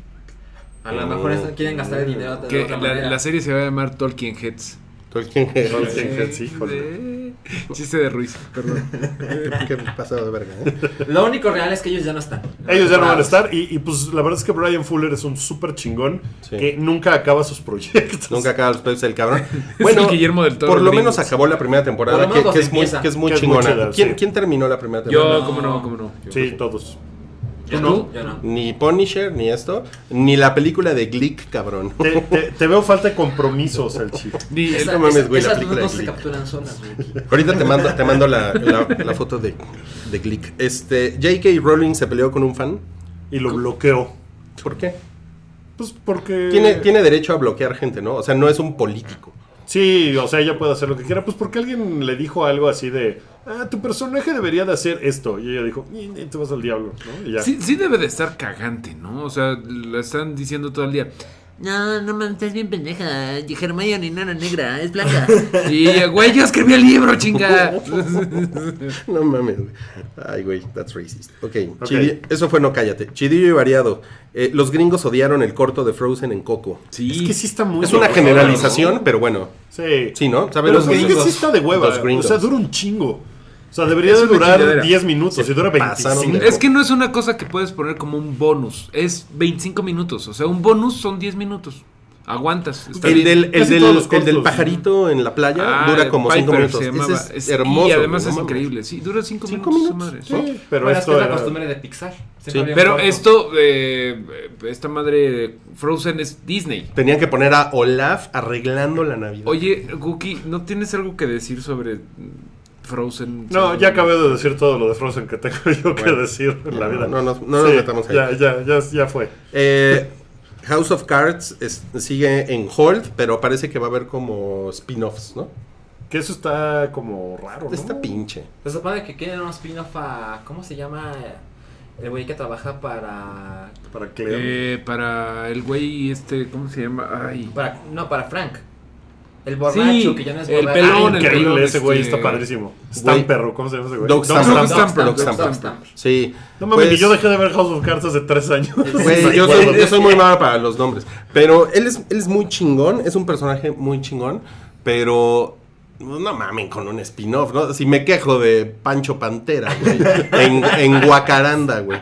S4: A lo mejor es- quieren gastar el dinero de
S3: Que
S4: otra
S3: la,
S4: manera.
S3: la serie se va a llamar Tolkien Heads.
S5: Tolkien,
S2: Tolkien. Heads, híjole.
S3: Eh, Chiste de Ruiz, perdón.
S5: Qué pasado de verga. ¿eh?
S4: Lo único real es que ellos ya no están.
S2: Ellos ya no van a estar y, y, pues la verdad es que Brian Fuller es un súper chingón
S5: Sí.
S2: que nunca acaba sus proyectos.
S5: Nunca acaba los pedos del cabrón.
S3: el Guillermo del Toro
S5: por lo
S3: gringo.
S5: menos acabó la primera temporada,
S4: Por lo
S5: que,
S4: menos
S5: que es muy,
S4: empieza.
S5: que es muy
S2: Que es muy
S5: chingona.
S2: chida,
S5: ¿Quién,
S2: sí.
S5: quién terminó la primera temporada?
S3: Yo, cómo no, cómo no. Yo.
S2: Sí, todos.
S4: Yo
S2: ¿Tú
S4: no, yo no.
S5: Ni Punisher, ni esto, ni la película de Glick, cabrón.
S2: Te, te- te veo falta de compromiso, Salchi.
S3: Ni-
S4: Esa-
S5: no mames,
S4: esa-
S5: güey, la
S4: esas
S5: película
S4: no
S5: de
S4: se
S5: Glee.
S4: capturan solas, güey.
S5: Ahorita te mando, te mando la, la- la foto de, de Glick. Este, J.K. Rowling se peleó con un fan.
S2: Y lo bloqueó.
S5: ¿Por qué?
S2: Pues porque.
S5: Tiene, tiene derecho a bloquear gente, ¿no? O sea, no es un político.
S2: Sí, o sea, ella puede hacer lo que quiera. Pues porque alguien le dijo algo así de. Ah, tu personaje debería de hacer esto. Y ella dijo, "Ni- ni te vas al diablo, ¿no? Y ya.
S3: Sí, sí debe de estar cagante, ¿no? O sea, la están diciendo todo el día.
S6: No, no mames, estás bien pendeja. Y Hermione no era negra, es blanca.
S3: Y, güey, yo escribí el libro, chinga.
S5: No mames, güey. Ay, güey, that's racist. Ok, Chidi- eso fue No Cállate. Chidillo y variado. Eh, los gringos odiaron el corto de Frozen en Coco.
S3: Sí.
S2: Es que sí está muy.
S5: Es una
S2: hueva,
S5: generalización, pero bueno.
S2: ¿no? Sí.
S5: Sí, ¿no? ¿Sabe
S2: Pero
S5: los
S2: es que
S5: gringos?
S2: sí está de hueva.
S5: Los
S2: O
S5: gringos.
S2: sea, dura un chingo. O sea, debería
S3: Es
S2: de
S3: una
S2: durar
S3: chingadera.
S2: 10 minutos.
S5: Se
S2: y dura
S5: pasaron de
S2: 25.
S3: Es que no es una cosa que puedes poner como un bonus. Es 25 minutos. O sea, un bonus son 10 minutos. Aguantas. Está
S5: El
S3: bien.
S5: del, el,
S2: Casi
S5: del,
S2: todos los
S5: el del
S2: cortos.
S5: pajarito en la playa
S3: Ah,
S5: dura
S3: el
S5: como 5
S3: Piper
S5: minutos.
S3: se
S5: Ese
S3: llamaba.
S5: es,
S3: Es-
S5: hermoso.
S3: Y además
S5: güey,
S3: es
S5: no mames.
S3: increíble. Sí, dura 5
S5: Cinco
S3: minutos.
S5: minutos,
S3: esa madre.
S2: Sí, pero
S4: Bueno, es que
S2: esto
S4: es la
S2: era-
S4: costumbre de Pixar. Siempre
S5: Sí.
S4: había un
S3: Pero
S4: corto.
S3: esto, eh, esta madre de Frozen es Disney.
S5: Tenían que poner a Olaf arreglando la Navidad.
S3: Oye, Guki, ¿no tienes algo que decir sobre Frozen?
S2: No,
S3: Sobre-
S2: ya acabé de decir todo lo de Frozen que tengo yo que decir en la
S5: no,
S2: vida.
S5: no, no, no nos metamos ahí.
S2: Ya, ya, ya, ya fue.
S5: Eh, House of Cards es- sigue en hold, pero parece que va a haber como spin-offs, ¿no?
S2: Que eso está como raro, ¿no?
S5: Está pinche.
S4: Se supone que quieren un spin-off a. ¿Cómo se llama? El güey que trabaja para.
S2: Para que
S3: Eh, para el güey este, ¿cómo se llama? Ay.
S4: para no, para Frank. El borracho que ya no es
S3: el
S4: borracho. Ah,
S3: pelón, el
S2: Increíble
S3: pelón,
S2: ese güey,
S3: este-
S2: está padrísimo. Stan Perro, ¿cómo se llama ese güey? Doug
S5: Doug Stamper.
S2: Stamper.
S3: Stamper,
S4: Doug
S3: Stamper.
S4: Stamper.
S5: Sí.
S2: No mames,
S5: pues,
S2: que yo dejé de ver House of Cards hace tres años. Pues,
S5: güey,
S2: Sí,
S5: yo,
S2: me
S5: soy,
S2: acuerdo.
S5: yo soy muy malo para los nombres. Pero él es, él es muy chingón, es un personaje muy chingón, pero no mamen con un spin-off, ¿no? Si me quejo de Pancho Pantera, güey, en, en Guacaranda, güey.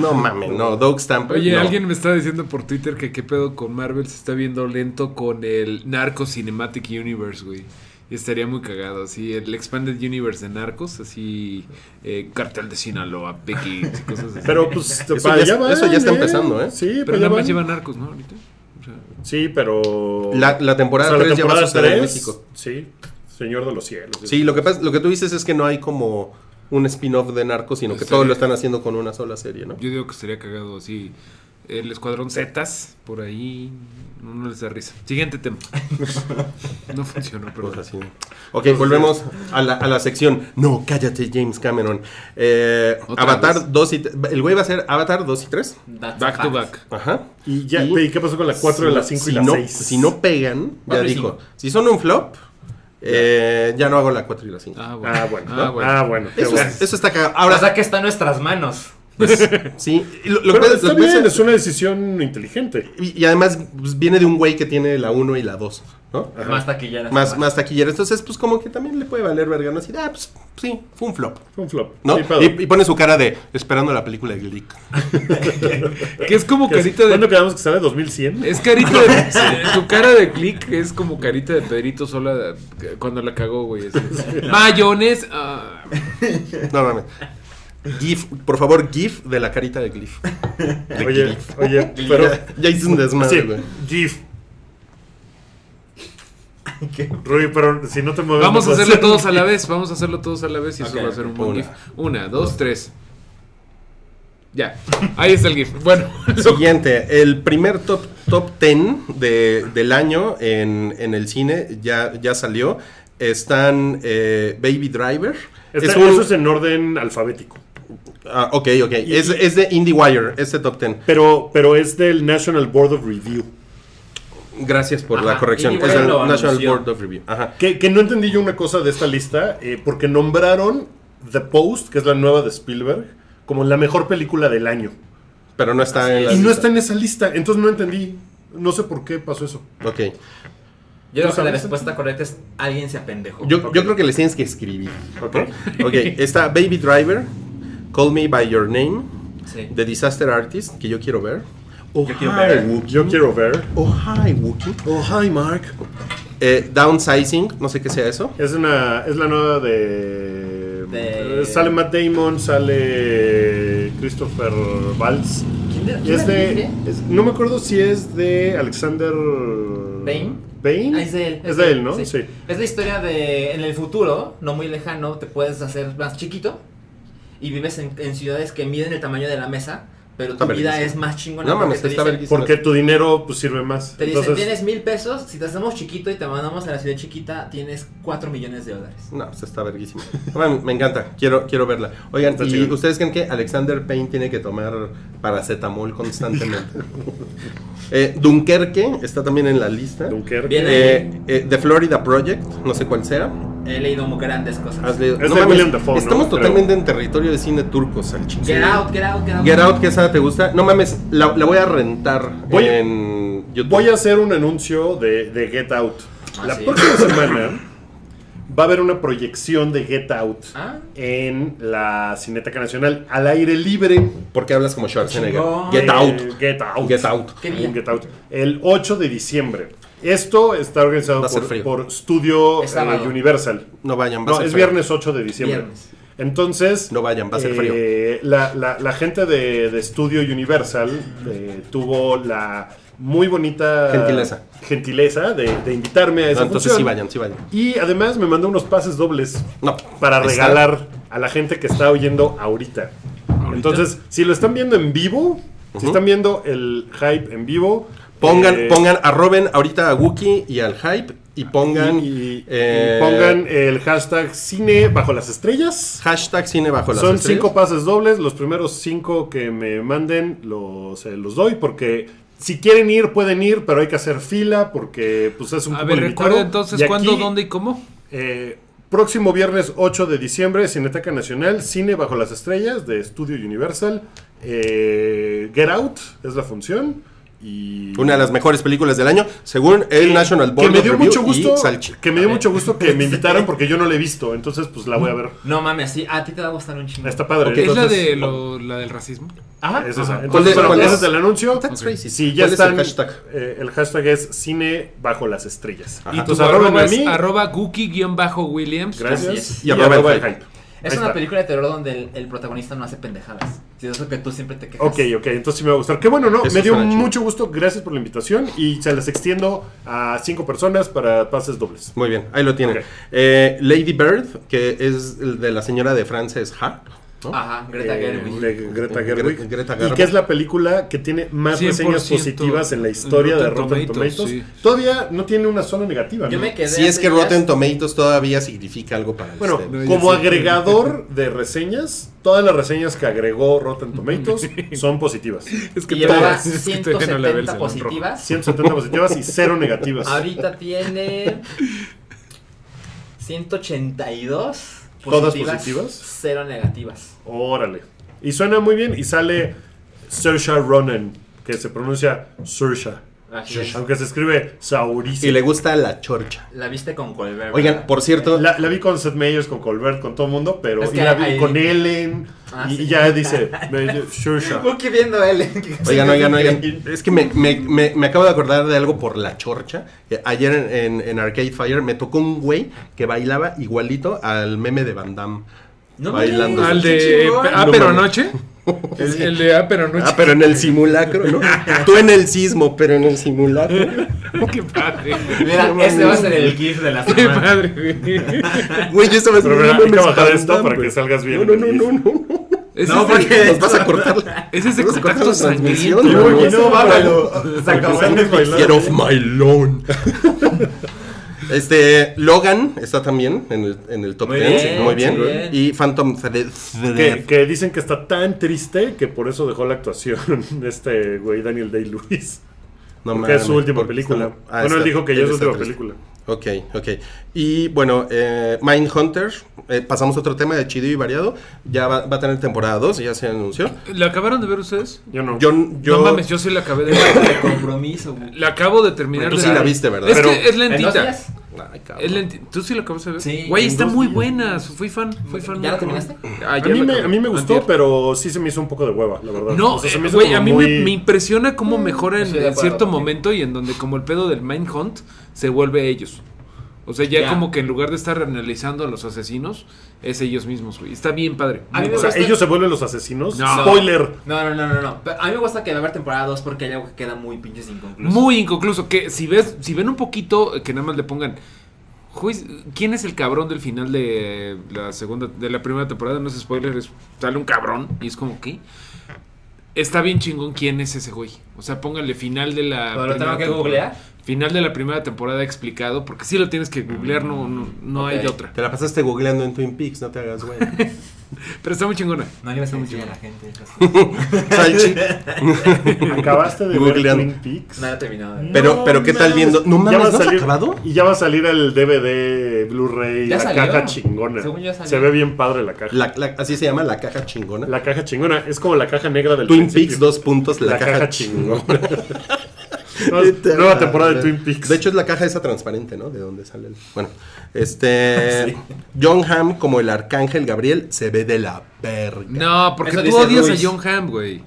S5: No mamen, no, Doug Stamper.
S3: Oye,
S5: no.
S3: alguien me está diciendo por Twitter que qué pedo con Marvel se está viendo lento con el Narco Cinematic Universe, güey. Y estaría muy cagado, así, el Expanded Universe de Narcos, así, eh, Cartel de Sinaloa, Becky, y cosas así.
S2: Pero pues
S5: Eso
S2: para
S5: ya-
S2: allá van,
S5: eso ya está empezando, ¿eh?
S2: Sí,
S3: Pero
S2: pero
S3: nada
S2: ya
S3: más
S2: van.
S3: lleva Narcos, ¿no? Ahorita. O sea,
S2: Sí, pero.
S5: La, la temporada
S2: o sea,
S5: 3 ya va a
S2: temporada
S5: suceder en
S2: tres,
S5: México.
S2: Sí, Señor de los Cielos.
S5: Sí, lo que, pasa, lo que tú dices es que no hay como un spin-off de Narcos, sino que
S3: Serie.
S5: todos lo están haciendo con una sola serie, ¿no?
S3: yo digo que estaría cagado, así, el Escuadrón Zetas, por ahí, no, no les da risa. Siguiente tema. no funcionó, pero...
S5: Pues así. Ok, volvemos a la, a la sección. No, cállate, James Cameron. Eh,
S3: ¿Otra
S5: Avatar
S3: vez?
S5: 2 y 3. El güey va a ser Avatar 2 y 3.
S4: That's
S3: Back
S4: a
S3: to
S4: fact.
S3: back.
S5: Ajá.
S2: ¿Y, ya,
S5: Y-
S2: ¿y qué pasó con la 4 de
S5: Si
S2: la
S5: no-
S2: 5
S5: si
S2: y la
S5: no,
S2: 6?
S5: Si no pegan, ya
S4: Cuatro y
S5: dijo.
S4: cinco.
S5: Si son un flop, eh, ya no hago la 4 y la 5.
S3: Ah, bueno.
S2: Ah, bueno.
S3: Ah, bueno.
S2: Ah, bueno. qué
S5: eso,
S2: bueno.
S5: eso está cagado.
S4: Ahora,
S5: Ahora, pues,
S4: o sea que está en nuestras manos.
S5: sí. y Lo, lo
S2: Pero
S5: que-
S2: está
S5: lo que
S2: bien,
S5: pasa-
S2: es una decisión inteligente.
S5: y, y además pues, viene de un güey que tiene la 1 y la 2, ¿no?
S2: Ah,
S4: Más taquillera.
S5: Más, más taquillera. Entonces, pues como que también le puede valer verga. No así, ah, pues sí, fue un flop.
S2: Fue un flop.
S5: ¿no?
S2: Sí, pedo.
S5: y, y pone su cara de esperando la película de Glick.
S3: Que es como
S2: ¿Qué-
S3: carita de
S2: ¿Cuándo quedamos que sale? ¿2100?
S3: Es carita de. Tu cara de click es como carita de Pedrito sola cuando la cagó, güey. así. Mayones. ah.
S5: No mames. GIF, por favor, GIF de la carita de Glyph. De
S2: Oye,
S5: Glyph.
S2: oye, pero.
S5: ya, ya hice un desmadre,
S2: Sí,
S5: güey.
S2: GIF. Rui, pero si no te mueves.
S3: Vamos
S2: no
S3: a
S2: puedes
S3: hacerlo
S2: hacer
S3: todos
S2: un
S3: a la
S2: GIF.
S3: vez, vamos a hacerlo todos a la vez y eso
S4: Ok,
S3: va a ser un buen
S5: una,
S3: GIF. Una, dos, tres. Ya, ahí está el GIF. Bueno, eso-
S5: Siguiente, el primer top top 10 de- del año en, en el cine ya, ya salió. Están eh, Baby Driver.
S3: este
S2: Está-
S5: es un-
S2: Eso es en orden alfabético.
S5: ah, ok, ok. Es, es de IndieWire, este top 10.
S2: Pero, pero es del National Board of Review.
S5: Gracias por la
S4: Ajá,
S5: corrección. Es
S4: IndieWire
S5: el
S4: lo
S5: National
S4: anunció.
S5: Board of Review. Ajá.
S2: Que, que no entendí yo una cosa de esta lista, eh, porque nombraron The Post, que es la nueva de Spielberg, como la mejor película del año.
S5: Pero no está en la
S2: Y no
S5: lista.
S2: está en esa lista, entonces no entendí. No sé por qué pasó eso.
S5: Ok.
S4: Yo creo que la
S2: sabes?
S4: respuesta correcta es alguien se apendejó.
S5: Yo,
S2: Ok.
S5: yo creo que les tienes que escribir.
S2: Ok.
S5: Ok, está Baby Driver, Call Me By Your Name,
S4: Sí.
S5: The Disaster Artist, que yo quiero ver. Oh,
S4: quiero
S5: hi,
S4: ver.
S5: Wookie.
S2: Yo quiero ver.
S5: Oh, hi, Wookie.
S2: Oh, hi, Mark.
S5: Eh, downsizing, no sé qué sea eso.
S2: Es, una, es la nueva de...
S4: De-
S2: eh, Sale Matt Damon, sale Christopher Valls.
S4: ¿Quién la-
S2: Y
S4: quién
S2: es
S4: la
S2: de,
S4: dirige?
S2: es- no me acuerdo si es de Alexander...
S4: Bane.
S2: Bane.
S4: Ah, es de él.
S2: Es de él, ¿no? Sí.
S4: Es la historia de en el futuro, no muy lejano, te puedes hacer más chiquito y vives en, en ciudades que miden el tamaño de la mesa, pero
S5: Está
S4: tu vida
S5: verguísima.
S4: es más chingona.
S5: No
S4: porque
S5: mames,
S4: te
S5: está
S4: dicen-
S5: verguísima.
S2: Porque tu dinero pues sirve más.
S4: Te dicen,
S2: Entonces,
S4: tienes mil pesos, si te hacemos chiquito y te mandamos a la ciudad chiquita, tienes cuatro millones de dólares.
S5: No, pues está verguísima. No, mames, me encanta, quiero, quiero verla. Oigan,
S2: Está
S5: ¿y
S2: chido.
S5: ustedes creen que Alexander Payne tiene que tomar paracetamol constantemente? Eh, Dunkerque está también en la lista.
S2: Dunkerque.
S4: Bien.
S5: Eh, eh, The Florida Project, no sé cuál sea.
S4: He leído muy grandes cosas.
S5: Has leído-
S2: Es de William Dafoe, ¿no?
S5: Estamos
S2: Creo.
S5: totalmente en territorio de cine turco, Salchis.
S4: Get out, get out, get out.
S5: Get Out, ¿qué esa te gusta? No mames, la, la voy a rentar
S2: Voy-
S5: en YouTube.
S2: Voy a hacer un anuncio de, de Get Out.
S4: Ah,
S2: la
S4: sí.
S2: próxima semana va a haber una proyección de Get Out
S4: Ah.
S2: en la Cineteca Nacional al aire libre.
S5: ¿Por qué hablas como Schwarzenegger?
S4: Chingón.
S5: Get
S2: Eh,
S5: Out.
S2: Get Out.
S5: Get Out.
S4: ¿Qué día?
S2: Un Get Out. El 8 de diciembre. Esto está organizado
S5: Va a ser
S2: por,
S5: frío.
S2: por Studio
S4: Es
S2: eh,
S4: sábado.
S2: Universal.
S5: No vayan, va a
S2: No,
S5: ser
S2: es
S5: frío.
S2: viernes 8 de diciembre.
S4: Viernes.
S2: Entonces.
S5: No vayan, va a ser
S2: eh, La, la- la gente de, de Studio Universal eh, tuvo la muy bonita.
S5: Gentileza.
S2: gentileza de, de invitarme a
S5: No,
S2: esa
S5: entonces
S2: función.
S5: sí vayan, sí vayan.
S2: Y además me mandó unos pases dobles
S5: No.
S2: para
S5: Está-
S2: regalar a la gente que está oyendo ahorita. Entonces, si lo están viendo en vivo, si
S5: Ujú.
S2: están viendo el hype en vivo,
S5: Pongan,
S2: eh,
S5: pongan, arroben ahorita a Wookie y al Hype y pongan,
S2: y, y- y
S5: eh,
S2: pongan el hashtag cine bajo las estrellas.
S5: hashtag cine bajo las
S2: Son
S5: estrellas.
S2: cinco pases dobles. Los primeros cinco que me manden los, eh, los doy porque si quieren ir pueden ir, pero hay que hacer fila porque pues es un
S3: a
S2: cupo
S3: ver,
S2: limitado.
S3: recuerda entonces
S2: Y aquí,
S3: cuándo, dónde y cómo.
S2: eh, próximo viernes 8 de diciembre, Cineteca Nacional, Cine Bajo las Estrellas de Estudio Universal. Eh, Get Out es la función. Y
S5: Una de las mejores películas del año, según el National Board
S2: que me
S5: of
S2: dio
S5: Review
S2: mucho
S5: y
S2: gusto
S5: Salchi.
S2: que me dio mucho gusto que me invitaran porque yo no la he visto entonces pues la voy a ver
S4: No mames, sí, a ti te va a gustar un chingo.
S2: está padre
S5: Ok.
S3: ¿Es la,
S2: entonces-
S3: de lo- la del racismo?
S2: Ajá, es esa.
S3: Ajá.
S5: ¿Cuál
S2: entonces
S5: es-
S2: bueno,
S5: cuál
S2: ese
S5: es?
S2: es el anuncio
S5: That's racist.
S2: si ya
S5: ¿Cuál es
S2: están
S5: el hashtag?
S2: eh, el hashtag es cine bajo las estrellas
S5: Ajá.
S3: Y tu
S2: Entonces,
S3: arroba
S2: arróbenme
S3: es
S2: a mí.
S3: arroba Guki-Williams.
S4: Así
S2: gracias
S4: es.
S5: Y arroba el
S2: hype.
S5: hype.
S4: Es
S2: Ahí
S4: una
S2: está.
S4: película de terror donde el, el protagonista no hace pendejadas. Si es eso que tú siempre te quejas.
S2: Ok, ok, entonces sí me va a gustar. Qué bueno, ¿no?
S5: Eso
S2: me dio
S5: suena chido.
S2: mucho gusto, gracias por la invitación y se las extiendo a cinco personas para pases dobles.
S5: Muy bien, ahí lo tienen.
S2: Ok.
S5: Eh, Lady Bird, que es el de la señora de Frances Ha. ¿no?
S4: Ajá, Greta
S2: Eh,
S4: Gerwig.
S2: de Greta Gerwig.
S5: Gre- Greta
S2: Y
S5: Garbo.
S2: que es la película que tiene más reseñas
S3: 100%
S2: positivas en la historia
S3: en
S2: de
S3: Rotten
S2: Rotten Tomatoes.
S3: Tomatoes, sí.
S2: Todavía no tiene una sola negativa.
S4: Yo
S2: ¿no?
S4: me quedé.
S5: Si es
S4: hace
S5: que
S4: días-
S5: Rotten Tomatoes todavía significa algo para
S2: Bueno,
S5: ustedes.
S3: No,
S4: este.
S3: ya
S2: como
S3: sé.
S2: agregador de reseñas, todas las reseñas que agregó Rotten Tomatoes son positivas.
S3: Es
S4: y llevaba
S3: todas- es que todavía no la veo el
S4: 170
S3: salón rojo.
S4: positivas.
S2: 170 positivas y cero
S5: pues.
S2: negativas.
S4: Ahorita tiene 182
S2: ¿Todas positivas?
S4: cero negativas.
S2: Órale. Y suena muy bien y sale Saoirse Ronan, que se pronuncia Saoirse.
S4: Así es.
S2: Aunque se escribe Saurisi.
S5: Y le gusta la chorcha.
S4: La viste con Colbert.
S5: Oigan,
S4: ¿verdad?
S5: por cierto,
S2: La, la vi con Seth Meyers, con Colbert, con todo el mundo, pero
S4: Es
S2: y
S4: que
S2: la vi
S4: ahí-
S2: con Ellen.
S4: Ah,
S2: y, y
S4: sí.
S2: ya dice, me dice, Saoirse.
S4: Buki viendo él.
S5: Oigan, oigan, oigan. Es que me, me- me- me acabo de acordar de algo por la chorcha. Eh, Ayer en, en- en Arcade Fire me tocó un güey que bailaba igualito al meme de Van Damme.
S4: No me
S5: Bailando.
S4: digas,
S3: Al
S4: qué
S3: de
S4: chingón.
S3: Ah,
S5: No
S3: pero
S5: mames.
S3: anoche. El, el de Ah, pero anoche.
S5: Ah, pero en el simulacro, ¿no? Tú en el sismo, pero en el simulacro.
S3: Qué padre. güey.
S4: Mira,
S5: No
S4: ese va a
S5: mames.
S4: ser el GIF de la
S3: Qué
S4: semana.
S3: padre, güey.
S5: Güey, yo estaba
S2: Pero, pero,
S5: no
S2: hay que
S5: mames,
S2: bajar esto
S5: Spandam,
S2: para que
S5: güey.
S2: salgas bien
S5: No,
S2: en
S5: no,
S2: el
S5: no, no, no.
S3: Ese
S4: No,
S3: es de-
S4: porque-
S5: Nos vas a cortar. la-
S3: Ese es de
S5: nos vas a cortar
S3: contacto
S5: la transmisión,
S3: sangriento.
S5: güey.
S2: Oye,
S5: Nos
S2: no,
S5: vas a-
S4: bájalo. Se acabó el episodio.
S5: Get off my lawn. Este, Logan está también en el, en el top
S4: Muy
S5: 10,
S4: bien,
S5: muy bien.
S4: muy bien.
S5: Y Phantom Thread.
S2: Que, que dicen que está tan triste que por eso dejó la actuación este güey Daniel Day-Lewis.
S5: No
S2: Porque
S5: mames,
S2: es su última
S5: porque
S2: película.
S5: está- ah,
S2: bueno, él
S5: está-
S2: dijo que ya es su
S5: está
S2: última
S5: triste.
S2: película.
S5: Ok, ok. Y bueno, eh, Mindhunter, eh, pasamos a otro tema de chido y variado. Ya va, va a tener temporada 2, ya se anunció.
S3: ¿La acabaron de ver ustedes?
S2: Yo no.
S5: Yo, yo,
S3: No mames, yo sí la acabé de ver.
S4: De compromiso, güey.
S3: La acabo de terminar.
S5: Tú
S3: de
S5: sí
S3: ver.
S5: la viste, ¿verdad?
S3: Es
S2: Pero-
S3: que es
S4: ¿En dos
S3: lentita.
S4: días?
S5: Ay, cabrón.
S3: Es lenti- ¿Tú sí la acabas de ver?
S4: Sí,
S3: Güey,
S4: en
S3: está
S4: dos
S3: muy
S4: días.
S3: buena. Fui fan. Fui fan
S4: ¿Ya la
S3: cabrón.
S4: terminaste?
S3: Ah,
S2: a,
S3: ya
S2: mí
S3: la
S2: me, a
S3: acabé.
S2: mí me gustó,
S3: Antier.
S2: pero sí se me hizo un poco de hueva, la verdad.
S3: No,
S2: O sea, se
S3: eh,
S2: me hizo
S3: güey,
S2: como
S3: a mí
S2: muy-
S3: me, me impresiona cómo mejora en,
S4: Mm, Estoy de
S3: en
S4: acuerdo
S3: cierto
S4: contigo.
S3: momento y en donde como el pedo del Mindhunt se vuelve ellos. O sea, ya
S4: Ya.
S3: como que en lugar de estar analizando a los asesinos, es ellos mismos, güey. Está bien padre.
S4: A mí me
S2: O sea,
S4: gusta-
S2: ellos se vuelven los asesinos.
S3: No.
S2: Spoiler.
S4: No, no, no, no, no. Pero a mí me gusta que va a haber temporada 2 porque hay algo que queda muy pinches inconcluso.
S3: Muy inconcluso. Que si ves, si ven un poquito, eh, que nada más le pongan. "Juiz- ¿Quién es el cabrón del final de la segunda, de la primera temporada? No es spoiler, es- sale un cabrón y es como que está bien chingón quién es ese güey. O sea, pónganle final de la.
S4: Pero lo
S3: primera
S4: tengo que
S3: temporada.
S4: googlear.
S3: Final de la primera temporada explicado, porque si lo tienes que googlear, no, no, no
S4: Ok.
S3: hay de otra.
S5: Te la pasaste googleando en Twin Peaks, no te hagas güey.
S3: Pero está muy chingona.
S4: No le vas a decir a la gente. esas cosas.
S5: Salchi.
S2: Acabaste de ver
S5: Googleando.
S2: Twin Peaks.
S4: No, no he terminado. de ver.
S5: Pero- pero ¿qué tal viendo? No mames,
S2: va a
S5: ¿no has acabado?
S2: Y ya va a salir el DVD Blu-ray,
S4: Ya
S2: la
S4: salió.
S2: caja chingona.
S4: Según yo salió.
S2: Se ve bien padre la caja. La,
S5: La- la- así se llama la caja chingona.
S2: caja chingona es como la caja negra del
S5: Twin
S2: principio.
S5: Peaks, dos puntos, la,
S2: La
S5: caja,
S2: caja
S5: chingona.
S2: No, nueva temporada de Twin Peaks.
S5: De hecho, es la caja esa transparente, ¿no? De donde sale el. Bueno, este. John Hamm, como el arcángel Gabriel, se ve de la verga.
S3: No, porque
S4: Eso
S3: tú
S4: dice
S3: odias
S4: Luis.
S3: a John Hamm, güey.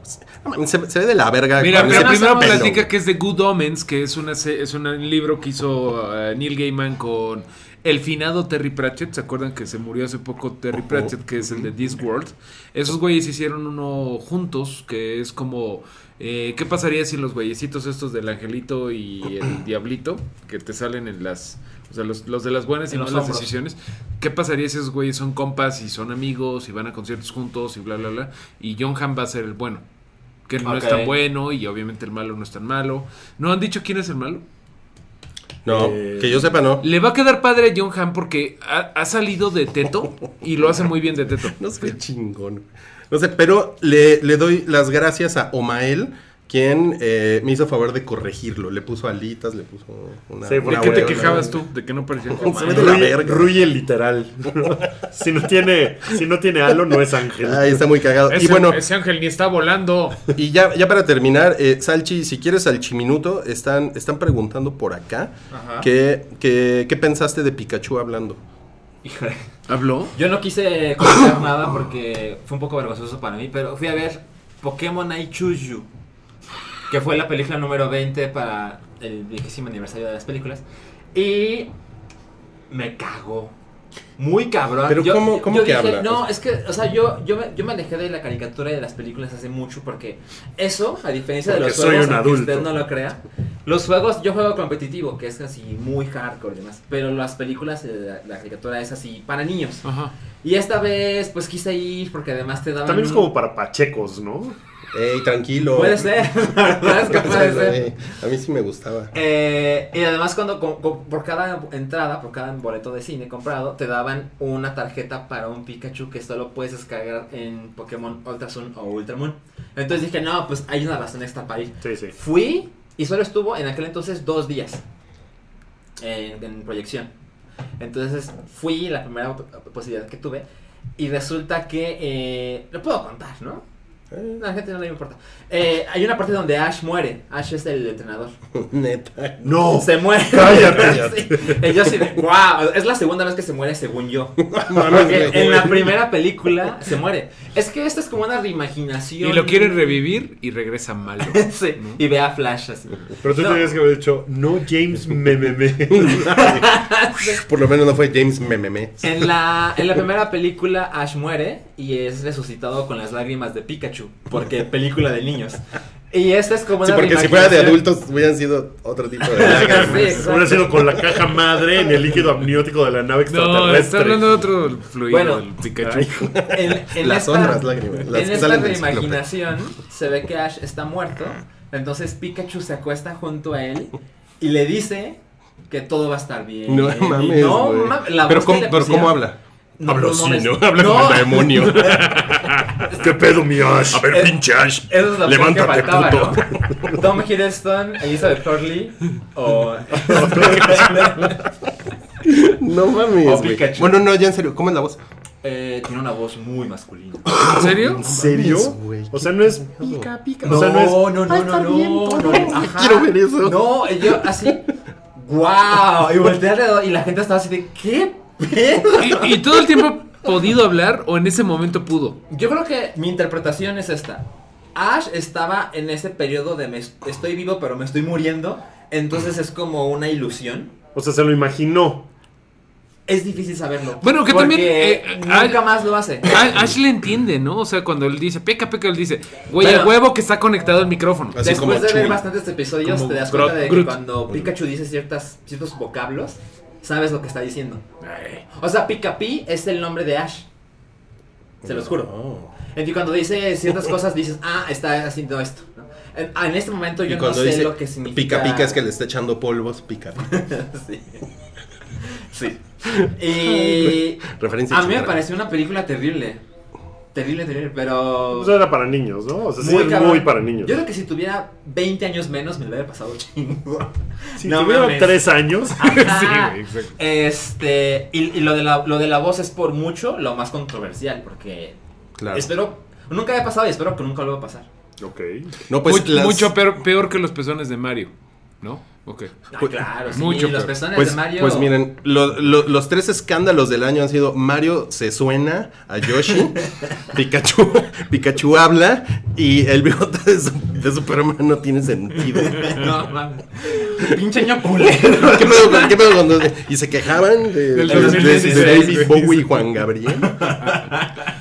S5: No mames, se, se ve de la verga.
S3: Mira,
S5: con
S3: pero
S5: ese
S3: primero
S5: pelo.
S3: platica que es de Good Omens, que es, una, se- es un libro que hizo eh, Neil Gaiman con el finado Terry Pratchett. ¿Se acuerdan que se murió hace poco Terry Pratchett, que es el de Discworld? Esos güeyes hicieron uno juntos, que es como... eh, ¿Qué pasaría si los güeyecitos estos del angelito y el diablito, que te salen en las... O sea, los, los de las buenas y
S4: En los
S3: malas
S4: hombros.
S3: decisiones. ¿Qué pasaría si esos güeyes son compas y son amigos y van a conciertos juntos y bla, bla, bla? Y John Hamm va a ser el bueno. Que no es
S4: Ok.
S3: tan bueno y obviamente el malo no es tan malo. ¿No han dicho quién es el malo?
S5: No, que yo sepa, no.
S3: Le va a quedar padre a John Hamm porque ha, ha salido de Teto y lo hace muy bien de Teto.
S5: No sé, chingón. No sé, pero le, le doy las gracias a Omael, quien eh, me hizo favor de corregirlo. Le puso alitas, le puso una.
S2: Sí,
S5: una
S3: ¿De qué te
S5: aureola.
S3: quejabas tú? ¿De que no parecía John
S5: Se ve
S3: Hamm?
S5: de la
S2: Ruye-
S5: verga.
S2: Ruye literal. si no tiene, si no tiene halo, no es ángel.
S5: Ay, Ah, está muy cagado.
S3: Ese,
S5: y bueno,
S3: ese ángel ni está volando.
S5: Y ya, ya para terminar, eh, Salchi, si quieres Salchiminuto, están, están preguntando por acá
S4: Ajá.
S5: que, que- qué pensaste de Pikachu hablando.
S4: Híjole.
S3: ¿Habló?
S4: Yo no quise comentar nada porque fue un poco vergonzoso para mí, pero fui a ver Pokémon I Choose You, que fue la película número 20 para el vigésimo aniversario de las películas, y me cagó. Muy cabrón.
S5: Pero ¿cómo- cómo que habla?
S4: No, es que, o sea, yo, yo, me- yo me alejé de la caricatura y de las películas hace mucho porque eso, a diferencia de
S2: Porque
S4: los
S2: soy
S4: juegos,
S2: un
S4: aunque usted
S2: adulto.
S4: no lo crea, los juegos, yo juego competitivo, que es así muy hardcore y demás, pero las películas, eh, la, la caricatura es así para niños.
S3: Ajá.
S4: Y esta vez, pues quise ir porque además te daban.
S2: También es como para pachecos, ¿no?
S5: Ey, tranquilo.
S4: Puede ser, la verdad es que puede ser.
S5: Eh, A mí sí me gustaba.
S4: Eh, y además, cuando con- con- por cada entrada, por cada boleto de cine comprado, te daban una tarjeta para un Pikachu que solo puedes descargar en Pokémon Ultra Sun o Ultra Moon. Entonces dije, no, pues hay una razón esta para ir.
S2: Sí, sí.
S4: Fui y solo estuvo en aquel entonces dos días en, en proyección. Entonces fui la primera op- posibilidad que tuve y resulta que eh, lo puedo contar, ¿no?
S5: Eh,
S4: No, a la gente no le importa. Eh, hay una parte donde Ash muere. Ash es el entrenador.
S5: Neta.
S2: No.
S4: Se muere.
S2: Cállate.
S4: Sí. Y yo así de, wow. Es la segunda vez que se muere, según yo.
S5: mames,
S4: Porque
S5: güey.
S4: en la primera película se muere. Es que esta es como una reimaginación.
S3: Y lo quiere revivir y regresa malo.
S4: Sí, Y ve a Flash así.
S2: Pero tú
S4: No.
S2: tenías que haber dicho, no James me me me.
S5: Por lo menos no fue James Mememe.
S4: En la, en la primera película, Ash muere y es resucitado con las lágrimas de Pikachu. Porque película de niños. Y esta es como
S5: Sí,
S4: una
S5: porque si fuera de
S4: reimaginación.
S5: adultos hubieran sido otro tipo de lágrimas.
S4: Sí, exacto.
S2: Hubiera sido con la caja madre en el líquido amniótico de la nave
S3: No, está
S2: extraterrestre.
S3: hablando de otro fluido
S4: Bueno.
S3: del Pikachu.
S2: Ay,
S4: En, en
S5: Las
S4: esta-
S5: otras lágrimas. Las
S4: en
S5: que
S4: esta
S5: salen del ciclope.
S4: reimaginación se ve que Ash está muerto, entonces Pikachu se acuesta junto a él y le dice que todo va a estar bien.
S5: No
S4: Eh, Y
S5: mames.
S4: no
S5: güey.
S4: mames, la
S5: pero,
S4: voz que
S5: ¿cómo,
S4: le
S5: pero
S4: pusieron-
S5: ¿cómo habla?
S4: No,
S2: Hablo
S4: no
S2: así,
S4: mames.
S2: ¿no? Habla como
S4: No,
S2: el demonio. ¿Qué pedo, mi Ash? A ver,
S4: Es-
S2: pinche Ash.
S4: Eso es lo peor que
S2: Levántate,
S4: faltaba,
S2: puto.
S4: ¿no? Tom Hiddleston, Elizabeth Hurley o...
S5: No mames.
S4: O
S5: güey.
S4: Pikachu.
S5: Bueno, no, ya en serio, ¿cómo es la voz?
S4: Eh, tiene una voz muy masculina.
S3: ¿En serio?
S2: ¿En serio?
S5: mames, güey,
S2: O
S5: qué
S2: sea, no es
S5: pedo.
S2: pica, pica.
S4: No,
S2: o sea, no es. Ah,
S4: no, no, no, no, no, no. Ajá.
S5: Quiero ver eso.
S4: No, y yo así, wow, y volteé alrededor y la gente estaba así de, ¿qué pedo?
S3: ¿Y, y todo el tiempo ha podido hablar o en ese momento pudo?
S4: Yo creo que mi interpretación es esta. Ash estaba en ese periodo de me estoy vivo pero me estoy muriendo, entonces es como una ilusión.
S2: O sea, se lo imaginó.
S4: Es difícil saberlo.
S3: Bueno, que
S4: porque
S3: también, eh, ah,
S4: nunca
S3: Ash-
S4: más lo hace.
S3: A- Ash le entiende, ¿no? O sea, cuando él dice peca, peca, él dice, güey, a
S4: Bueno.
S3: huevo que está conectado el micrófono.
S5: Así como
S4: Después de ver
S5: Chewie.
S4: bastantes episodios
S3: Como
S4: te das
S3: Groot-
S4: cuenta de que
S3: Groot.
S4: cuando Pikachu dice ciertas, ciertos vocablos, sabes lo que está diciendo. O sea, Pikapi es el nombre de Ash. Se los juro.
S5: Oh.
S4: En que cuando dice ciertas cosas dices, ah, está haciendo esto. ¿no? En, ah, en este momento
S5: Y
S4: yo no
S5: cuando
S4: sé
S5: dice
S4: lo que significa.
S5: pica pica es que le está echando polvos, pica. pica.
S4: sí. sí. Y
S5: Referencia
S4: a mí me
S5: chingona.
S4: pareció una película terrible. Terrible, terrible, pero.
S2: O sea, era para niños, ¿no? O sea, sí, es
S4: cabrón.
S2: muy para niños.
S4: Yo creo que si tuviera 20 años menos me lo hubiera pasado chingo.
S2: si
S4: no
S2: tuviera
S4: mames.
S2: tres años.
S3: Sí,
S4: Ajá.
S3: güey, exacto.
S4: Este, y, y lo, de la, lo de la voz es por mucho lo más controversial, porque
S5: Claro.
S4: espero, nunca había pasado y espero que nunca lo va a pasar.
S2: ok.
S5: No, pues
S3: mucho
S5: las-
S3: mucho peor, peor que los pezones de Mario, ¿no? Ok.
S4: Ah,
S5: Pues-
S4: claro, sí,
S3: mucho,
S4: los
S3: pero-
S4: personajes
S5: Pues,
S4: de Mario.
S5: pues miren, lo- lo- los tres escándalos del año han sido Mario se suena a Yoshi, Pikachu, Pikachu habla y el bigote de, su- de Superman no tiene sentido.
S4: No, mames. Pinche ño culero.
S5: ¿Qué pedo con- qué pedo con- y se quejaban de,
S3: Del
S5: de- de-
S3: 2016,
S5: de David
S3: güey.
S5: Bowie y Juan Gabriel.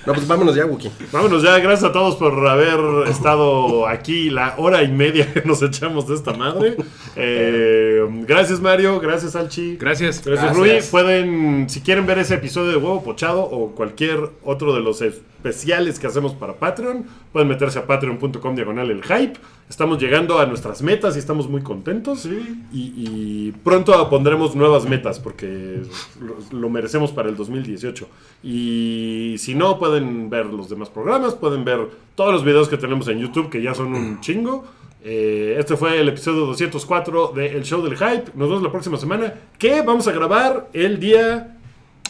S5: No, pues vámonos ya, Wookie.
S2: Vámonos ya, gracias a todos por haber estado aquí la hora y media que nos echamos de esta madre. Eh, gracias Mario, gracias Alchi.
S3: Gracias.
S2: Gracias, Rui.
S4: Gracias.
S2: Pueden, si quieren ver ese episodio de Huevo Pochado o cualquier otro de los especiales que hacemos para Patreon, pueden meterse a patreon.com diagonal el hype. Estamos llegando a nuestras metas y estamos muy contentos. Y, y pronto pondremos nuevas metas porque lo, lo merecemos para el 2018. Y si no, pueden ver los demás programas, pueden ver todos los videos que tenemos en YouTube, que ya son un chingo. Eh, este fue el episodio 204 de El Show del Hype. Nos vemos la próxima semana, que vamos a grabar el día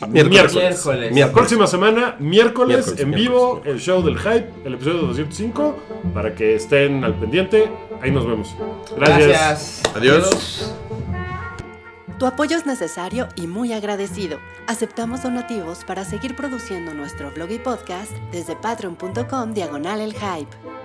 S2: miércoles.
S4: Miércoles.
S2: La próxima semana, miércoles,
S5: Miércoles,
S2: en
S5: miércoles,
S2: vivo,
S5: miércoles.
S2: El Show del Hype, el episodio 205, para que estén al pendiente. Ahí nos vemos. Gracias.
S5: Adiós.
S1: Tu apoyo es necesario y muy agradecido. Aceptamos donativos para seguir produciendo nuestro blog y podcast desde patreon.com diagonal el hype.